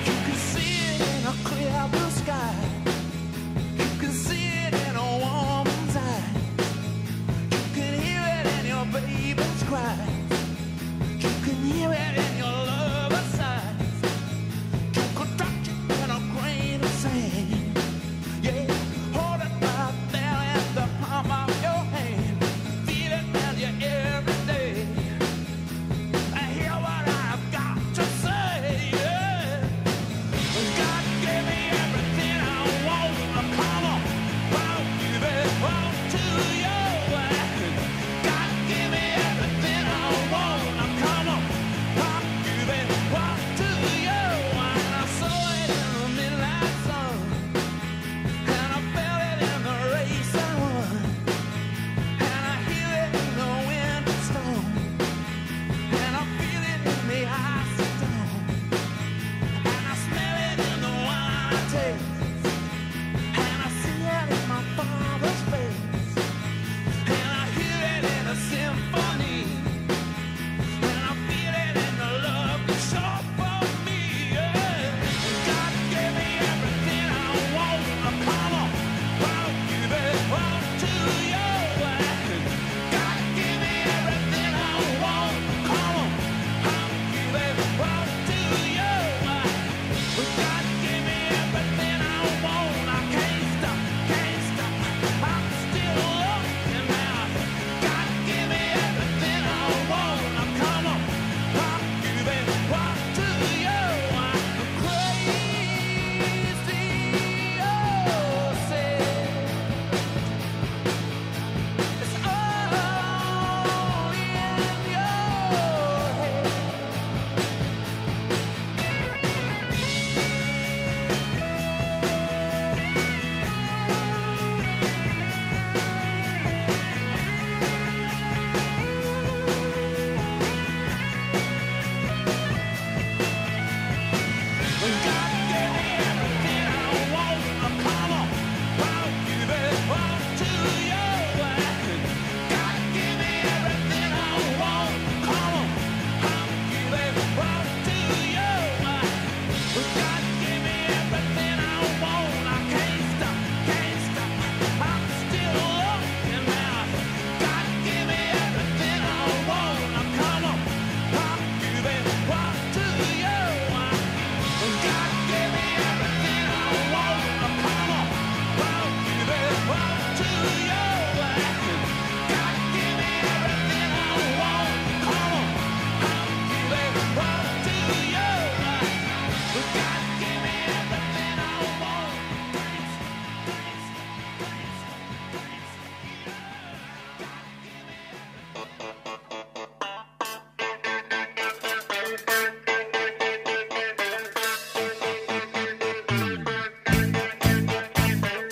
You can see it in a clear blue sky. You can see it in a woman's eye. You can hear it in your baby's cry.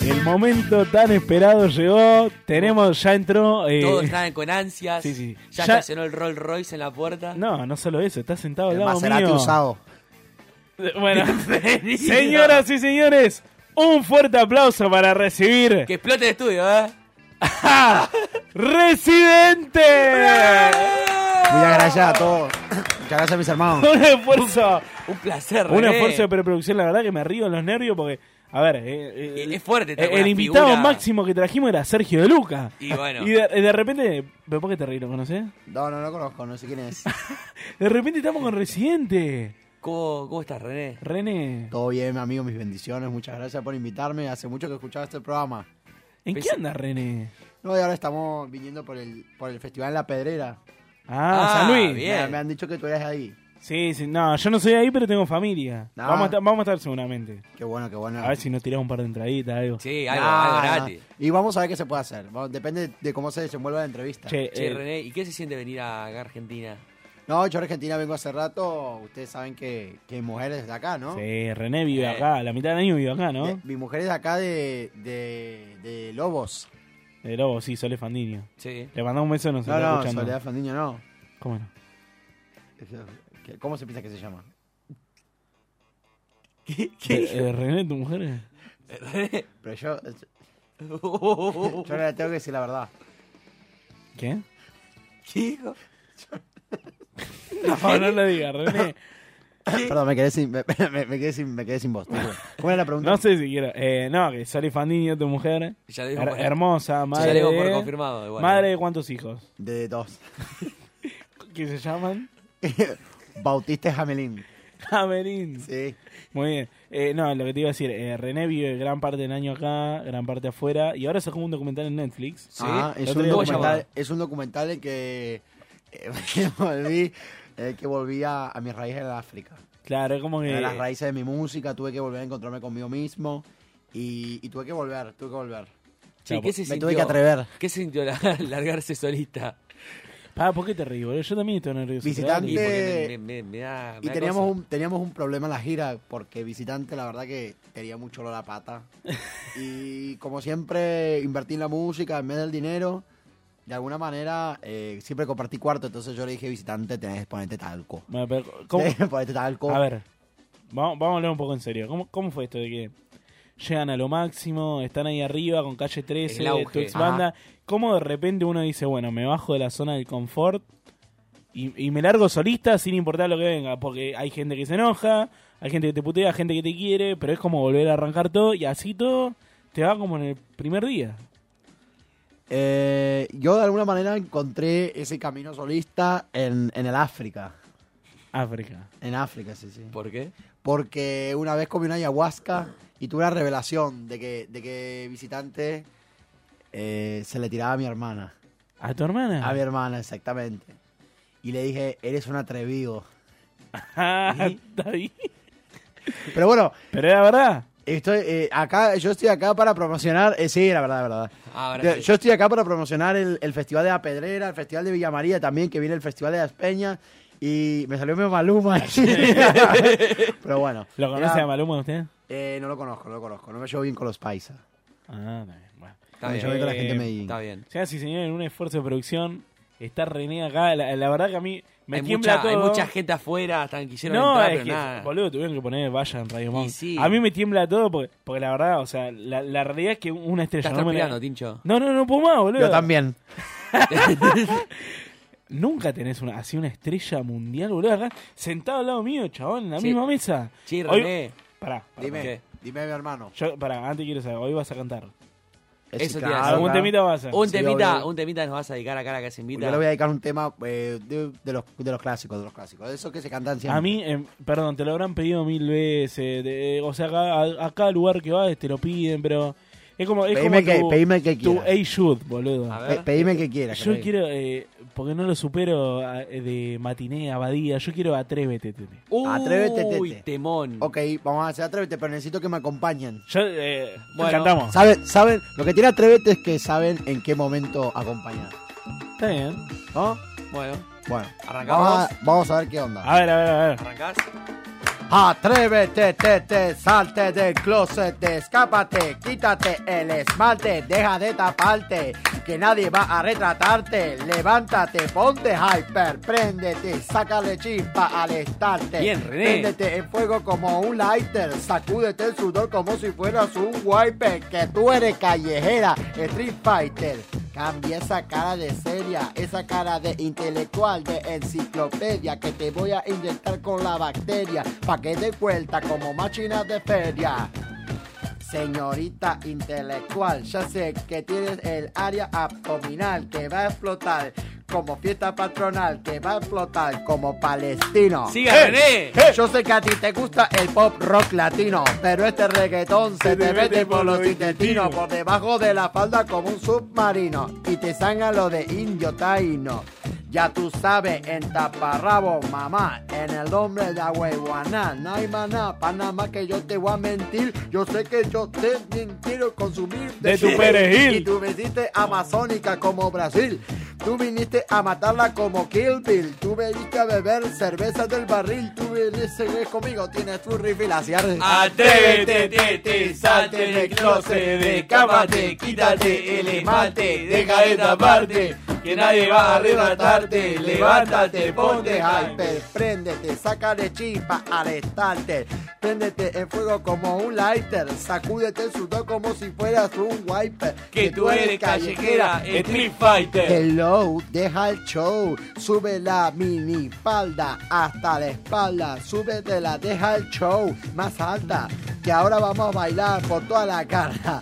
El momento tan esperado llegó. Tenemos, ya entró. eh, Todos estaban con ansias. Sí, sí. Ya, Ya- estacionó el Rolls Royce en la puerta. No, no solo eso, está sentado al El lado Maserati mío. usado. Bueno, señoras y señores, un fuerte aplauso para recibir Que explote el estudio, ¿eh? a Residente. Muy agradecido a todos. Muchas gracias a mis hermanos. Un esfuerzo, Un placer, un René. esfuerzo de preproducción, la verdad que me río en los nervios porque, a ver, eh, eh, Es fuerte, el, el invitado máximo que trajimos era Sergio de Luca. Y bueno. de, de repente, ¿pero por qué te reí? ¿Lo conocés? No, no, no conozco, no sé quién es. De repente estamos con Residente. ¿Cómo, cómo estás, René? René, Todo bien, amigo, mis bendiciones. Muchas gracias por invitarme. Hace mucho que escuchaba este programa. ¿en qué Pensé- anda René? No, y ahora estamos viniendo por el, por el Festival La Pedrera. Ah, San Luis. bien. Me, me han dicho que tú eres ahí. Sí, sí, no, yo no soy ahí, pero tengo familia. No. Vamos, a estar, vamos a estar seguramente. Qué bueno, qué bueno. A ver si nos tiramos un par de entraditas, algo. Sí, algo, Ah, algo no. gratis. Y vamos a ver qué se puede hacer. Vamos- depende de cómo se desenvuelva la entrevista. Che, Che, eh, René, ¿y qué se siente venir a acá a Argentina? No, yo a Argentina vengo hace rato. Ustedes saben que, que mi mujer es de acá, ¿no? sí, René vive Eh. acá, la mitad del año vive acá, ¿no? De- mi mujer es de acá de, de, de Lobos. De Lobo, sí, Sole Fandiño. Sí. Le mandamos un beso, nos No, está no, escuchando. Soledad Fandiño no. ¿Cómo no? ¿Qué- ¿Cómo se piensa que se llama? Eh, eh, René, tu mujer. eh. Pero yo, yo no le tengo que decir la verdad. ¿Qué? ¿Qué dijo? No, no lo digas, René. Ah, Perdón, me quedé sin, me, me- me quedé sin, me quedé sin voz. ¿Cómo era la pregunta? No sé si quiero. Eh, no, que Sole Fandiño, tu mujer. Ya lo digo her- por- hermosa, ya lo madre. digo por de- confirmado. Igual, ¿eh? madre de cuántos hijos. De dos. ¿Qué se llaman? Bautista Jamelín. Camerín. Sí. Muy bien. Eh, no, lo que te iba a decir, eh, René vive gran parte del año acá, gran parte afuera, y ahora sacó un documental en Netflix. Sí. Ah, es, Otro un día voy a documental, llamar. es un documental en que, eh, que volví, eh, que volví a, a mis raíces de África. Claro, es como que... A las raíces de mi música, tuve que volver a encontrarme conmigo mismo y, y tuve que volver, tuve que volver. Che, ¿qué se Me sintió? tuve que atrever. ¿Qué se sintió la- largarse solista? Ah, ¿por qué te río? boludo? Yo también estoy nervioso. Visitante. Y Dale. porque me, me- me- me da- me Y da teníamos cosa. un, teníamos un problema en la gira porque visitante la verdad que tenía mucho olor a pata. y como siempre invertí en la música en vez del dinero. De alguna manera eh, siempre compartí cuarto, entonces yo le dije visitante tenés que ponerte talco. Bueno, pero ¿cómo- Tenés que ponerte talco. A ver, vamos, vamos a hablar un poco en serio. ¿Cómo, cómo fue esto de que llegan a lo máximo, están ahí arriba con Calle 13, El auge. tu ex banda? ¿Cómo de repente uno dice, bueno, me bajo de la zona del confort y, y me largo solista sin importar lo que venga? Porque hay gente que se enoja, hay gente que te putea, gente que te quiere, pero es como volver a arrancar todo y así todo te va como en el primer día. Eh, yo de alguna manera encontré ese camino solista en, en el África. África. En África, sí, sí. ¿Por qué? Porque una vez comí una ayahuasca y tuve la revelación de que, de que visitante eh, se le tiraba a mi hermana. ¿A tu hermana? A mi hermana, exactamente. Y le dije, eres un atrevido. Ah, está bien. Pero bueno, Pero era verdad. estoy eh, acá, yo estoy acá para promocionar. eh, sí, la verdad, la verdad. Ahora Yo- sí. Yo estoy acá para promocionar el, el Festival de la Pedrera, el Festival de Villa María también, que viene el Festival de las Peñas. Y me salió medio Maluma. Pero bueno. ¿Lo conoce Era- a Maluma usted? Eh, no lo conozco, no lo conozco. No me llevo bien con los paisas. Ah, está bien, bueno. Está no me bien. llevo bien con la gente de Eh, Medellín. Está bien. Señoras y señores, en un esfuerzo de producción está René acá. La, la verdad que a mí me Hay tiembla mucha, todo. hay mucha gente afuera, están quisieron no, entrar, es pero que, nada. boludo, tuvieron que poner vaya en Radio Monk. sí. A mí me tiembla todo porque, porque la verdad, o sea, la, la realidad es que una estrella Estás no me la- transpirando, Tincho. No, no, no puedo más, boludo. Yo también. Nunca tenés una, así una estrella mundial, boludo. Acá, sentado al lado mío, chabón, en la Sí. misma mesa. Che, Hoy- René, Pará, pará, Dime, pará. ¿Qué? dime mi hermano. Yo, pará, antes quiero saber, hoy vas a cantar. Eso te iba a claro, decir. ¿Algún claro. temita vas a hacer? un, Sí, temita, obvio. un temita nos vas a dedicar acá a la que se invita. Yo le voy a dedicar un tema eh, de, de los, de los clásicos, de los clásicos. De esos que se cantan siempre. A mí, eh, perdón, te lo habrán pedido mil veces. de- o sea, acá- a, a cada lugar que vas te lo piden, pero. Es como. Es Pedime como que- tu, pedime que tu quieras. A Shoot, boludo. A ver. Pe- pedime el que quieras. Yo Javier. quiero. eh, porque no lo supero a- eh, de matiné, abadía. Yo quiero atrévete, Tete. Uy, Uh, Atrévete, Tete. temón. Ok, vamos a hacer Atrévete, pero necesito que me acompañen. Yo. Eh, Bueno. Cantamos. Saben, saben, lo que tiene Atrévete es que saben en qué momento acompañar. Está bien. ¿No? Bueno, Bueno, Arrancamos. Vamos a, vamos a ver qué onda. A ver, a ver, a ver. ¿arrancás? Atrévete, te, te, salte del closet, te, escápate, quítate el esmalte, deja de taparte, que nadie va a retratarte. Levántate, ponte hyper, préndete, sácale chispa al estarte. Bien, René. Préndete en fuego como un lighter, sacúdete el sudor como si fueras un wiper, que tú eres callejera, Street Fighter. Cambia esa cara de seria, esa cara de intelectual de enciclopedia que te voy a inyectar con la bacteria pa' que dé vuelta como máquina de feria. Señorita intelectual, ya sé que tienes el área abdominal que va a explotar como fiesta patronal, que va a explotar como palestino. ¡Siga, ¡Eh! René! ¡Eh! Yo sé que a ti te gusta el pop rock latino, pero este reggaetón se te mete por los intestinos, por debajo de la falda como un submarino, y te sangra lo de indio taíno. Ya tú sabes, en taparrabo, mamá, en el nombre de Ahuehuaná, no hay maná, pa' nada más que yo te voy a mentir, yo sé que yo te bien quiero consumir De tu perejil. Y tú vendiste amazónica como Brasil. Tú viniste a matarla como Kill Bill. Tú viniste a beber cerveza del barril. Tú viniste conmigo, tienes tu rifle hacia Atrévete, te, te, salte del closet, descápate, quítate el esmalte, deja de taparte, que nadie va a arrebatarte, levántate, ponte hyper. hyper, préndete, sácale chispa al estarte, préndete en fuego como un lighter, sacúdete el sudor como si fueras un wiper, Que tú eres callejera, eh. Street Fighter. Hello, deja el show, sube la mini falda hasta la espalda, súbetela, deja el show más alta, que ahora vamos a bailar por toda la cara.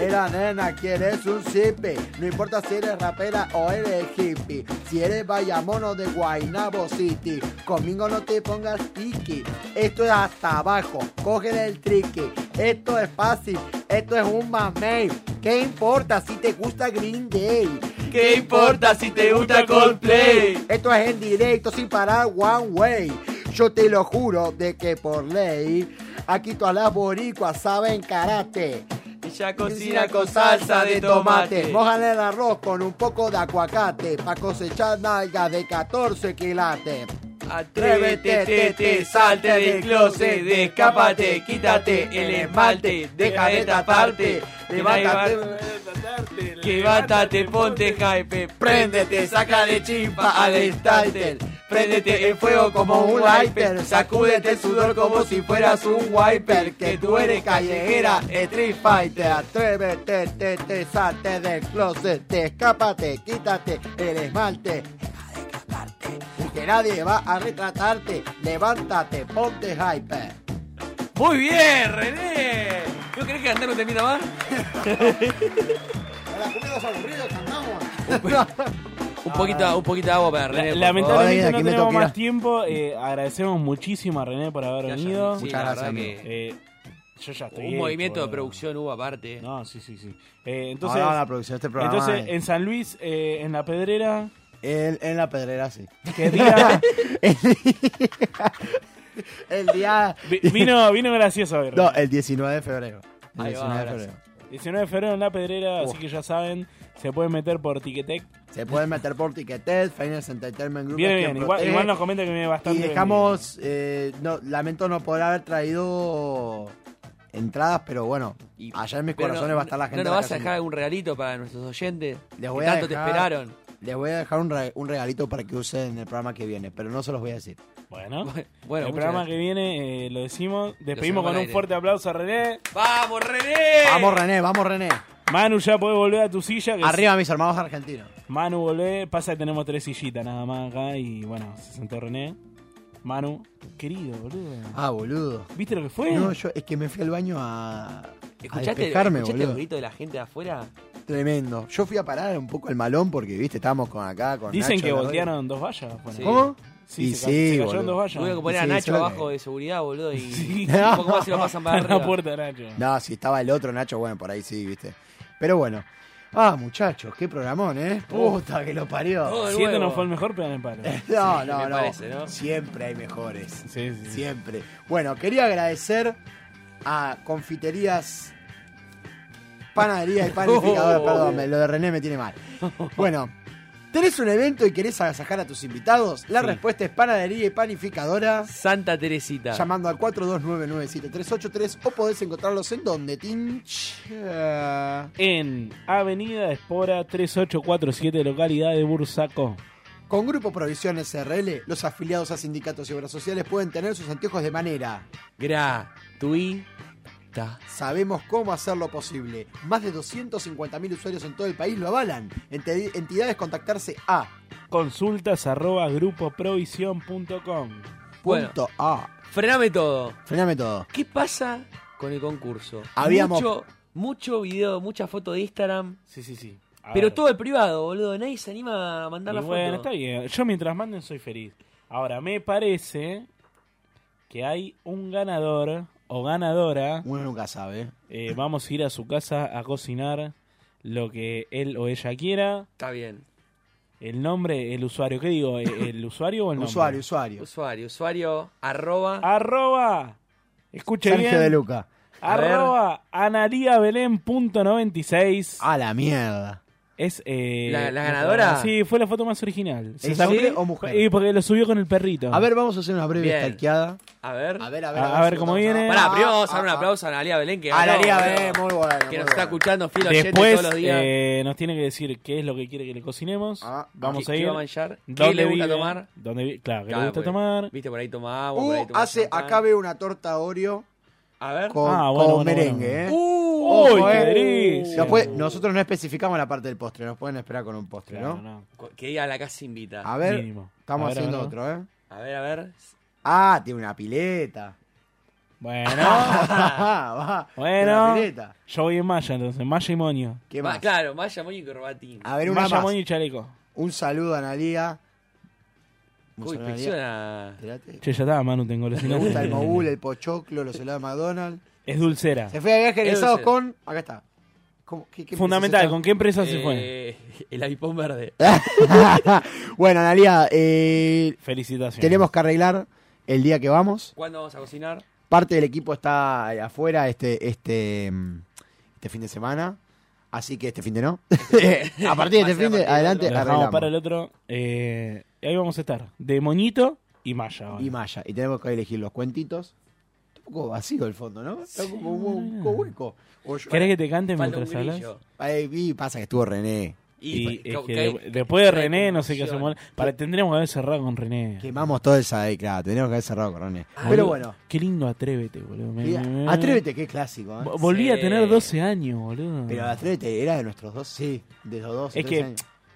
Mira nena, quieres un zipi, no importa si eres rapera o eres hippie, si eres vallamono de Guaynabo City, conmigo no te pongas piqui, esto es hasta abajo, coge el triqui, esto es fácil, esto es un mamey, ¿qué importa si te gusta Green Day? ¿Qué importa si te gusta Coldplay? Esto es en directo, sin parar, one way. Yo te lo juro de que por ley, aquí todas las boricuas saben karate. Ella cocina con salsa de tomate. Mojan el arroz con un poco de aguacate, pa' cosechar nalgas de 14 quilates. Atrévete, te, te, salte del closet, descápate, quítate el esmalte, deja de taparte, levántate, levántate, ponte hype, préndete, saca de chispa al starter, préndete en fuego como un wiper, sacúdete el sudor como si fueras un wiper, que tú eres callejera, Street Fighter, atrévete, te, te, salte del closet, te escápate, quítate el esmalte, deja de escaparte, que nadie va a retratarte, levántate, ponte hyper. Muy bien, René. ¿No crees que cantar un temita más? Un poquito, un poquito de agua para René. por favor. Lamentablemente Ay, no aquí me tenemos toqué, más no. tiempo. eh, agradecemos muchísimo a René por haber Ya, ya, venido. sí, Muchas la gracias, verdad amigo. que Eh, yo ya estoy Un hecho, movimiento de boludo. producción hubo aparte. No, sí, sí, sí. Eh, Entonces, entonces, Ahora la producción de este programa. entonces eh. en San Luis, eh, en La Pedrera, En, en la pedrera, sí. ¿qué día? el día. Vi- vino, vino gracioso hoy, René. No, el 19 de febrero. El Ahí va, 19 de gracias. febrero. 19 de febrero en La Pedrera, así que ya saben, se pueden meter por Ticketek. Se pueden meter por Tiquetet, Finance Entertainment Group. Viene es quien bien, igual, protege. igual nos comenta que viene Eh, Y bastante. dejamos. eh, no, lamento no poder haber traído entradas, pero bueno, Y- allá en mis Pero corazones no- va a estar la no- gente. ¿No nos de la vas a calle. dejar algún regalito para nuestros oyentes? Les que voy a tanto te dejar- esperaron. Les voy a dejar un, re- un regalito para que usen en el programa que viene, pero no se los voy a decir. Eh. bienvenida. Bueno, Bueno, muchas el programa gracias. que viene eh, lo decimos. hacemos Despedimos con al un aire. fuerte aplauso a René. ¡Vamos, René! Vamos, René, vamos, René. Manu, ya podés volver a tu silla. Que Arriba, mis hermanos argentinos. Manu volvé, pasa que tenemos tres sillitas nada más acá y bueno, se sentó René. Manu, querido, boludo. Ah, boludo. ¿Viste lo que fue? No, yo es que me fui al baño a. a ¿Escuchaste, despejarme, escuchaste el boludo. grito de la gente de afuera? Tremendo. Yo fui a parar un poco al malón porque, viste, estábamos con acá, con Pues Dicen Nacho, que la verdad. voltearon dos vallas. bueno. Sí. ¿Cómo? Sí, Y se, sí, ca- se cayeron boludo. dos vallas. Tuvieron que poner Sí, a se Nacho lo abajo que- de seguridad, boludo, y Sí. un poco más se lo pasan para la arriba. puerta de Nacho. No, si estaba el otro Nacho, bueno, por ahí sí, viste. Pero bueno. Ah, muchachos, qué programón, ¿eh? Puta que lo parió. Oh, de Siete huevo. no fue el mejor, pero en el palo. No, sí, no, me no. parece, ¿no? Siempre hay mejores. Sí, sí. Siempre. Bueno, quería agradecer a Confiterías Panadería y Panificador, Oh. perdón, me- lo de René me tiene mal. Bueno, ¿Tenés un evento y querés agasajar a tus invitados? La Sí. respuesta es panadería y panificadora. Santa Teresita. Llamando al 4299-7383 o podés encontrarlos en donde, Tinch. Eh, En Avenida Espora 3847, localidad de Bursaco. Con Grupo Provisiones SRL, los afiliados a sindicatos y obras sociales pueden tener sus anteojos de manera. Gratuita. Sabemos cómo hacerlo posible. Más de 250.000 usuarios en todo el país lo avalan. Ente- Entidades contactarse a Consultas arroba grupoprovision.com. Bueno. punto A. Frename todo. Frename todo. ¿Qué pasa con el concurso? Habíamos- Mucho, mucho video, mucha foto de Instagram. Sí, sí, sí. A Pero ver. todo el privado, boludo. Nadie se anima a mandar Y la bueno, foto. está bien. Yo mientras manden soy feliz. Ahora, me parece que hay un ganador o ganadora. Uno nunca sabe. Eh, vamos a ir a su casa a cocinar lo que él o ella quiera. Está bien. El nombre, el usuario. ¿Qué digo? ¿E- ¿El usuario o el nombre? Usuario, usuario. Usuario, usuario, arroba. Arroba. Escuche Sergio bien. de Luca. A ver. Arroba analiabelén.96. A la mierda. Es eh, ¿La- la ganadora? Sí, fue la foto más original. ¿Es sacó- hombre o mujer? Y porque lo subió con el perrito. A ver, vamos a hacer una breve Bien. stalkeada. A ver. A ver, a ver, A- a a ver ver cómo si lo viene. Pará, Ah, primero vamos a dar un aplauso a Analia Belén que A ganó, Analia boludo. Belén, muy bueno, Que muy nos está bueno. escuchando fiel oyente Después todos los días. eh, nos tiene que decir qué es lo que quiere que le cocinemos. Ah, Vamos ¿Qué- a qué ir. va a manchar? ¿Qué ¿Dónde le gusta vive? tomar? ¿Dónde vi- Claro, ¿qué Claro, le gusta porque, tomar? Viste, por ahí toma agua, por ahí Uh, toma hace, champán. acá veo una torta Oreo A ver. con, Ah, bueno, con bueno, merengue, bueno. ¿eh? Uh, ¡Uy, Ojo, qué eh. delicia! Nos puede- nosotros no especificamos la parte del postre, nos pueden esperar con un postre, Claro, ¿no? no. que diga la casa invita. A ver, Mínimo. estamos A ver, haciendo a ver. otro, ¿eh? A ver, a ver. Ah, tiene una pileta. Bueno, Ah, Va, tiene Bueno. Una pileta. yo voy en Maya entonces, Maya y Moño. ¿Qué Va, más? claro, Maya, Moño y Corbatín. A ver, una Maya, más. Moño y Chaleco. Un saludo a Analia. Un Uy, saludo a Analía. inspecciona. Espérate. Che, ya estaba Manu, tengo Me gusta el mogul, el pochoclo, los helados de McDonald's. Es dulcera. Se fue a viaje egresados Dulce. con. Acá está. ¿Cómo? ¿Qué- qué Fundamental, empresa ¿con qué empresa se fue? Eh, el aipón verde. Ah. es esta? bueno, Analia, eh, Felicitaciones. tenemos que arreglar el día que vamos. ¿Cuándo vamos a cocinar? Parte del equipo está afuera este, este, mm, este fin de semana. Así que este fin de no. a partir Va de este a ser a fin de partir adelante Lo dejamos arreglamos. para el otro. eh, ahí vamos a estar. De Moñito y Maya. ahora. Y Maya. Y tenemos que elegir los cuentitos. Está un poco vacío el fondo, ¿no? Está como un poco hueco. O yo- ¿Querés que te cante Falta un mientras hablas? grillo. Ay, y pasa que estuvo René. Y es co- que que- de- después de que hay René, no sé qué confusión. hacemos. Para, tendríamos que haber cerrado con René. Quemamos todo esa ahí, claro. Teníamos que haber cerrado con René. Boludo, Pero bueno. Qué lindo Atrévete, boludo. Me- y- me- me- Atrévete, que es clásico, ¿eh? Vo- Volví a Sí. tener 12 años, boludo. Pero Atrévete era de nuestros dos, sí. De los dos. Es que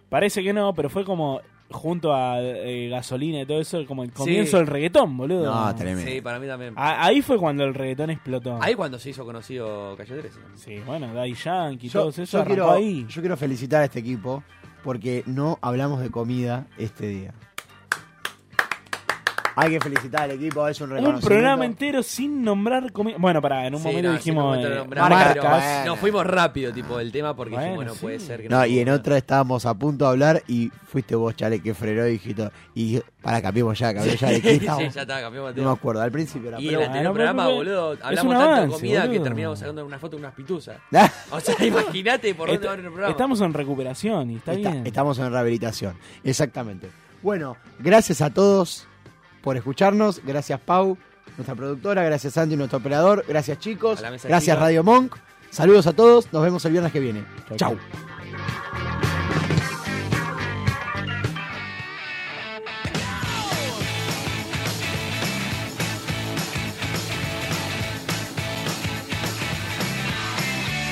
parece que no, pero fue como junto a eh, gasolina y todo eso, como el comienzo Sí. del reggaetón, boludo. No, tremendo. Sí, para mí también. A- ahí fue cuando el reggaetón explotó. Ahí cuando se hizo conocido Calle 13. Ah. Sí, bueno, Daddy Yankee, Yo, todo eso yo arrancó quiero, ahí. yo quiero felicitar a este equipo porque no hablamos de comida este día. Hay que felicitar al equipo, es un Un reconocimiento. programa entero sin nombrar comida. Bueno, pará, en un Sí, momento no, en dijimos ese momento eh, lo nombramos, marcas. pero Bueno. Nos fuimos rápido, tipo, del tema porque Bueno, dijimos, no sí. puede ser que No, y en podamos- otra estábamos a punto de hablar y fuiste vos, Chale, que frenó, hijito. Y para, cambiemos ya, cambiemos ya de qué Sí, estamos. ya está, cambiamos de No tema. me acuerdo, al principio era. Y en pero el anterior bueno, Ah, no, programa, pero- boludo, es hablamos un tanto de avance, comida que boludo. terminamos sacando una foto de unas pituzas. bueno. O sea, imagínate por dónde Est- va el programa. Estamos en recuperación y está, Está- bien. Estamos en rehabilitación, exactamente. Bueno, gracias a todos por escucharnos. Gracias, Pau, nuestra productora. Gracias, Santi, nuestro operador. Gracias, chicos. A la mesa, Gracias, chicos. Radio Monk. Saludos a todos. Nos vemos el viernes que viene. Chau, Chau. chau.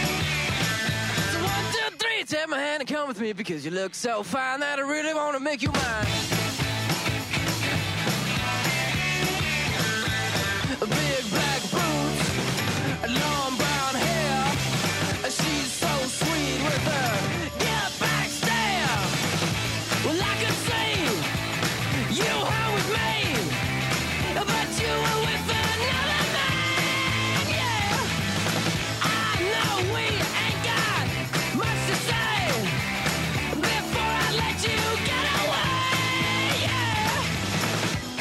So one, two, three, take my hand and come with me because you look so fine that I really want to make you mine. Big black boots, long brown hair. She's so sweet with her get back stare. Well, I could sing you home with me, but you were with another man. Yeah. I know we ain't got much to say before I let you get away. Yeah.